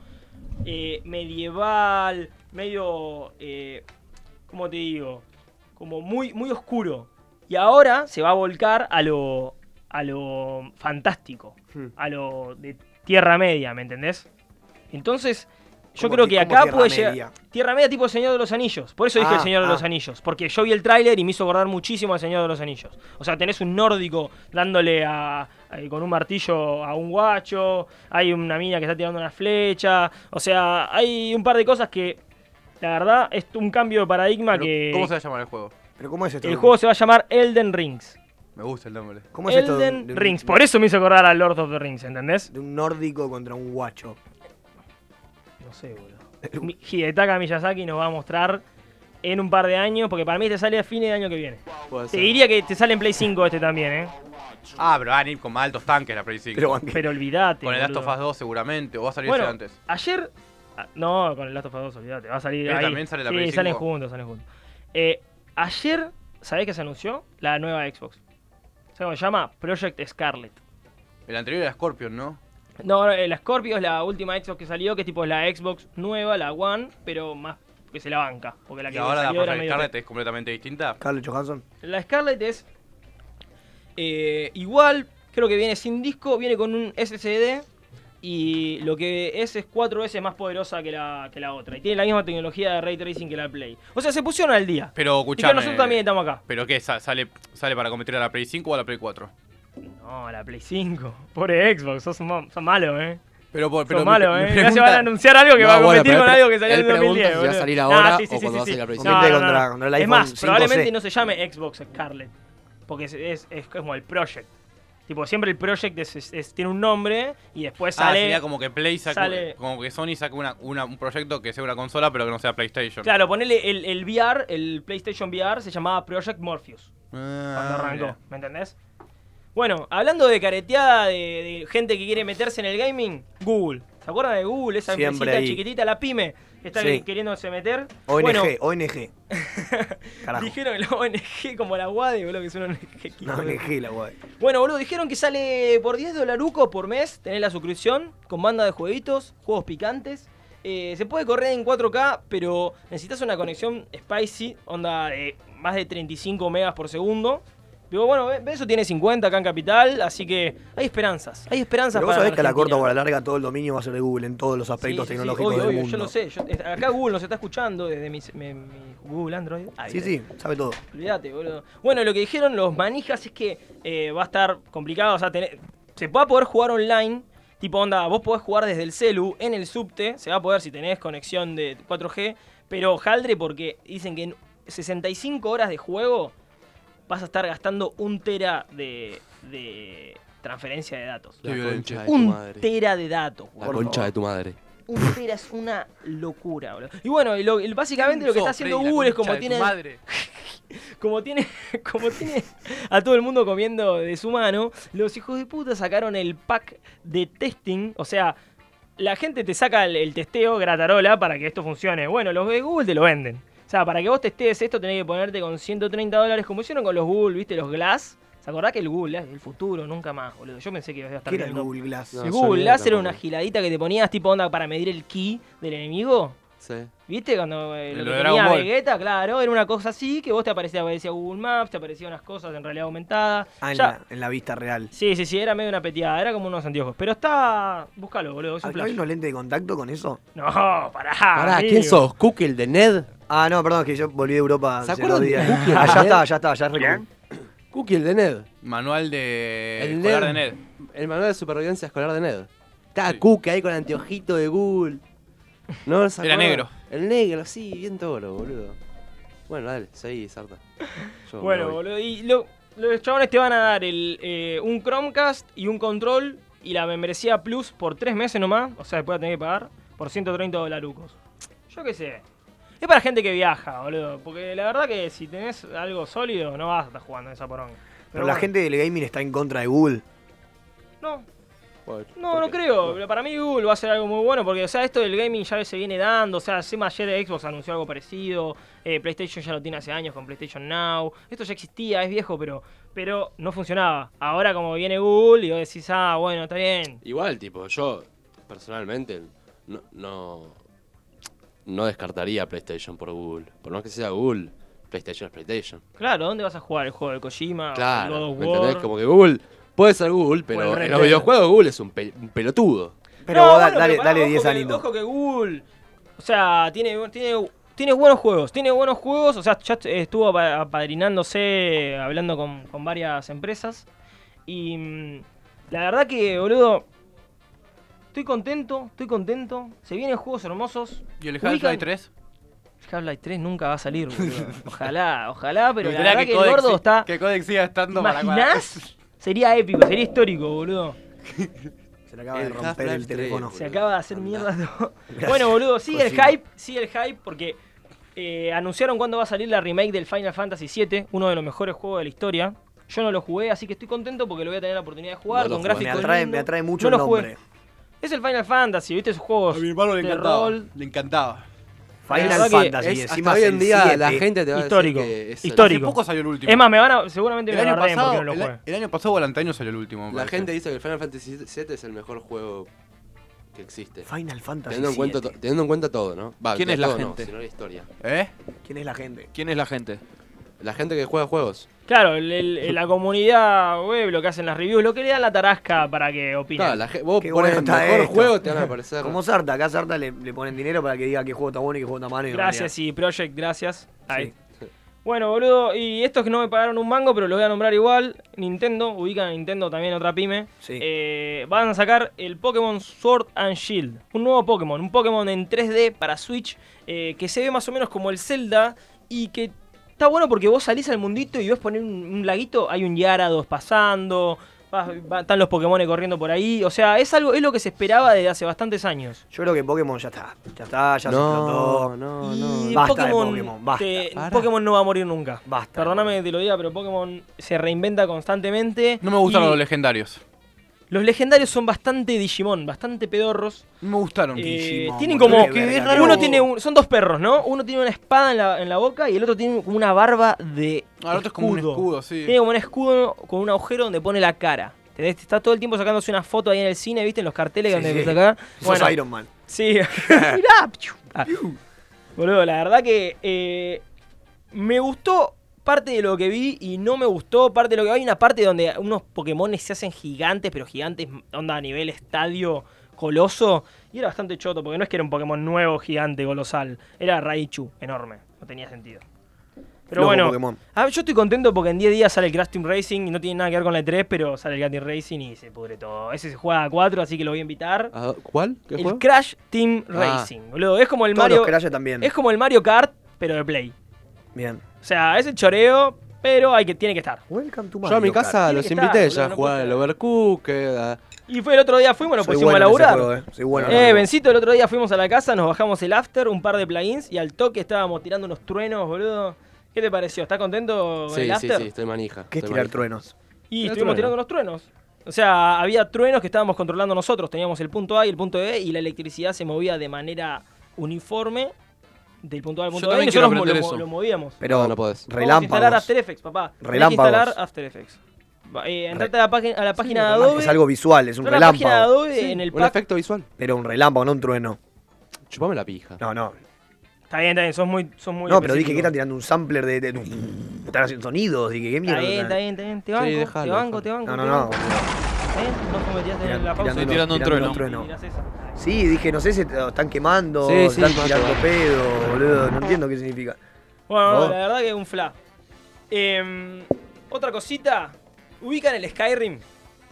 Speaker 8: eh, medieval, medio, eh, ¿cómo te digo? Como muy, muy oscuro. Y ahora se va a volcar a lo, a lo fantástico,
Speaker 1: Hmm.
Speaker 8: a lo de Tierra Media, ¿me entendés? Entonces, yo
Speaker 1: ¿Cómo
Speaker 8: creo
Speaker 1: ti-
Speaker 8: que
Speaker 1: cómo
Speaker 8: acá
Speaker 1: Tierra
Speaker 8: puede
Speaker 1: Media?
Speaker 8: llegar... Tierra Media tipo El Señor de los Anillos. Por eso dije
Speaker 1: Ah,
Speaker 8: El Señor de los
Speaker 1: ah.
Speaker 8: Anillos. Porque yo vi el tráiler y me hizo acordar muchísimo al Señor de los Anillos. O sea, tenés un nórdico dándole a, eh, con un martillo a un guacho. Hay una mina que está tirando una flecha. O sea, hay un par de cosas que, la verdad, es un cambio de paradigma
Speaker 3: Pero,
Speaker 8: que...
Speaker 3: ¿Cómo se va a llamar el juego?
Speaker 1: ¿Pero cómo es esto?
Speaker 8: el juego se va a llamar Elden Rings.
Speaker 3: Me gusta el nombre.
Speaker 1: ¿Cómo es esto de un-
Speaker 8: Elden
Speaker 1: de un-
Speaker 8: Rings. Por eso me hizo acordar a Lord of the Rings, ¿entendés?
Speaker 1: De un nórdico contra un guacho.
Speaker 8: No sé, boludo. Mi- Hidetaka Miyazaki nos va a mostrar en un par de años, porque para mí te sale a fines de año que viene.
Speaker 3: Puede
Speaker 8: Te
Speaker 3: ser.
Speaker 8: diría que te sale en Play 5 este también, ¿eh?
Speaker 3: Ah, pero van a ir con más altos tanques la Play 5.
Speaker 8: Pero banqué. Pero olvídate,
Speaker 3: Con el Last of
Speaker 8: boludo.
Speaker 3: Us 2 seguramente, o va a salir
Speaker 8: Bueno,
Speaker 3: ese antes.
Speaker 8: ayer... ah, No, con el Last of Us 2, olvídate. Va a salir
Speaker 3: ¿Este
Speaker 8: ahí.
Speaker 3: también sale la
Speaker 8: sí,
Speaker 3: Play 5?
Speaker 8: salen juntos, salen juntos. Eh, ayer, ¿sabés qué se anunció? La nueva Xbox. ¿Sabés cómo se llama? Project Scarlet.
Speaker 3: El anterior era Scorpion, ¿no?
Speaker 8: No, no, eh, la Scorpio es la última Xbox que salió, que es tipo la Xbox nueva, la One, pero más que se la banca. Porque la
Speaker 3: Y
Speaker 8: que
Speaker 3: ahora la
Speaker 8: salió era
Speaker 3: Project
Speaker 8: medio
Speaker 3: Scarlet es completamente distinta.
Speaker 1: Carlos Johansson.
Speaker 8: la Scarlett es eh, igual, creo que viene sin disco, viene con un SSD y lo que es es cuatro veces más poderosa que la, que la otra. Y tiene la misma tecnología de ray tracing que la Play. O sea, se pusieron al día.
Speaker 3: Pero
Speaker 8: Y que
Speaker 3: escuchame.
Speaker 8: nosotros también estamos acá.
Speaker 3: ¿Pero qué? Sa- ¿Sale, sale para competir a la Play 5 o a la Play 4?
Speaker 8: No, la Play 5. Pobre Xbox, sos, mo- sos malo, eh.
Speaker 3: Pero, por-
Speaker 8: Sos
Speaker 3: pero
Speaker 8: malo,
Speaker 3: me- me
Speaker 8: eh. Ya se
Speaker 3: pregunta-
Speaker 8: van a anunciar algo que
Speaker 3: No,
Speaker 8: va a
Speaker 3: bueno,
Speaker 8: competir
Speaker 3: pero
Speaker 8: con
Speaker 3: él-
Speaker 8: algo que salió
Speaker 3: él
Speaker 8: en el
Speaker 3: pregunta si
Speaker 8: 2010.
Speaker 3: va a
Speaker 8: boludo.
Speaker 3: salir
Speaker 8: Nah,
Speaker 3: ahora
Speaker 8: sí, sí,
Speaker 3: o
Speaker 8: sí,
Speaker 3: cuando va a
Speaker 8: sí,
Speaker 3: salir la
Speaker 8: sí.
Speaker 3: Play
Speaker 8: No,
Speaker 3: 5.
Speaker 8: no, no.
Speaker 1: Compite contra- contra el
Speaker 8: Es
Speaker 1: iPhone
Speaker 8: más,
Speaker 1: 5C.
Speaker 8: probablemente no se llame Xbox Scarlet. Porque es, es- es como el Project. Tipo, siempre el Project es- es- es- tiene un nombre y
Speaker 3: Ah,
Speaker 8: después Pues sale.
Speaker 3: sería como que Play saca,
Speaker 8: sale-
Speaker 3: como que Sony saca una, una- un proyecto que sea una consola pero que no sea PlayStation.
Speaker 8: Claro, ponele el, el VR, el PlayStation VR se llamaba Project Morpheus.
Speaker 3: Ah,
Speaker 8: cuando arrancó,
Speaker 3: mira.
Speaker 8: ¿me entendés? Bueno, hablando de careteada de, de gente que quiere meterse en el gaming, Google. ¿Se acuerdan de Google? Esa
Speaker 1: Siempre
Speaker 8: empresita
Speaker 1: ahí.
Speaker 8: chiquitita, la pyme, que está
Speaker 1: Sí.
Speaker 8: queriéndose meter.
Speaker 1: ONG,
Speaker 8: Bueno,
Speaker 1: ONG. Carajo.
Speaker 8: dijeron la ONG como la WADE, boludo, que es una ONG.
Speaker 1: Una ONG la guay.
Speaker 8: Bueno, boludo, dijeron que sale por 10 dolarucos por mes, tenés la suscripción, con banda de jueguitos, juegos picantes. Eh, se puede correr en 4K, pero necesitas una conexión spicy, onda de más de 35 megas por segundo. Digo, bueno, ve- ve, eso tiene 50 acá en Capital, así que hay esperanzas. Hay esperanzas
Speaker 1: Pero vos
Speaker 8: para
Speaker 1: sabés que a la corta
Speaker 8: Argentina.
Speaker 1: o a la larga todo el dominio va a ser de Google en todos los aspectos
Speaker 8: Sí, sí, sí,
Speaker 1: tecnológicos
Speaker 8: obvio,
Speaker 1: del
Speaker 8: obvio,
Speaker 1: mundo.
Speaker 8: Yo lo sé. yo- es- acá Google nos está escuchando desde mi, mi- mi Google Android. Ahí,
Speaker 1: Sí,
Speaker 8: ahí.
Speaker 1: sí, sabe todo.
Speaker 8: Olvídate, boludo. Bueno, lo que dijeron los manijas es que eh, va a estar complicado. O sea, tené- se va a poder jugar online. Tipo, onda, vos podés jugar desde el celu, en el subte. Se va a poder si tenés conexión de 4G. Pero jaldre porque dicen que en 65 horas de juego vas a estar gastando un tera de, de transferencia de datos.
Speaker 2: La concha de tu
Speaker 8: un
Speaker 2: madre.
Speaker 8: tera de datos,
Speaker 2: La
Speaker 8: por
Speaker 2: concha
Speaker 8: favor.
Speaker 2: de tu madre.
Speaker 8: Un tera es una locura, boludo. Y bueno, y lo- y básicamente lo que está
Speaker 4: Sos,
Speaker 8: haciendo
Speaker 4: Freddy, la
Speaker 8: Google es
Speaker 4: concha
Speaker 8: como
Speaker 4: de tu
Speaker 8: tiene.
Speaker 4: madre.
Speaker 8: Como tiene, como tiene a todo el mundo comiendo de su mano, los hijos de puta sacaron el pack de testing. O sea, la gente te saca el, el testeo gratarola para que esto funcione. Bueno, los de Google te lo venden. O sea, para que vos testees esto tenés que ponerte con 130 dólares como hicieron con los Google, ¿viste? Los Glass. ¿Se acordás que el Google Glass, el futuro, nunca más, boludo? Yo pensé que iba a estar
Speaker 1: ¿Qué era el
Speaker 8: viendo-
Speaker 1: Google Glass?
Speaker 8: el Google Glass era una giladita que te ponías tipo onda para medir el ki del enemigo.
Speaker 2: Sí.
Speaker 8: ¿Viste? Cuando eh, lo
Speaker 2: Lo
Speaker 8: que
Speaker 2: de Dragon
Speaker 8: tenía
Speaker 2: Ball.
Speaker 8: Vegeta, claro, era una cosa así, que vos te aparecía, aparecía Google Maps, te aparecían unas cosas en realidad aumentada.
Speaker 1: Ah, en
Speaker 8: Ya-
Speaker 1: la, en la vista real.
Speaker 8: Sí, sí, sí, era medio una peteada, era como unos anteojos. Pero está... Búscalo, boludo, es un
Speaker 1: ¿No
Speaker 8: flash.
Speaker 1: hay unos lentes de contacto con eso?
Speaker 8: No, pará, Pará,
Speaker 2: ¿quién amigo. sos? ¿Cookie el de Ned?
Speaker 1: Ah, no, perdón, es que yo volví de Europa
Speaker 2: ¿Se
Speaker 1: hace dos
Speaker 2: acuerdan de
Speaker 1: días.
Speaker 2: Cookie el de
Speaker 1: Ah, ya
Speaker 2: Ned?
Speaker 1: está, ya está, ya recu-
Speaker 2: Cookie, el de Ned.
Speaker 3: Manual de
Speaker 2: El
Speaker 3: escolar de
Speaker 2: Ned.
Speaker 3: Ned.
Speaker 2: El manual de supervivencia escolar de Ned. Está Cookie ahí con anteojito de Google. ¿No se
Speaker 3: Era
Speaker 2: acuerdan?
Speaker 3: negro.
Speaker 2: El negro, sí, bien toro, boludo. Bueno, dale, seguí, Sarta. Yo me
Speaker 8: Bueno,
Speaker 2: voy.
Speaker 8: boludo, y lo- los chabones te van a dar el, eh, un Chromecast y un control y la membresía Plus por tres meses nomás, o sea, después la tenés que pagar, por 130 dolarucos. Yo qué sé. Es para gente que viaja, boludo, porque la verdad que si tenés algo sólido no vas a estar jugando en esa poronga.
Speaker 1: Pero la
Speaker 8: bueno,
Speaker 1: gente del gaming está en contra de Google.
Speaker 8: No. No, no creo. Pero Para mí Google va a ser algo muy bueno porque, o sea, esto del gaming ya se viene dando. O sea, encima ayer Xbox anunció algo parecido. eh, PlayStation ya lo tiene hace años con PlayStation Now. Esto ya existía, es viejo, pero, pero no funcionaba. Ahora como viene Google y vos decís, ah, bueno, está bien.
Speaker 2: Igual, tipo, yo personalmente no, no, no descartaría PlayStation por Google. Por más que sea Google, PlayStation es PlayStation.
Speaker 8: Claro, ¿dónde vas a jugar? ¿El juego de Kojima? ¿El God
Speaker 2: Claro,
Speaker 8: Ah, of
Speaker 2: ¿me
Speaker 8: War?
Speaker 2: entendés? Como que Google puede ser Google, pero
Speaker 8: Bueno, Red
Speaker 2: en los
Speaker 8: Dead.
Speaker 2: videojuegos Google es un, pe- un pelotudo.
Speaker 8: No, bueno, pero pará, ojo que- Ojo que Google. O sea, tiene, tiene, tiene buenos juegos. Tiene buenos juegos. O sea, ya est- estuvo apa- apadrinándose, hablando con, con varias empresas. Y mm, la verdad que, boludo. Estoy contento, estoy contento. Se vienen juegos hermosos.
Speaker 3: ¿Y el
Speaker 8: Ubican-
Speaker 3: Half-Life 3?
Speaker 8: Half-Life 3 nunca va a salir, boludo. Ojalá, ojalá, pero la
Speaker 3: Literal,
Speaker 8: verdad que, el
Speaker 3: Codex
Speaker 8: gordo
Speaker 3: si-
Speaker 8: está.
Speaker 3: Que Codex siga estando para cuando-
Speaker 8: ¿Imaginás? Sería épico, sería histórico, boludo.
Speaker 1: Se le acaba de romper el teléfono.
Speaker 8: Se acaba de hacer mierda todo.
Speaker 1: Gracias.
Speaker 8: Bueno, boludo, sigue el
Speaker 1: Cocina.
Speaker 8: hype, sigue el hype porque eh, anunciaron cuándo va a salir la remake del Final Fantasy VII, uno de los mejores juegos de la historia. Yo no lo jugué, así que estoy contento porque lo voy a tener la oportunidad de jugar
Speaker 1: No lo
Speaker 8: con
Speaker 1: jugué.
Speaker 8: gráficos.
Speaker 1: Me atrae-
Speaker 8: lindos.
Speaker 1: me atrae mucho
Speaker 8: No
Speaker 1: el
Speaker 8: lo jugué.
Speaker 1: nombre.
Speaker 8: Es el Final Fantasy, ¿viste? Esos juegos. A mi hermano
Speaker 5: le encantaba, le encantaba.
Speaker 8: La
Speaker 2: Final
Speaker 8: verdad que
Speaker 2: Fantasy,
Speaker 8: es-
Speaker 2: encima
Speaker 8: hasta
Speaker 2: es el siete.
Speaker 8: histórico. histórico. Es más, me van a, seguramente
Speaker 3: el
Speaker 8: me
Speaker 3: año
Speaker 8: agarré porque
Speaker 3: pasado,
Speaker 8: no lo
Speaker 3: el,
Speaker 8: jugué.
Speaker 3: a- el año pasado o el antaño salió el último. me
Speaker 2: La
Speaker 3: parece.
Speaker 2: gente dice que el Final Fantasy VII es el mejor juego que existe.
Speaker 1: Final Fantasy
Speaker 2: Teniendo en cuenta,
Speaker 1: VII.
Speaker 2: to- teniendo en cuenta todo, ¿no? Va,
Speaker 5: ¿Quién
Speaker 2: de
Speaker 5: es la
Speaker 2: todo
Speaker 5: gente?
Speaker 2: No, sino la historia.
Speaker 3: ¿Eh?
Speaker 1: ¿Quién es la gente?
Speaker 5: ¿Quién es la gente?
Speaker 2: La gente que juega juegos.
Speaker 8: Claro, el- el- la comunidad web, lo que hacen las reviews, lo que le dan la tarasca para que opinen.
Speaker 2: Claro, la ge- vos
Speaker 1: Qué
Speaker 2: pones
Speaker 1: bueno está
Speaker 2: mejor
Speaker 1: esto.
Speaker 2: juego, te van a aparecer.
Speaker 1: Como Sarta, acá a Sarta le, le ponen dinero para que diga qué juego está bueno y qué juego está malo. y
Speaker 8: Gracias, y Project, gracias. Ahí.
Speaker 1: Sí.
Speaker 8: Bueno, boludo, y estos que no me pagaron un mango, pero los voy a nombrar igual. Nintendo, ubican a Nintendo también, otra pyme. Eh, van a sacar el Pokémon Sword and Shield. Un nuevo Pokémon, un Pokémon en 3D para Switch, eh, que se ve más o menos como el Zelda y que está bueno porque vos salís al mundito y ves poner un, un laguito, hay un Yarados pasando, vas- va- están los Pokémon corriendo por ahí. O sea, es algo, es lo que se esperaba desde hace bastantes años.
Speaker 1: Yo creo que Pokémon ya está. Ya está, Ah, ya se
Speaker 2: No,
Speaker 1: explotó.
Speaker 2: no,
Speaker 8: Y
Speaker 2: no.
Speaker 1: Basta de
Speaker 8: Pokémon,
Speaker 1: Pokémon, basta.
Speaker 8: te-
Speaker 1: Pará.
Speaker 8: Pokémon no va a morir nunca.
Speaker 1: Basta.
Speaker 8: Perdóname que te lo diga, pero Pokémon se reinventa constantemente.
Speaker 3: No me gustan
Speaker 8: y
Speaker 3: los legendarios.
Speaker 8: Los legendarios son bastante Digimon, bastante pedorros.
Speaker 3: Me gustaron
Speaker 8: Eh,
Speaker 3: Digimon,
Speaker 8: Tienen
Speaker 3: boludo.
Speaker 8: como.
Speaker 3: Qué verga, qué
Speaker 8: uno
Speaker 3: loco.
Speaker 8: tiene un- son dos perros, ¿no? Uno tiene una espada en la, en la boca y el otro tiene como una barba de.
Speaker 3: Ah, el otro es como un escudo, sí.
Speaker 8: Tiene como un escudo con un agujero donde pone la cara. ¿Entendés? Está todo el tiempo sacándose una foto ahí en el cine, ¿viste? En los carteles
Speaker 1: Sí,
Speaker 8: donde
Speaker 1: sí.
Speaker 8: saca.
Speaker 1: Sos Iron Man.
Speaker 8: Sí. Mirá, piu. Ah. Boludo, la verdad que eh, me gustó parte de lo que vi y no me gustó parte de lo que hay una parte donde unos Pokémon se hacen gigantes, pero gigantes onda a nivel estadio coloso y era bastante choto porque no es que era un Pokémon nuevo gigante colosal, era Raichu enorme, no tenía sentido. Pero
Speaker 1: Loco
Speaker 8: bueno,
Speaker 1: Pokémon.
Speaker 8: ah, yo estoy contento porque en 10 días sale el Crash Team Racing y no tiene nada que ver con la E3, pero sale el Crash Team Racing y se pudre todo. Ese se juega a 4, así que lo voy a invitar.
Speaker 2: Ah, ¿Cuál? ¿Qué
Speaker 8: el
Speaker 2: juego?
Speaker 8: Crash Team
Speaker 2: Ah.
Speaker 8: Racing, boludo. Es como el
Speaker 1: Todos
Speaker 8: Mario.
Speaker 1: los Crash también.
Speaker 8: Es como el Mario Kart, pero de Play.
Speaker 1: Bien.
Speaker 8: O sea, es el choreo, pero hay que, tiene que estar.
Speaker 2: Yo a mi casa
Speaker 8: Tiene
Speaker 2: los
Speaker 8: que
Speaker 2: invité
Speaker 8: estar,
Speaker 2: ya
Speaker 8: boludo,
Speaker 2: a
Speaker 8: no
Speaker 2: jugar al Overcooked. a-
Speaker 1: Ah,
Speaker 8: puede- Y fue el otro día, fuimos,
Speaker 1: pues
Speaker 8: nos
Speaker 2: Soy
Speaker 8: pusimos
Speaker 2: bueno
Speaker 8: a
Speaker 2: en ese
Speaker 8: laburar.
Speaker 2: juego, eh. Soy bueno en ese
Speaker 8: eh,
Speaker 2: juego.
Speaker 8: Bencito, el otro día fuimos a la casa, nos bajamos el after, un par de plugins y al toque estábamos tirando unos truenos, boludo. ¿Qué te pareció? ¿Estás contento con
Speaker 2: Sí,
Speaker 8: el
Speaker 2: sí,
Speaker 8: after?
Speaker 2: sí, estoy manija.
Speaker 1: ¿Qué es tirar truenos?
Speaker 8: Y
Speaker 1: Tirar
Speaker 8: estuvimos
Speaker 1: truenos.
Speaker 8: tirando unos truenos. O sea, había truenos que estábamos controlando nosotros. Teníamos el punto A y el punto B y la electricidad se movía de manera uniforme del punto A al punto B y
Speaker 5: también quiero
Speaker 8: nosotros lo,
Speaker 5: aprender
Speaker 8: mo-
Speaker 5: eso.
Speaker 8: lo movíamos.
Speaker 1: Pero
Speaker 2: No, no podés.
Speaker 8: Vamos a instalar After Effects, papá. Tenés que
Speaker 1: Relámpagos.
Speaker 8: instalar After Effects. Va- eh, entrate a la, págin- a la página de Adobe.
Speaker 1: Es algo visual, es un
Speaker 8: Entrá a la
Speaker 1: relámpago.
Speaker 8: página de Adobe en el pack.
Speaker 2: efecto visual.
Speaker 1: Pero un relámpago, no un trueno.
Speaker 2: Chupame la pija.
Speaker 1: No, no.
Speaker 8: Está bien, está bien, sos muy, sos muy
Speaker 1: no, pero dije que
Speaker 8: específico.
Speaker 1: están tirando un sampler de. de- de- están haciendo sonidos. Dije, qué mierda.
Speaker 8: Está bien, está bien, está bien. Te banco,
Speaker 1: Sí, dejalo,
Speaker 8: te banco, te
Speaker 1: dejalo. No,
Speaker 8: banco.
Speaker 1: no,
Speaker 8: te
Speaker 1: no,
Speaker 8: banco. ¿Eh? No cometías
Speaker 1: Tira-
Speaker 8: la pausa.
Speaker 1: tirando- tirando un trueno.
Speaker 8: Y mirás esa.
Speaker 1: Sí, dije, no sé si te- están quemando,
Speaker 8: Sí, sí,
Speaker 1: están
Speaker 8: mato.
Speaker 1: tirando pedo, boludo. No entiendo qué significa.
Speaker 8: Bueno,
Speaker 1: ¿Vos?
Speaker 8: la verdad que es un fla. Em, Otra cosita, ubican el Skyrim.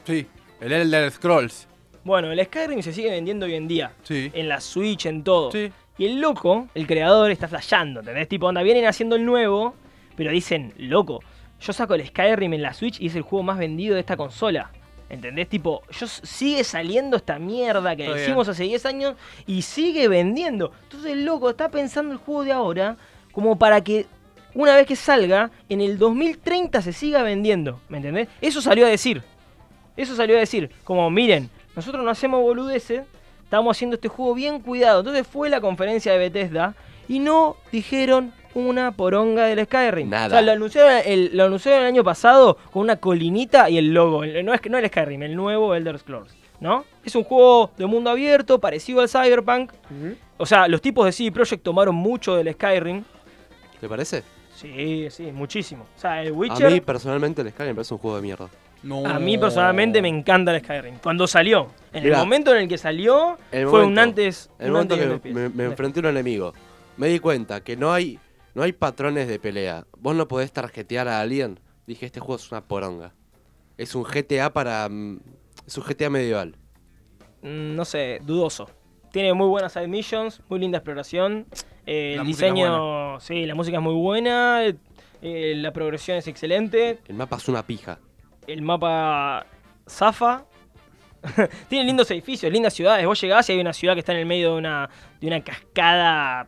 Speaker 3: Sí, el Elder Scrolls.
Speaker 8: Bueno, el Skyrim se sigue vendiendo hoy en día.
Speaker 3: Sí.
Speaker 8: En la Switch, en todo. Y el loco, el creador, está flasheando, ¿entendés? Tipo, onda, vienen haciendo el nuevo, pero dicen, loco, yo saco el Skyrim en la Switch y es el juego más vendido de esta consola. ¿Entendés? Tipo, yo s- sigue saliendo esta mierda que
Speaker 19: Está bien.
Speaker 8: hicimos hace 10 años y sigue vendiendo. Entonces, el loco, está pensando el juego de ahora como para que una vez que salga, en el 2030 se siga vendiendo. ¿Me entendés? Eso salió a decir. Eso salió a decir, como miren, nosotros no hacemos boludeces, estamos haciendo este juego bien cuidado. Entonces fue la conferencia de Bethesda y no dijeron una poronga del Skyrim.
Speaker 2: Nada.
Speaker 8: O sea, lo anunciaron el, lo anunciaron el año pasado con una colinita y el logo. El- no, es, no el Skyrim, el nuevo Elder Scrolls, ¿no? Es un juego de mundo abierto, parecido al Cyberpunk. O sea, los tipos de CD Projekt tomaron mucho del Skyrim.
Speaker 2: ¿Te parece?
Speaker 8: Sí, sí, muchísimo. O sea, el Witcher...
Speaker 2: A mí personalmente el Skyrim me parece un juego de mierda.
Speaker 3: No.
Speaker 8: A mí personalmente me encanta el Skyrim. Cuando salió, en
Speaker 2: Mirá.
Speaker 8: el momento en el que salió,
Speaker 2: El
Speaker 8: fue un
Speaker 2: momento-
Speaker 8: antes.
Speaker 2: El
Speaker 8: un
Speaker 2: momento
Speaker 8: antes y un
Speaker 2: que
Speaker 8: después.
Speaker 2: me, me enfrenté a un enemigo, me di cuenta que no hay, no hay patrones de pelea. Vos no podés tarjetear a alguien. Dije, este juego es una poronga. Es un GTA para... mm, Es un GTA medieval.
Speaker 8: Mm, No sé, dudoso. Tiene muy buenas side missions, muy linda exploración. eh,
Speaker 2: La
Speaker 8: el
Speaker 2: música es
Speaker 8: diseño, sí, la música es muy buena. eh, eh, la progresión es excelente.
Speaker 2: El mapa es una pija.
Speaker 8: el mapa Zafa. Tiene lindos edificios, lindas ciudades. Vos llegás y hay una ciudad que está en el medio de una, de una cascada.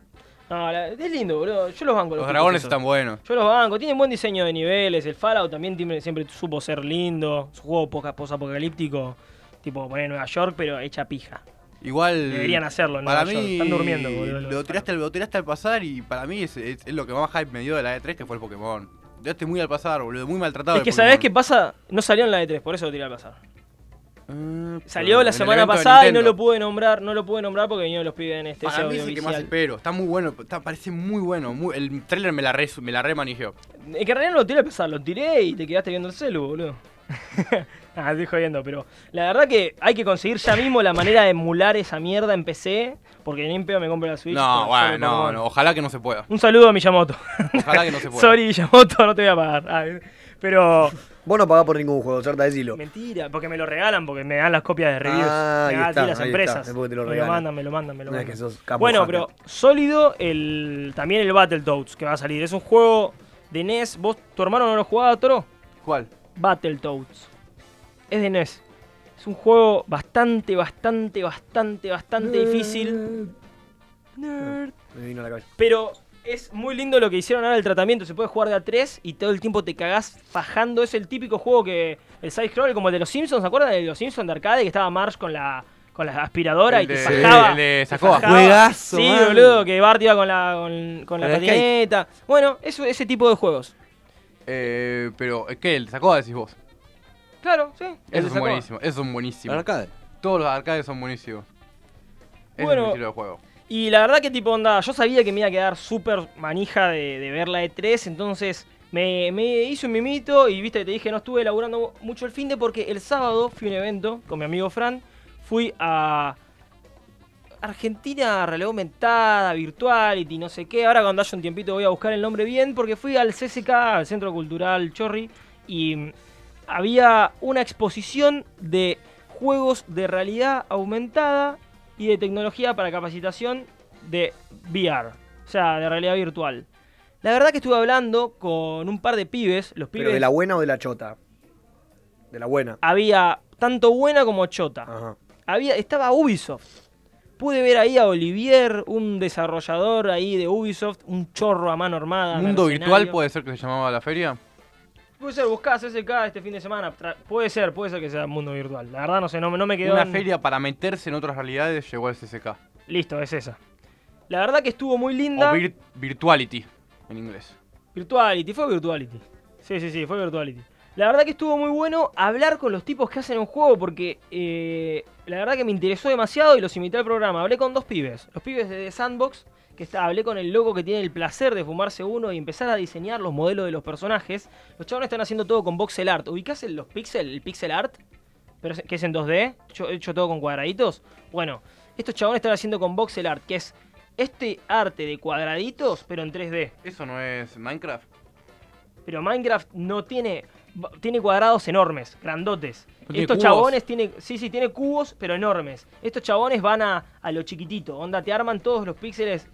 Speaker 8: No, la- es lindo, boludo. Yo los banco.
Speaker 3: Los
Speaker 8: tipos
Speaker 3: dragones
Speaker 8: esos.
Speaker 3: están buenos.
Speaker 8: Yo los banco. Tienen buen diseño de niveles. El Fallout también tiene- siempre supo ser lindo. Su juego poca- post-apocalíptico. Tipo poner Nueva York, pero hecha pija.
Speaker 3: Igual.
Speaker 8: Deberían hacerlo en
Speaker 3: Para
Speaker 8: Nueva York.
Speaker 3: mí.
Speaker 8: Están durmiendo, boludo, los
Speaker 3: Lo tiraste, al- lo tiraste al pasar y para mí es, es- es lo que más hype me dio de la E3 que fue el Pokémon. Lo tiraste muy al pasar, boludo. Muy maltratado.
Speaker 8: Es que sabés qué pasa, no salió en la E3, por eso lo tiré al pasar. Salió
Speaker 3: pero
Speaker 8: la
Speaker 3: en el
Speaker 8: semana
Speaker 3: evento de
Speaker 8: pasada y no
Speaker 3: Nintendo.
Speaker 8: lo pude nombrar, no lo pude nombrar porque vinieron los pibes en este
Speaker 3: Para mí es el que más
Speaker 8: audiovisual.
Speaker 3: espero. Está muy bueno. está- parece muy bueno. muy- el trailer me la, re, me la remanigió.
Speaker 8: Es que en realidad no lo tiré al pasar, lo tiré y te quedaste viendo el celu, boludo. ah, estoy jodiendo, pero la verdad que hay que conseguir ya mismo la manera de emular esa mierda en PC, porque ni en pedo me compro la Switch.
Speaker 3: No,
Speaker 8: por-
Speaker 3: bueno,
Speaker 8: solo
Speaker 3: no,
Speaker 8: Pokémon.
Speaker 3: no. Ojalá que no se pueda.
Speaker 8: Un saludo a Miyamoto.
Speaker 3: Ojalá que no se pueda.
Speaker 8: Sorry, Miyamoto, no te voy a pagar. Ah, pero.
Speaker 1: Vos no pagás por ningún juego, Sarta, decilo.
Speaker 8: Mentira, porque me lo regalan, porque me dan las copias de reviews.
Speaker 1: Ah,
Speaker 8: me
Speaker 1: ahí
Speaker 8: dan
Speaker 1: está,
Speaker 8: las
Speaker 1: ahí
Speaker 8: empresas.
Speaker 1: está, es porque te lo
Speaker 8: me lo
Speaker 1: regalan.
Speaker 8: mandan, me lo mandan, me lo
Speaker 1: No es
Speaker 8: mandan.
Speaker 1: que sos capo
Speaker 8: bueno,
Speaker 1: hacker.
Speaker 8: pero sólido el, también el Battletoads que va a salir. Es un juego de NES. ¿Vos, tu hermano no lo jugaba, Toro?
Speaker 3: ¿Cuál?
Speaker 8: Battletoads. Es de NES. Es un juego bastante, bastante, bastante, bastante difícil.
Speaker 1: Me vino a la cabeza.
Speaker 8: Pero es muy lindo lo que hicieron ahora el tratamiento. Se puede jugar de a 3 y todo el tiempo te cagás fajando. Es el típico juego que. El side scroll como el de los Simpsons, ¿se acuerdan? El de los Simpsons de arcade que estaba Marsh con la. Con la aspiradora
Speaker 3: El
Speaker 8: y te
Speaker 3: de-
Speaker 8: fajaba.
Speaker 3: el de
Speaker 8: te
Speaker 3: Sacoa.
Speaker 8: fajaba.
Speaker 3: Juegazo,
Speaker 8: Sí,
Speaker 3: man.
Speaker 8: boludo, que Bart iba con la, con, con la
Speaker 3: Con el skate.
Speaker 8: patineta. Bueno, eso, ese tipo de juegos.
Speaker 3: Eh, pero, ¿eh, ¿qué? ¿El Sacoa decís vos?
Speaker 8: Claro, sí. el de
Speaker 3: Esos son
Speaker 8: Sacoa.
Speaker 3: buenísimos. Esos son buenísimos.
Speaker 2: ¿El arcade?
Speaker 3: Todos los arcades son buenísimos. Ese
Speaker 8: Bueno.
Speaker 3: es mi estilo de juego.
Speaker 8: Y la verdad que tipo onda, yo sabía que me iba a quedar súper manija de, de ver la E3, entonces me, me hice un mimito y viste que te dije no estuve laburando mucho el fin de porque el sábado fui a un evento con mi amigo Fran, fui a Argentina Realidad Aumentada, Virtuality, no sé qué, ahora cuando haya un tiempito voy a buscar el nombre bien porque fui al CCK, al Centro Cultural Chorri, y mm, había una exposición de juegos de realidad aumentada y de tecnología para capacitación de VR, o sea, de realidad virtual. La verdad que estuve hablando con un par de pibes, los pibes
Speaker 1: ¿Pero de la buena o de la chota? De la buena.
Speaker 8: había tanto buena como chota. Había, estaba Ubisoft. Pude ver ahí a Olivier, un desarrollador ahí de Ubisoft, un chorro a mano armada.
Speaker 3: ¿Mundo virtual
Speaker 8: mercenario.
Speaker 3: puede ser que se llamaba la feria?
Speaker 8: Puede ser, buscás SK este fin de semana. Tra- Puede ser, puede ser que sea mundo virtual. La verdad no sé, no, me- no me quedó
Speaker 3: Una
Speaker 8: en-
Speaker 3: feria para meterse en otras realidades llegó al CSK.
Speaker 8: Listo, es esa. La verdad que estuvo muy linda.
Speaker 3: O vir- virtuality, en inglés.
Speaker 8: Virtuality, fue Virtuality. Sí, sí, sí, fue Virtuality. La verdad que estuvo muy bueno hablar con los tipos que hacen un juego porque eh, la verdad que me interesó demasiado y los invité al programa. Hablé con dos pibes, los pibes de The Sandbox, que está, hablé con el loco que tiene el placer de fumarse uno y empezar a diseñar los modelos de los personajes. Los chavales están haciendo todo con voxel art. ¿Ubicás el- los pixel, el pixel art? pero es- que es en 2D, hecho, hecho todo con cuadraditos. Bueno, estos chabones están haciendo con voxel art, que es este arte de cuadraditos, pero en 3D.
Speaker 3: ¿Eso no es Minecraft?
Speaker 8: Pero Minecraft no tiene va- tiene cuadrados enormes, grandotes.
Speaker 19: tiene
Speaker 8: Estos
Speaker 19: cubos?
Speaker 8: chabones tienen, sí, sí, tiene cubos, pero enormes. Estos chabones van a, a lo chiquitito, onda, te arman todos los píxeles,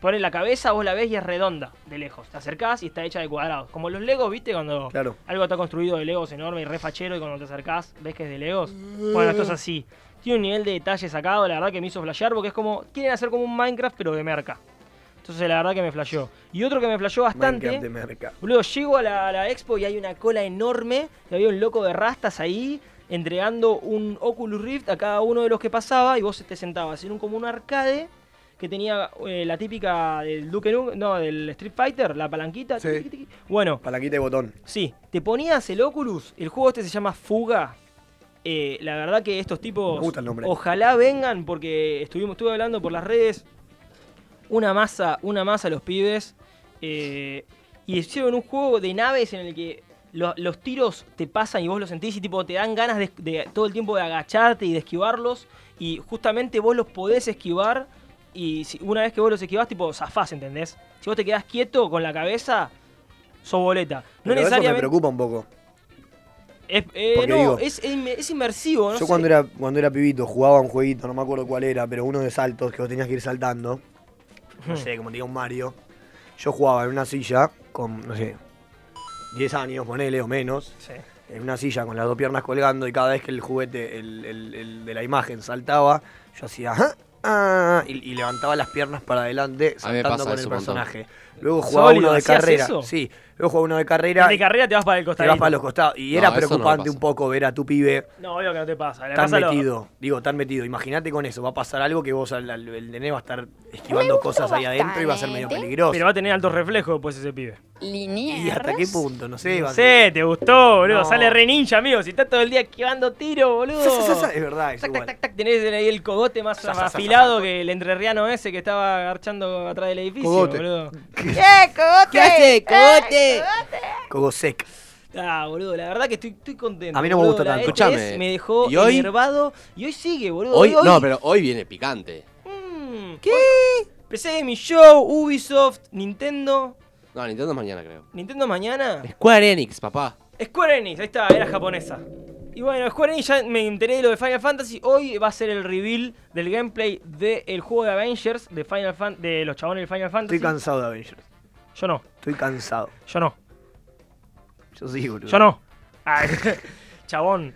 Speaker 8: ponen la cabeza, vos la ves y es redonda, de lejos. Te acercás y está hecha de cuadrados. Como los Legos, ¿viste? Cuando
Speaker 1: Claro.
Speaker 8: algo está construido de Legos enorme y refachero y cuando te acercás ves que es de Legos. Bueno, esto es así. Tiene un nivel de detalle sacado, la verdad que me hizo flashear porque es como, quieren hacer como un Minecraft pero de merca. Entonces la verdad que me flasheó. Y otro que me flasheó bastante...
Speaker 1: Minecraft de merca.
Speaker 8: Boludo, llego a la, a la expo y hay una cola enorme. Y había un loco de rastas ahí entregando un Oculus Rift a cada uno de los que pasaba. Y vos te sentabas en un, como un arcade que tenía eh, la típica del Duke Nukem, no, del Street Fighter, la palanquita. tiqui, tiqui. Bueno.
Speaker 1: Palanquita y botón.
Speaker 8: Sí, te ponías el Oculus. El juego este se llama Fuga. Eh, la verdad que estos tipos.
Speaker 1: Me gusta el nombre.
Speaker 8: Ojalá vengan porque estuvimos, estuve hablando por las redes. Una masa, una masa los pibes. eh, y hicieron un juego de naves en el que lo- los tiros te pasan y vos los sentís y tipo te dan ganas de, de- todo el tiempo de agacharte y de esquivarlos. Y justamente vos los podés esquivar. Y si- una vez que vos los esquivás, tipo zafás, ¿entendés? Si vos te quedás quieto con la cabeza, sos boleta. No
Speaker 1: Pero eso me
Speaker 8: necesariamente.
Speaker 1: preocupa un poco.
Speaker 8: Es, eh,
Speaker 1: Porque
Speaker 8: no,
Speaker 1: digo-
Speaker 8: es, inme- es inmersivo, no
Speaker 1: Yo
Speaker 8: sé.
Speaker 1: cuando era, cuando era pibito jugaba a un jueguito, no me acuerdo cuál era, pero uno de saltos que vos tenías que ir saltando.
Speaker 8: Hmm.
Speaker 1: No sé, como te diga un Mario. Yo jugaba en una silla con, no sé, 10 años, ponele o menos. En una silla con las dos piernas colgando y cada vez que el juguete, el, el- el de la imagen saltaba, yo hacía... "Ah, ah", y, y levantaba las piernas para adelante
Speaker 2: A mí me
Speaker 1: saltando
Speaker 2: pasa
Speaker 1: con el
Speaker 2: eso un montón.
Speaker 1: personaje. Luego jugaba
Speaker 8: Sólido,
Speaker 1: uno de
Speaker 8: ¿hacías
Speaker 1: carrera.
Speaker 8: eso?
Speaker 1: Sí, luego jugaba uno de carrera.
Speaker 8: De
Speaker 1: y-
Speaker 8: carrera te vas para el
Speaker 1: te
Speaker 8: costadito.
Speaker 1: vas para los costados. Y
Speaker 8: No,
Speaker 1: era
Speaker 8: eso no me
Speaker 1: preocupante
Speaker 8: pasa.
Speaker 1: un poco ver a tu pibe
Speaker 8: No, obvio que no te pasa. Le
Speaker 1: tan
Speaker 8: pasa lo-
Speaker 1: metido. Digo, tan metido. Imagínate con eso. Va a pasar algo que vos, al, al- el nene va a estar esquivando cosas ahí adentro y va a ser medio peligroso.
Speaker 8: Pero va a tener altos reflejos después ese pibe.
Speaker 1: ¿Y hasta qué punto? No sé.
Speaker 8: No
Speaker 1: va a ser-
Speaker 8: sé, te gustó, boludo.
Speaker 1: No.
Speaker 8: Sale re ninja, amigo. Si estás todo el día esquivando tiro, boludo.
Speaker 1: Sa, sa, sa, sa. Es verdad, es igual.
Speaker 8: Tac, tenés ahí el cogote más
Speaker 1: sa, sa,
Speaker 8: afilado que el entrerriano ese que estaba archando atrás del edificio,
Speaker 1: Cogote.
Speaker 8: boludo.
Speaker 23: ¡Eh, cogote!
Speaker 8: ¿Qué hace, cogote?
Speaker 23: Eh,
Speaker 1: Cogosec.
Speaker 8: Ah, boludo, la verdad que estoy, estoy contento.
Speaker 1: A mí no me
Speaker 8: boludo.
Speaker 1: gusta
Speaker 8: La
Speaker 1: tanto.
Speaker 8: E3
Speaker 2: Escuchame,
Speaker 8: Me dejó
Speaker 2: ¿y hoy?
Speaker 8: enervado y hoy Mm. sigue, boludo.
Speaker 2: Hoy, no, pero hoy viene picante.
Speaker 8: ¿Qué? PC Gaming Show, Ubisoft, Nintendo.
Speaker 2: No, Nintendo es mañana, creo.
Speaker 8: Nintendo mañana.
Speaker 2: Square Enix, papá.
Speaker 8: Square Enix, ahí está, era japonesa. Y bueno, Square Enix ya me enteré de lo de Final Fantasy. Hoy va a ser el reveal del gameplay del juego de Avengers, de Final Fan, de los chabones del Final Fantasy.
Speaker 1: Estoy cansado de Avengers.
Speaker 8: Yo no.
Speaker 1: Estoy cansado.
Speaker 8: Yo no.
Speaker 1: Yo sí, boludo.
Speaker 8: Yo no. Ay, chabón.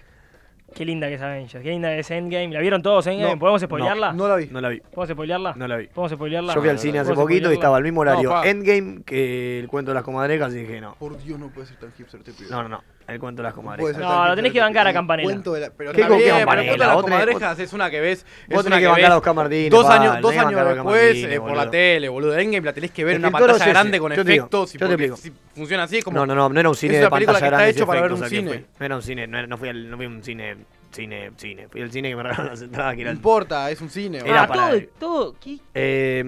Speaker 8: Qué linda que es Avengers, qué linda que es Endgame. ¿La vieron todos Endgame?
Speaker 1: No,
Speaker 8: ¿Podemos
Speaker 1: no,
Speaker 8: spoilearla?
Speaker 1: No, la vi. No la vi.
Speaker 8: ¿Podemos spoilearla?
Speaker 1: No la vi.
Speaker 8: ¿Podemos spoilearla?
Speaker 1: Yo fui al cine hace
Speaker 8: ¿Podemos
Speaker 1: poquito y
Speaker 8: spoilearla?
Speaker 1: estaba al mismo horario.
Speaker 8: No, pa.
Speaker 1: Endgame que el cuento de las comadrejas y dije no.
Speaker 7: Por Dios, no puede ser tan hipster, te pido.
Speaker 1: No, no, no. El cuento de las
Speaker 7: puede
Speaker 1: comadrejas.
Speaker 7: ser tan
Speaker 8: No, lo tenés que bancar a
Speaker 7: El
Speaker 8: Campanella.
Speaker 7: cuento de la- pero
Speaker 1: ¿Qué
Speaker 7: está
Speaker 1: con
Speaker 7: bien, Eh,
Speaker 1: qué
Speaker 7: pero
Speaker 1: Campanella?
Speaker 7: el cuento de las
Speaker 1: Vos tenés-
Speaker 7: comadrejas es una que ves. es
Speaker 1: Vos
Speaker 7: una
Speaker 1: tenés que bancar
Speaker 7: ves
Speaker 1: a Oscar Martínez.
Speaker 7: Dos
Speaker 1: pa,
Speaker 7: años,
Speaker 1: le
Speaker 7: dos
Speaker 1: tenés que
Speaker 7: años
Speaker 1: bancar a Oscar
Speaker 7: después,
Speaker 1: Martínez,
Speaker 7: eh, por
Speaker 1: boludo.
Speaker 7: la tele, boludo. Endgame la tenés que ver en una
Speaker 1: Escritor
Speaker 7: pantalla
Speaker 1: es ese.
Speaker 7: grande con
Speaker 1: Yo te digo,
Speaker 7: efectos. y
Speaker 1: yo te
Speaker 7: porque
Speaker 1: explico.
Speaker 7: si funciona así, es como.
Speaker 1: No, no, no, no era un cine
Speaker 7: es
Speaker 1: de
Speaker 7: una película
Speaker 1: pantalla
Speaker 7: que está
Speaker 1: grande,
Speaker 7: hecho para ver
Speaker 1: efectos,
Speaker 7: un
Speaker 1: o sea que
Speaker 7: cine.
Speaker 1: fui. No era un cine, no, era- no fui al, no fui a un cine, cine, cine. Fui al cine que me regalaron las entradas que
Speaker 7: No
Speaker 1: era el
Speaker 7: importa, es un cine.
Speaker 1: Era
Speaker 7: boludo.
Speaker 1: para-
Speaker 8: Ah, Todo, ¿qué?
Speaker 1: Eh,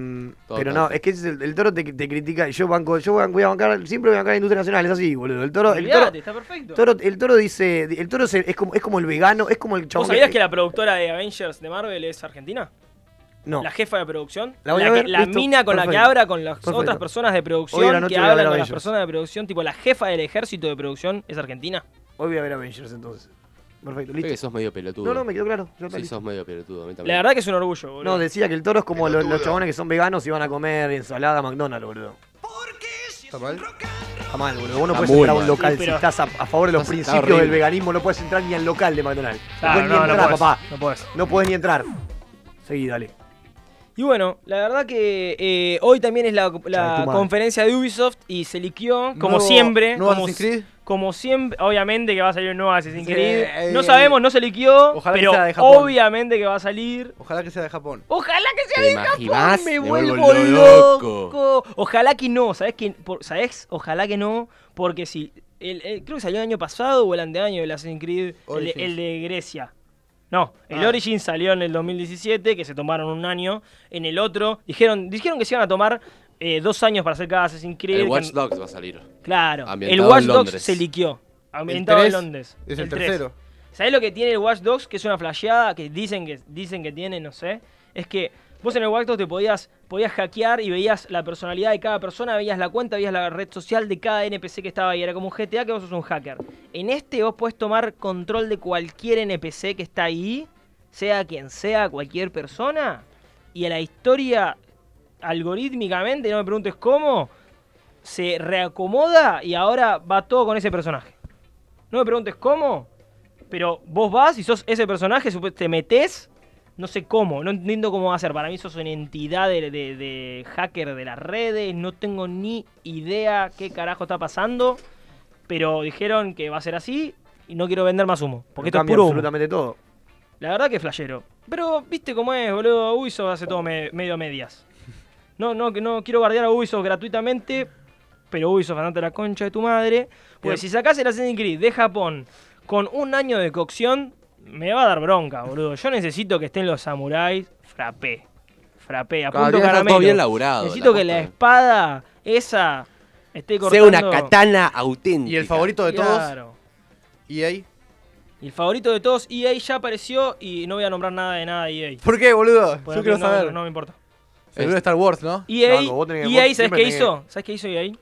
Speaker 7: Todo
Speaker 1: pero
Speaker 7: tanto.
Speaker 1: no, es que ese es el, el toro te, te critica. y Yo banco, yo ban- voy a bancar, siempre voy a bancar la industria nacional, es así, boludo. El toro, el toro,
Speaker 8: Olvidate, está perfecto.
Speaker 1: toro- el toro dice, el toro se- es, como, es como el vegano, es como el
Speaker 8: ¿Vos
Speaker 1: chabón.
Speaker 8: sabías que la productora de Avengers de Marvel es argentina?
Speaker 1: No.
Speaker 8: La jefa de producción.
Speaker 1: La voy a
Speaker 8: que-
Speaker 1: ver, listo,
Speaker 8: mina con la que
Speaker 1: perfecto,
Speaker 8: habla con las
Speaker 1: perfecto.
Speaker 8: otras personas de
Speaker 1: Hoy a la noche
Speaker 8: producción, que
Speaker 1: voy a ver
Speaker 8: hablan con las
Speaker 1: Avengers.
Speaker 8: personas de producción, tipo la jefa del ejército de producción es argentina.
Speaker 1: Hoy voy a ver Avengers entonces. Perfecto,
Speaker 2: Creo que
Speaker 1: listo.
Speaker 2: sos medio pelotudo.
Speaker 1: No, no, me quedó claro. Yo está
Speaker 2: Sí,
Speaker 1: listo.
Speaker 2: sos medio pelotudo. A mí también.
Speaker 8: La verdad que es un orgullo, boludo.
Speaker 1: No, decía que el toro es como los, los chabones que son veganos y van a comer ensalada McDonald's, boludo.
Speaker 7: ¿Está mal?
Speaker 1: Está mal, boludo. Vos no
Speaker 7: Está
Speaker 1: puedes
Speaker 7: muy
Speaker 1: entrar a un
Speaker 7: mal.
Speaker 1: local
Speaker 7: Sí,
Speaker 1: si
Speaker 7: pero-
Speaker 1: estás a, a favor de los
Speaker 7: Está
Speaker 1: principios
Speaker 7: horrible.
Speaker 1: del veganismo. No puedes entrar ni al local de McDonald's.
Speaker 8: Claro,
Speaker 1: no puedes ni
Speaker 8: no, no
Speaker 1: entrar,
Speaker 8: podés,
Speaker 1: papá.
Speaker 8: No puedes.
Speaker 1: No puedes ni entrar. Seguí, dale.
Speaker 8: Y bueno, la verdad que eh, hoy también es la, la
Speaker 1: Chau, tu madre.
Speaker 8: conferencia de Ubisoft y se liqueó, como
Speaker 1: Nuevo-
Speaker 8: siempre.
Speaker 1: nuevo
Speaker 8: como,
Speaker 1: Assassin's Creed.
Speaker 8: como siempre, obviamente que va a salir un nuevo Assassin's
Speaker 7: Sí,
Speaker 8: Creed.
Speaker 7: eh,
Speaker 8: no sabemos, no se liqueó,
Speaker 7: ojalá que
Speaker 8: pero
Speaker 7: sea de Japón.
Speaker 8: obviamente que va a salir.
Speaker 7: Ojalá que sea de Japón.
Speaker 8: Ojalá que
Speaker 7: ¿Te
Speaker 8: sea de Japón,
Speaker 7: imaginás?
Speaker 8: me
Speaker 7: Me
Speaker 8: vuelvo,
Speaker 7: vuelvo
Speaker 8: loco.
Speaker 7: loco.
Speaker 8: Ojalá que no, ¿sabes que por- ¿Sabés? Ojalá que no, porque si el- el- creo que salió el año pasado o el anteaño el Assassin's Creed, el, de-
Speaker 19: Origins.
Speaker 8: el de Grecia. No, el
Speaker 19: Ah.
Speaker 8: Origin salió en el 2017, que se tomaron un año. En el otro, dijeron, dijeron que se iban a tomar eh, dos años para hacer cada Assassin's Creed.
Speaker 2: El
Speaker 8: que-
Speaker 2: Watch Dogs va a salir.
Speaker 8: Claro, el
Speaker 2: Ambientado
Speaker 8: Watch
Speaker 2: en
Speaker 8: Dogs
Speaker 2: Londres.
Speaker 8: se liqueó. Ambientado en
Speaker 2: tres
Speaker 8: Londres.
Speaker 2: es el
Speaker 8: tres.
Speaker 2: tercero.
Speaker 8: ¿Sabés lo que tiene el Watch Dogs? Que es una flasheada que dicen que, dicen que tiene, no sé. Es que Vos en el Wacto te podías, podías hackear y veías la personalidad de cada persona, veías la cuenta, veías la red social de cada NPC que estaba ahí. Era como un GTA que vos sos un hacker. En este vos podés tomar control de cualquier NPC que está ahí, sea quien sea, cualquier persona. Y a la historia, algorítmicamente, no me preguntes cómo, se reacomoda y ahora va todo con ese personaje. No me preguntes cómo, pero vos vas y sos ese personaje, supe- te metes, no sé cómo, no entiendo cómo va a ser. Para mí sos una entidad de, de- de hacker de las redes, no tengo ni idea qué carajo está pasando, pero dijeron que va a ser así y no quiero vender más humo, porque esto es
Speaker 1: cambia
Speaker 8: puro humo.
Speaker 1: absolutamente todo.
Speaker 8: La verdad que flashero. Pero viste cómo es, boludo. Ubisoft hace todo me- medio a medias. No, no, que no quiero bardear a Ubisoft gratuitamente. Pero Ubisoft, andate a la concha de tu madre. Porque
Speaker 1: Bien.
Speaker 8: si sacás el Assassin's Creed de Japón con un año de cocción, me va a dar bronca, boludo. Yo necesito que estén los samuráis frappé. Frappé, a
Speaker 2: Cada
Speaker 8: punto
Speaker 2: día está
Speaker 8: caramelo.
Speaker 2: todo bien laburado,
Speaker 8: necesito
Speaker 2: la
Speaker 8: que la espada esa esté
Speaker 2: Sea
Speaker 8: cortando...
Speaker 2: una katana auténtica.
Speaker 3: Y el favorito de todos,
Speaker 8: Claro.
Speaker 5: E
Speaker 3: EA.
Speaker 8: Y el favorito de todos, EA ya apareció y no voy a nombrar nada de nada de EA.
Speaker 5: ¿Por qué, boludo?
Speaker 8: Porque
Speaker 5: Yo quiero
Speaker 8: no-
Speaker 5: saber.
Speaker 8: No, no me importa. E
Speaker 5: Seguro de Star Wars, ¿no?
Speaker 8: EA,
Speaker 5: No, vos tenés que-
Speaker 8: EA
Speaker 5: vos
Speaker 8: ¿sabes
Speaker 5: siempre
Speaker 8: qué
Speaker 5: tenés
Speaker 8: hizo? ¿Sabes qué hizo EA?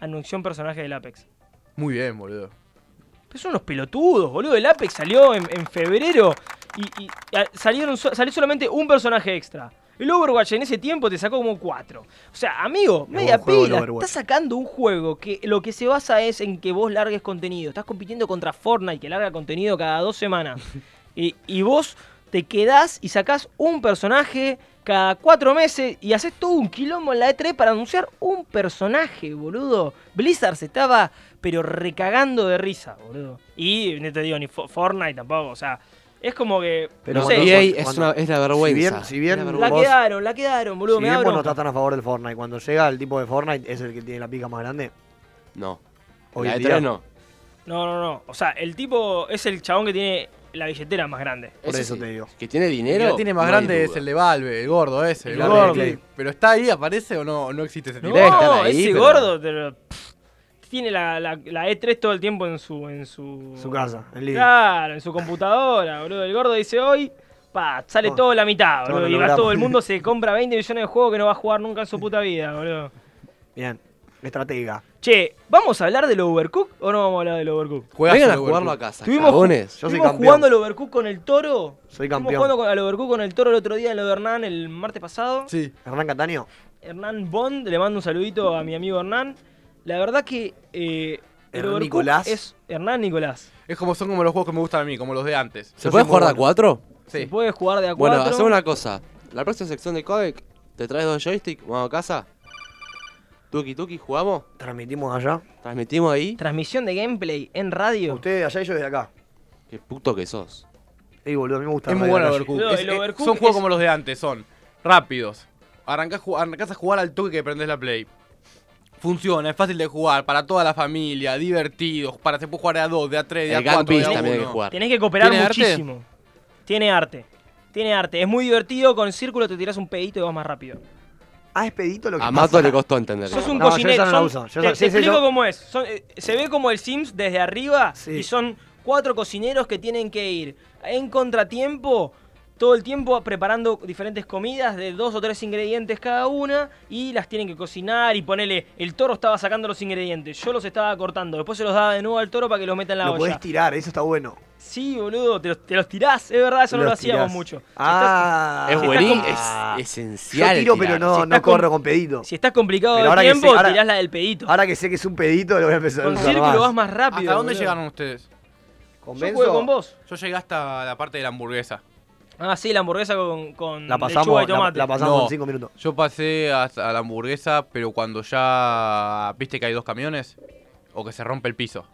Speaker 8: Anunció un personaje del Apex.
Speaker 3: Muy bien, boludo.
Speaker 8: Pero son unos pelotudos, boludo. El Apex salió en, en febrero y, y- y a- salieron, so- salió solamente un personaje extra. El Overwatch en ese tiempo te sacó como cuatro. O sea, amigo, media
Speaker 1: buen juego el
Speaker 8: pila.
Speaker 1: Overwatch.
Speaker 8: Estás sacando un juego que lo que se basa es en que vos largues contenido. Estás compitiendo contra Fortnite que larga contenido cada dos semanas. y, y vos te quedás y sacás un personaje cada cuatro meses y haces todo un quilombo en la E3 para anunciar un personaje, boludo. Blizzard se estaba, pero recagando de risa, boludo. Y no te digo ni Fo- Fortnite tampoco, o sea, es como que.
Speaker 2: Pero
Speaker 8: no sé,
Speaker 2: EA es, una, es la vergüenza.
Speaker 1: Si bien, si bien
Speaker 8: la
Speaker 1: vos-
Speaker 8: quedaron, la quedaron, boludo,
Speaker 1: si
Speaker 8: me
Speaker 1: bien
Speaker 8: da
Speaker 1: vos no
Speaker 8: bronca.
Speaker 1: estás tan a favor del Fortnite, cuando llega el tipo de Fortnite es el que tiene la pica más grande.
Speaker 2: No.
Speaker 1: Hoy
Speaker 2: La
Speaker 1: en
Speaker 2: de tres
Speaker 1: día.
Speaker 2: no.
Speaker 8: No, no, no. O sea, el tipo es el chabón que tiene la billetera más grande.
Speaker 2: Por Ese eso sí. te digo. Que tiene
Speaker 8: dinero,
Speaker 5: El que la tiene más
Speaker 8: no hay
Speaker 5: grande es
Speaker 8: duda.
Speaker 5: el de Valve, el gordo ese. El
Speaker 8: El
Speaker 5: gordo.
Speaker 8: Clay.
Speaker 5: que- Pero está ahí, aparece o no, no existe ese
Speaker 8: No,
Speaker 5: tipo.
Speaker 8: ese gordo te lo- pff, tiene la, la- la E3 todo el tiempo en su. En su,
Speaker 1: Su casa, en living.
Speaker 8: Claro, en su computadora, boludo. El gordo dice hoy. Pa, sale todo la mitad,
Speaker 1: todo
Speaker 8: boludo.
Speaker 1: lo
Speaker 8: y va
Speaker 1: logramos.
Speaker 8: todo el mundo, se compra 20 millones de juegos que no va a jugar nunca en su puta vida, boludo.
Speaker 1: Bien, estratega.
Speaker 8: Che, ¿vamos a hablar del Overcook o no vamos a hablar del Overcook?
Speaker 1: Juegas Vengan al a jugarlo Overcooked. a casa,
Speaker 8: Estuvimos,
Speaker 1: cagones.
Speaker 8: ju-
Speaker 1: Yo soy
Speaker 8: estuvimos
Speaker 1: campeón.
Speaker 8: jugando al Overcook con el toro.
Speaker 1: Soy
Speaker 8: Estuvimos
Speaker 1: campeón.
Speaker 8: jugando con- al Overcook con el toro el otro día en lo de Hernán el martes pasado.
Speaker 1: Sí. Hernán Cataño.
Speaker 8: Hernán Bond, le mando un saludito a mi amigo Hernán. La verdad que eh, el
Speaker 3: Hernán
Speaker 8: Overcooked
Speaker 3: Nicolás.
Speaker 8: es Hernán Nicolás.
Speaker 3: Es como son como los juegos que me gustan a mí, como los de antes.
Speaker 2: ¿Se puede jugar de a cuatro?
Speaker 3: Sí.
Speaker 8: Se puede jugar de a
Speaker 2: Bueno,
Speaker 8: cuatro.
Speaker 2: hacemos una cosa. La próxima sección de Codec, te traes dos joysticks, vamos a casa. Tuki tuki, jugamos.
Speaker 1: Transmitimos allá.
Speaker 2: Transmitimos ahí.
Speaker 8: Transmisión de gameplay en radio.
Speaker 1: Ustedes allá y yo desde acá.
Speaker 2: Qué puto que sos.
Speaker 1: Ey, boludo, a mí me gusta.
Speaker 3: Es muy
Speaker 1: la
Speaker 3: bueno el
Speaker 1: calle.
Speaker 3: Overcooked.
Speaker 8: Boludo,
Speaker 3: Es-
Speaker 8: el
Speaker 3: eh,
Speaker 8: Overcooked
Speaker 3: son juegos
Speaker 8: es-
Speaker 3: como los de antes, son rápidos. Arrancás, ju- arrancás a jugar al toque que prendés la play. Funciona, es fácil de jugar, para toda la familia, divertido, para se puede jugar de a 2, de a 3, de
Speaker 2: El
Speaker 3: a 4, de
Speaker 2: Gunbeast
Speaker 3: a
Speaker 2: también hay que
Speaker 3: uno.
Speaker 2: jugar.
Speaker 8: Tenés que cooperar
Speaker 3: ¿Tiene arte?
Speaker 8: muchísimo. Tiene arte. Tiene arte. Es muy divertido. Con círculo te tiras un pedito y vas más rápido.
Speaker 1: Ah, es pedito lo que
Speaker 2: A
Speaker 1: pasa.
Speaker 2: Mato le costó entender.
Speaker 8: Sos un
Speaker 1: No, yo
Speaker 8: cocinero.
Speaker 1: esa no la
Speaker 8: son-
Speaker 1: uso. Yo
Speaker 8: te
Speaker 1: esa-
Speaker 8: te
Speaker 1: sí, sí,
Speaker 8: explico
Speaker 1: yo-
Speaker 8: cómo es. Son- eh, se ve como el Sims desde arriba y son cuatro cocineros que tienen que ir en contratiempo todo el tiempo preparando diferentes comidas de dos o tres ingredientes cada una y las tienen que cocinar y ponele, el toro estaba sacando los ingredientes, yo los estaba cortando, después se los daba de nuevo al toro para que los meta en la
Speaker 1: Lo
Speaker 8: olla.
Speaker 1: podés tirar, eso está bueno.
Speaker 8: Sí, boludo, te los, te los tirás, es verdad, eso no
Speaker 1: Los
Speaker 8: lo hacíamos
Speaker 1: tirás.
Speaker 8: mucho. Si
Speaker 1: Ah. Es
Speaker 8: estás- si estás
Speaker 1: buenísimo,
Speaker 8: com-
Speaker 2: es esencial
Speaker 1: Yo tiro,
Speaker 2: tirar.
Speaker 1: pero no,
Speaker 8: Si
Speaker 1: no
Speaker 8: está com-
Speaker 1: corro con pedito.
Speaker 8: Si estás complicado
Speaker 1: Pero
Speaker 8: de
Speaker 1: ahora que
Speaker 8: tiempo,
Speaker 1: sé- ahora-
Speaker 8: tirás la del pedito.
Speaker 1: Ahora que sé que es un pedito, lo voy a empezar a
Speaker 8: Con
Speaker 1: usar
Speaker 8: círculo vas más rápido.
Speaker 3: ¿Hasta dónde
Speaker 8: boludo.
Speaker 3: llegaron ustedes?
Speaker 1: ¿Con
Speaker 8: Yo Benzo? jugué con vos.
Speaker 3: Yo llegué hasta la parte de la hamburguesa.
Speaker 8: Ah, sí, la hamburguesa con, con
Speaker 1: La pasamos,
Speaker 8: lechuga y
Speaker 1: la-
Speaker 8: tomate.
Speaker 1: la pasamos
Speaker 3: No.
Speaker 1: en 5 minutos.
Speaker 3: Yo pasé hasta la hamburguesa, pero cuando ya viste que hay dos camiones, o que se rompe el piso.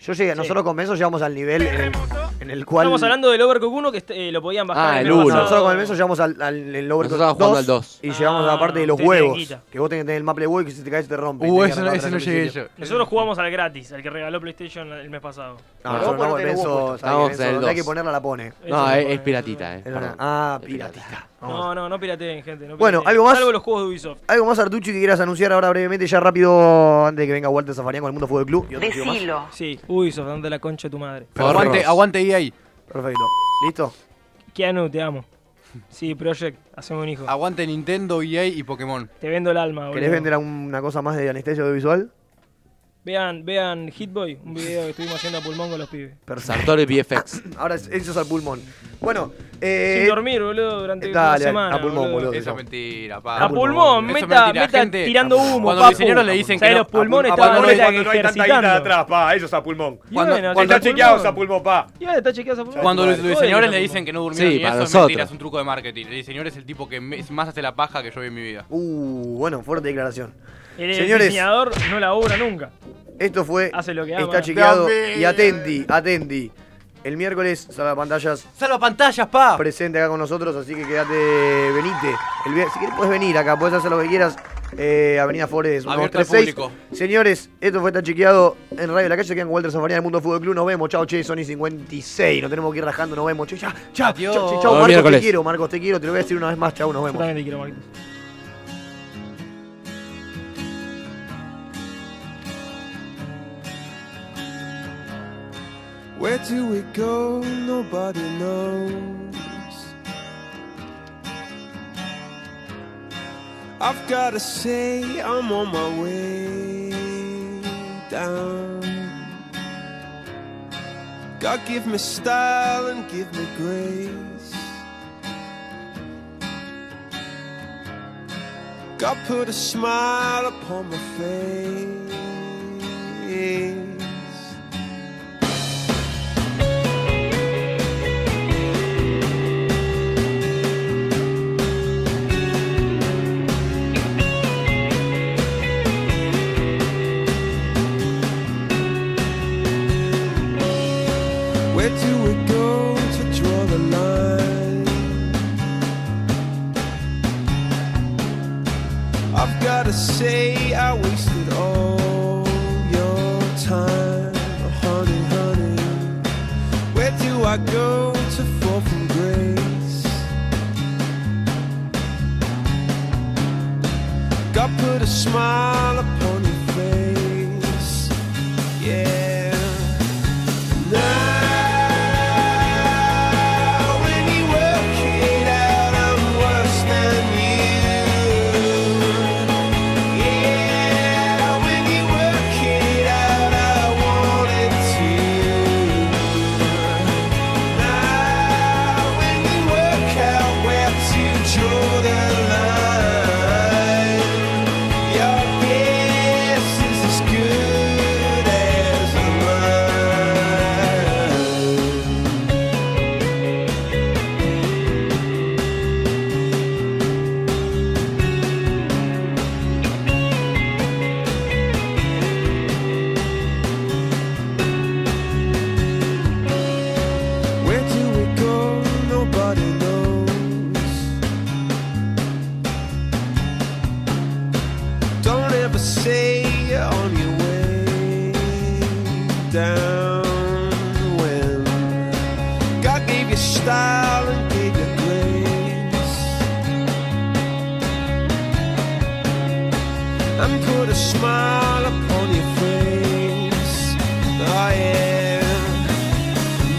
Speaker 1: Yo llegué, nosotros con Benzo llegamos al nivel en el, en el cual.
Speaker 8: Estamos hablando del Overcook 1 que este- eh, lo podían bajar.
Speaker 2: Ah,
Speaker 8: en
Speaker 2: el
Speaker 8: programa
Speaker 2: uno.
Speaker 8: pasado.
Speaker 1: Nosotros con el Benzo llegamos al, al, el Overcooked
Speaker 2: estábamos jugando
Speaker 1: 2,
Speaker 2: al 2.
Speaker 1: Y llegamos a la parte de los
Speaker 8: ustedes tienen
Speaker 1: huevos.
Speaker 8: Ah, guita.
Speaker 1: Que vos tenés que tener el mapa de huevo y que si te caes te rompe. y
Speaker 3: Uh,
Speaker 1: tenés que
Speaker 3: ese no-
Speaker 1: arrancar
Speaker 3: ese
Speaker 1: atrás
Speaker 3: no
Speaker 1: del
Speaker 3: llegué
Speaker 1: principio.
Speaker 8: Nosotros jugamos al gratis, al que regaló PlayStation el mes pasado.
Speaker 1: No,
Speaker 2: Ah,
Speaker 1: nosotros no, Benzo, está bien,
Speaker 2: Estábamos
Speaker 1: Benzo,
Speaker 2: en el
Speaker 1: donde hay que
Speaker 2: dos.
Speaker 1: ponerla la pone.
Speaker 2: No, es, es piratita, eh.
Speaker 1: Es verdad.
Speaker 2: perdón.
Speaker 1: Ah, piratita. Vamos.
Speaker 8: No, no, no pirateen, gente. no
Speaker 1: Bueno,
Speaker 8: pirateen.
Speaker 1: ¿algo más?
Speaker 8: Salvo los juegos de Ubisoft.
Speaker 1: ¿Algo más, Artucci, que quieras anunciar ahora brevemente, ya rápido, antes de que venga Walter Zafarian con el Mundo Fútbol Club? y otro chico más?
Speaker 8: Sí, Ubisoft, dónde la concha de tu madre.
Speaker 3: E
Speaker 1: Aguante-
Speaker 3: Aguante ahí.
Speaker 1: Perfecto. ¿Listo?
Speaker 8: Keanu, te amo. Sí, Project, hacemos un hijo.
Speaker 3: Aguante Nintendo, EA y Pokémon.
Speaker 8: Te vendo el alma, boludo.
Speaker 1: ¿Querés vender una cosa más de anestesia audiovisual?
Speaker 8: Vean, vean Hitboy, un video que estuvimos haciendo a pulmón con los pibes.
Speaker 2: Sartori VFX.
Speaker 1: Ahora es- eso es al pulmón. Bueno,
Speaker 8: Sin
Speaker 1: eh,
Speaker 8: dormir, boludo, durante una
Speaker 1: dale,
Speaker 8: semana.
Speaker 1: a pulmón, boludo.
Speaker 3: Eso es mentira, pa.
Speaker 8: A pulmón,
Speaker 3: Eso es
Speaker 8: meta,
Speaker 3: mentira,
Speaker 8: meta
Speaker 3: gente.
Speaker 8: tirando humo,
Speaker 3: Cuando los
Speaker 8: papu.
Speaker 3: ingenieros le dicen
Speaker 8: O sea,
Speaker 3: que no,
Speaker 8: los pulmones
Speaker 26: a
Speaker 8: estaban
Speaker 26: pulmón es
Speaker 8: ahorita
Speaker 26: cuando no hay tanta guita de
Speaker 8: ejercitando.
Speaker 26: atrás, pa, eso es a pulmón.
Speaker 8: Y
Speaker 26: Cuando,
Speaker 8: bueno,
Speaker 26: cuando
Speaker 8: está
Speaker 26: está chequeado es
Speaker 8: pulmón.
Speaker 26: a pulmón, pa.
Speaker 8: Y ahora está chequeado esa
Speaker 3: Cuando los, los diseñadores le dicen que no durmieron
Speaker 2: Sí,
Speaker 3: y
Speaker 2: para
Speaker 3: eso es
Speaker 2: nosotros.
Speaker 3: mentira, es un truco de marketing. El diseñador es el tipo que me- más hace la paja que yo vi en mi vida.
Speaker 1: Uh, bueno, fuerte declaración.
Speaker 8: El,
Speaker 1: Señores.
Speaker 8: diseñador no labura nunca.
Speaker 1: Esto fue
Speaker 8: Hace lo que ama.
Speaker 1: Está chequeado y atendi, atendi. El miércoles, Salva Pantallas.
Speaker 4: Salva Pantallas, pa.
Speaker 1: Presente acá con nosotros, así que quédate, venite. El vier- si querés, puedes venir acá, puedes hacer lo que quieras. Eh, Avenida Flores,
Speaker 3: Abierto al
Speaker 1: 1236.
Speaker 3: público.
Speaker 1: Señores, esto fue Está chequeado en Radio La Calle. Se quedan con Walter Sanfarina del Mundo Fútbol Club. Nos vemos. Chao, che, Sony 56. Nos tenemos que ir rajando. Nos vemos. Che, chao, chao, chao,
Speaker 4: Adiós.
Speaker 1: chao,
Speaker 4: Nos vemos
Speaker 1: Marcos,
Speaker 4: miércoles.
Speaker 1: te quiero, Marcos, te quiero. Te lo voy a decir una vez más. Chao, nos vemos.
Speaker 8: también te quiero, Marcos.
Speaker 14: Where do we go? Nobody knows. I've gotta say, I'm on my way down. God, give me style and give me grace. God, put a smile upon my face. Where do we go to draw the line? I've gotta say, I wasted all your time, honey, honey. Where do I go to fall from grace? God put a smile upon your face, yeah. Now, when you work it out, I'm worse than you. Yeah, when you work it out, I want it too. Now, when you work out where to draw the line, your guess is as good as mine. Where do we go? Nobody knows. Don't ever say you're on your way down when God gave you style and gave you grace and put a smile upon your face. Oh yeah.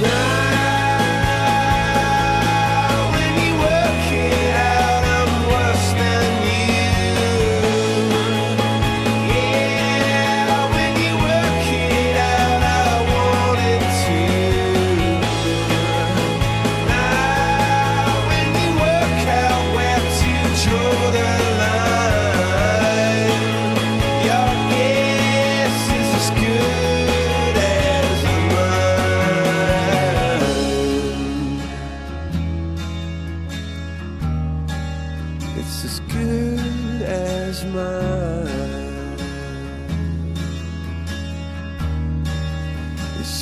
Speaker 14: Now, when you work it out, I'm worse than you. Yeah, when you work it out, I want it too. Now, when you work out where to draw the line, your guess is as good as mine. It's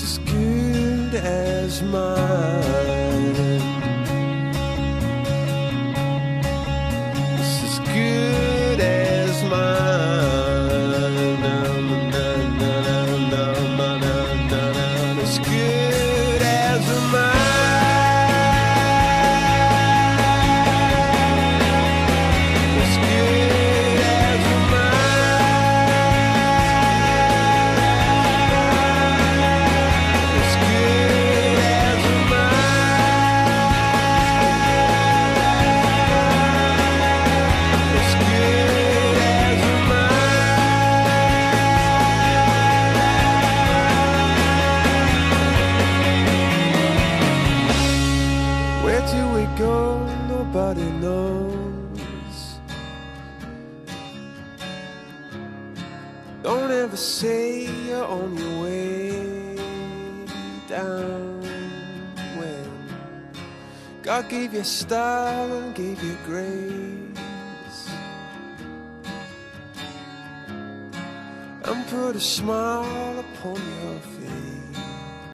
Speaker 14: as good as mine. It's as good as mine. It's as good as mine. As good as mine. As good as mine. As good as mine. Don't ever say you're on your way down when God gave you style and gave you grace and put a smile upon your face.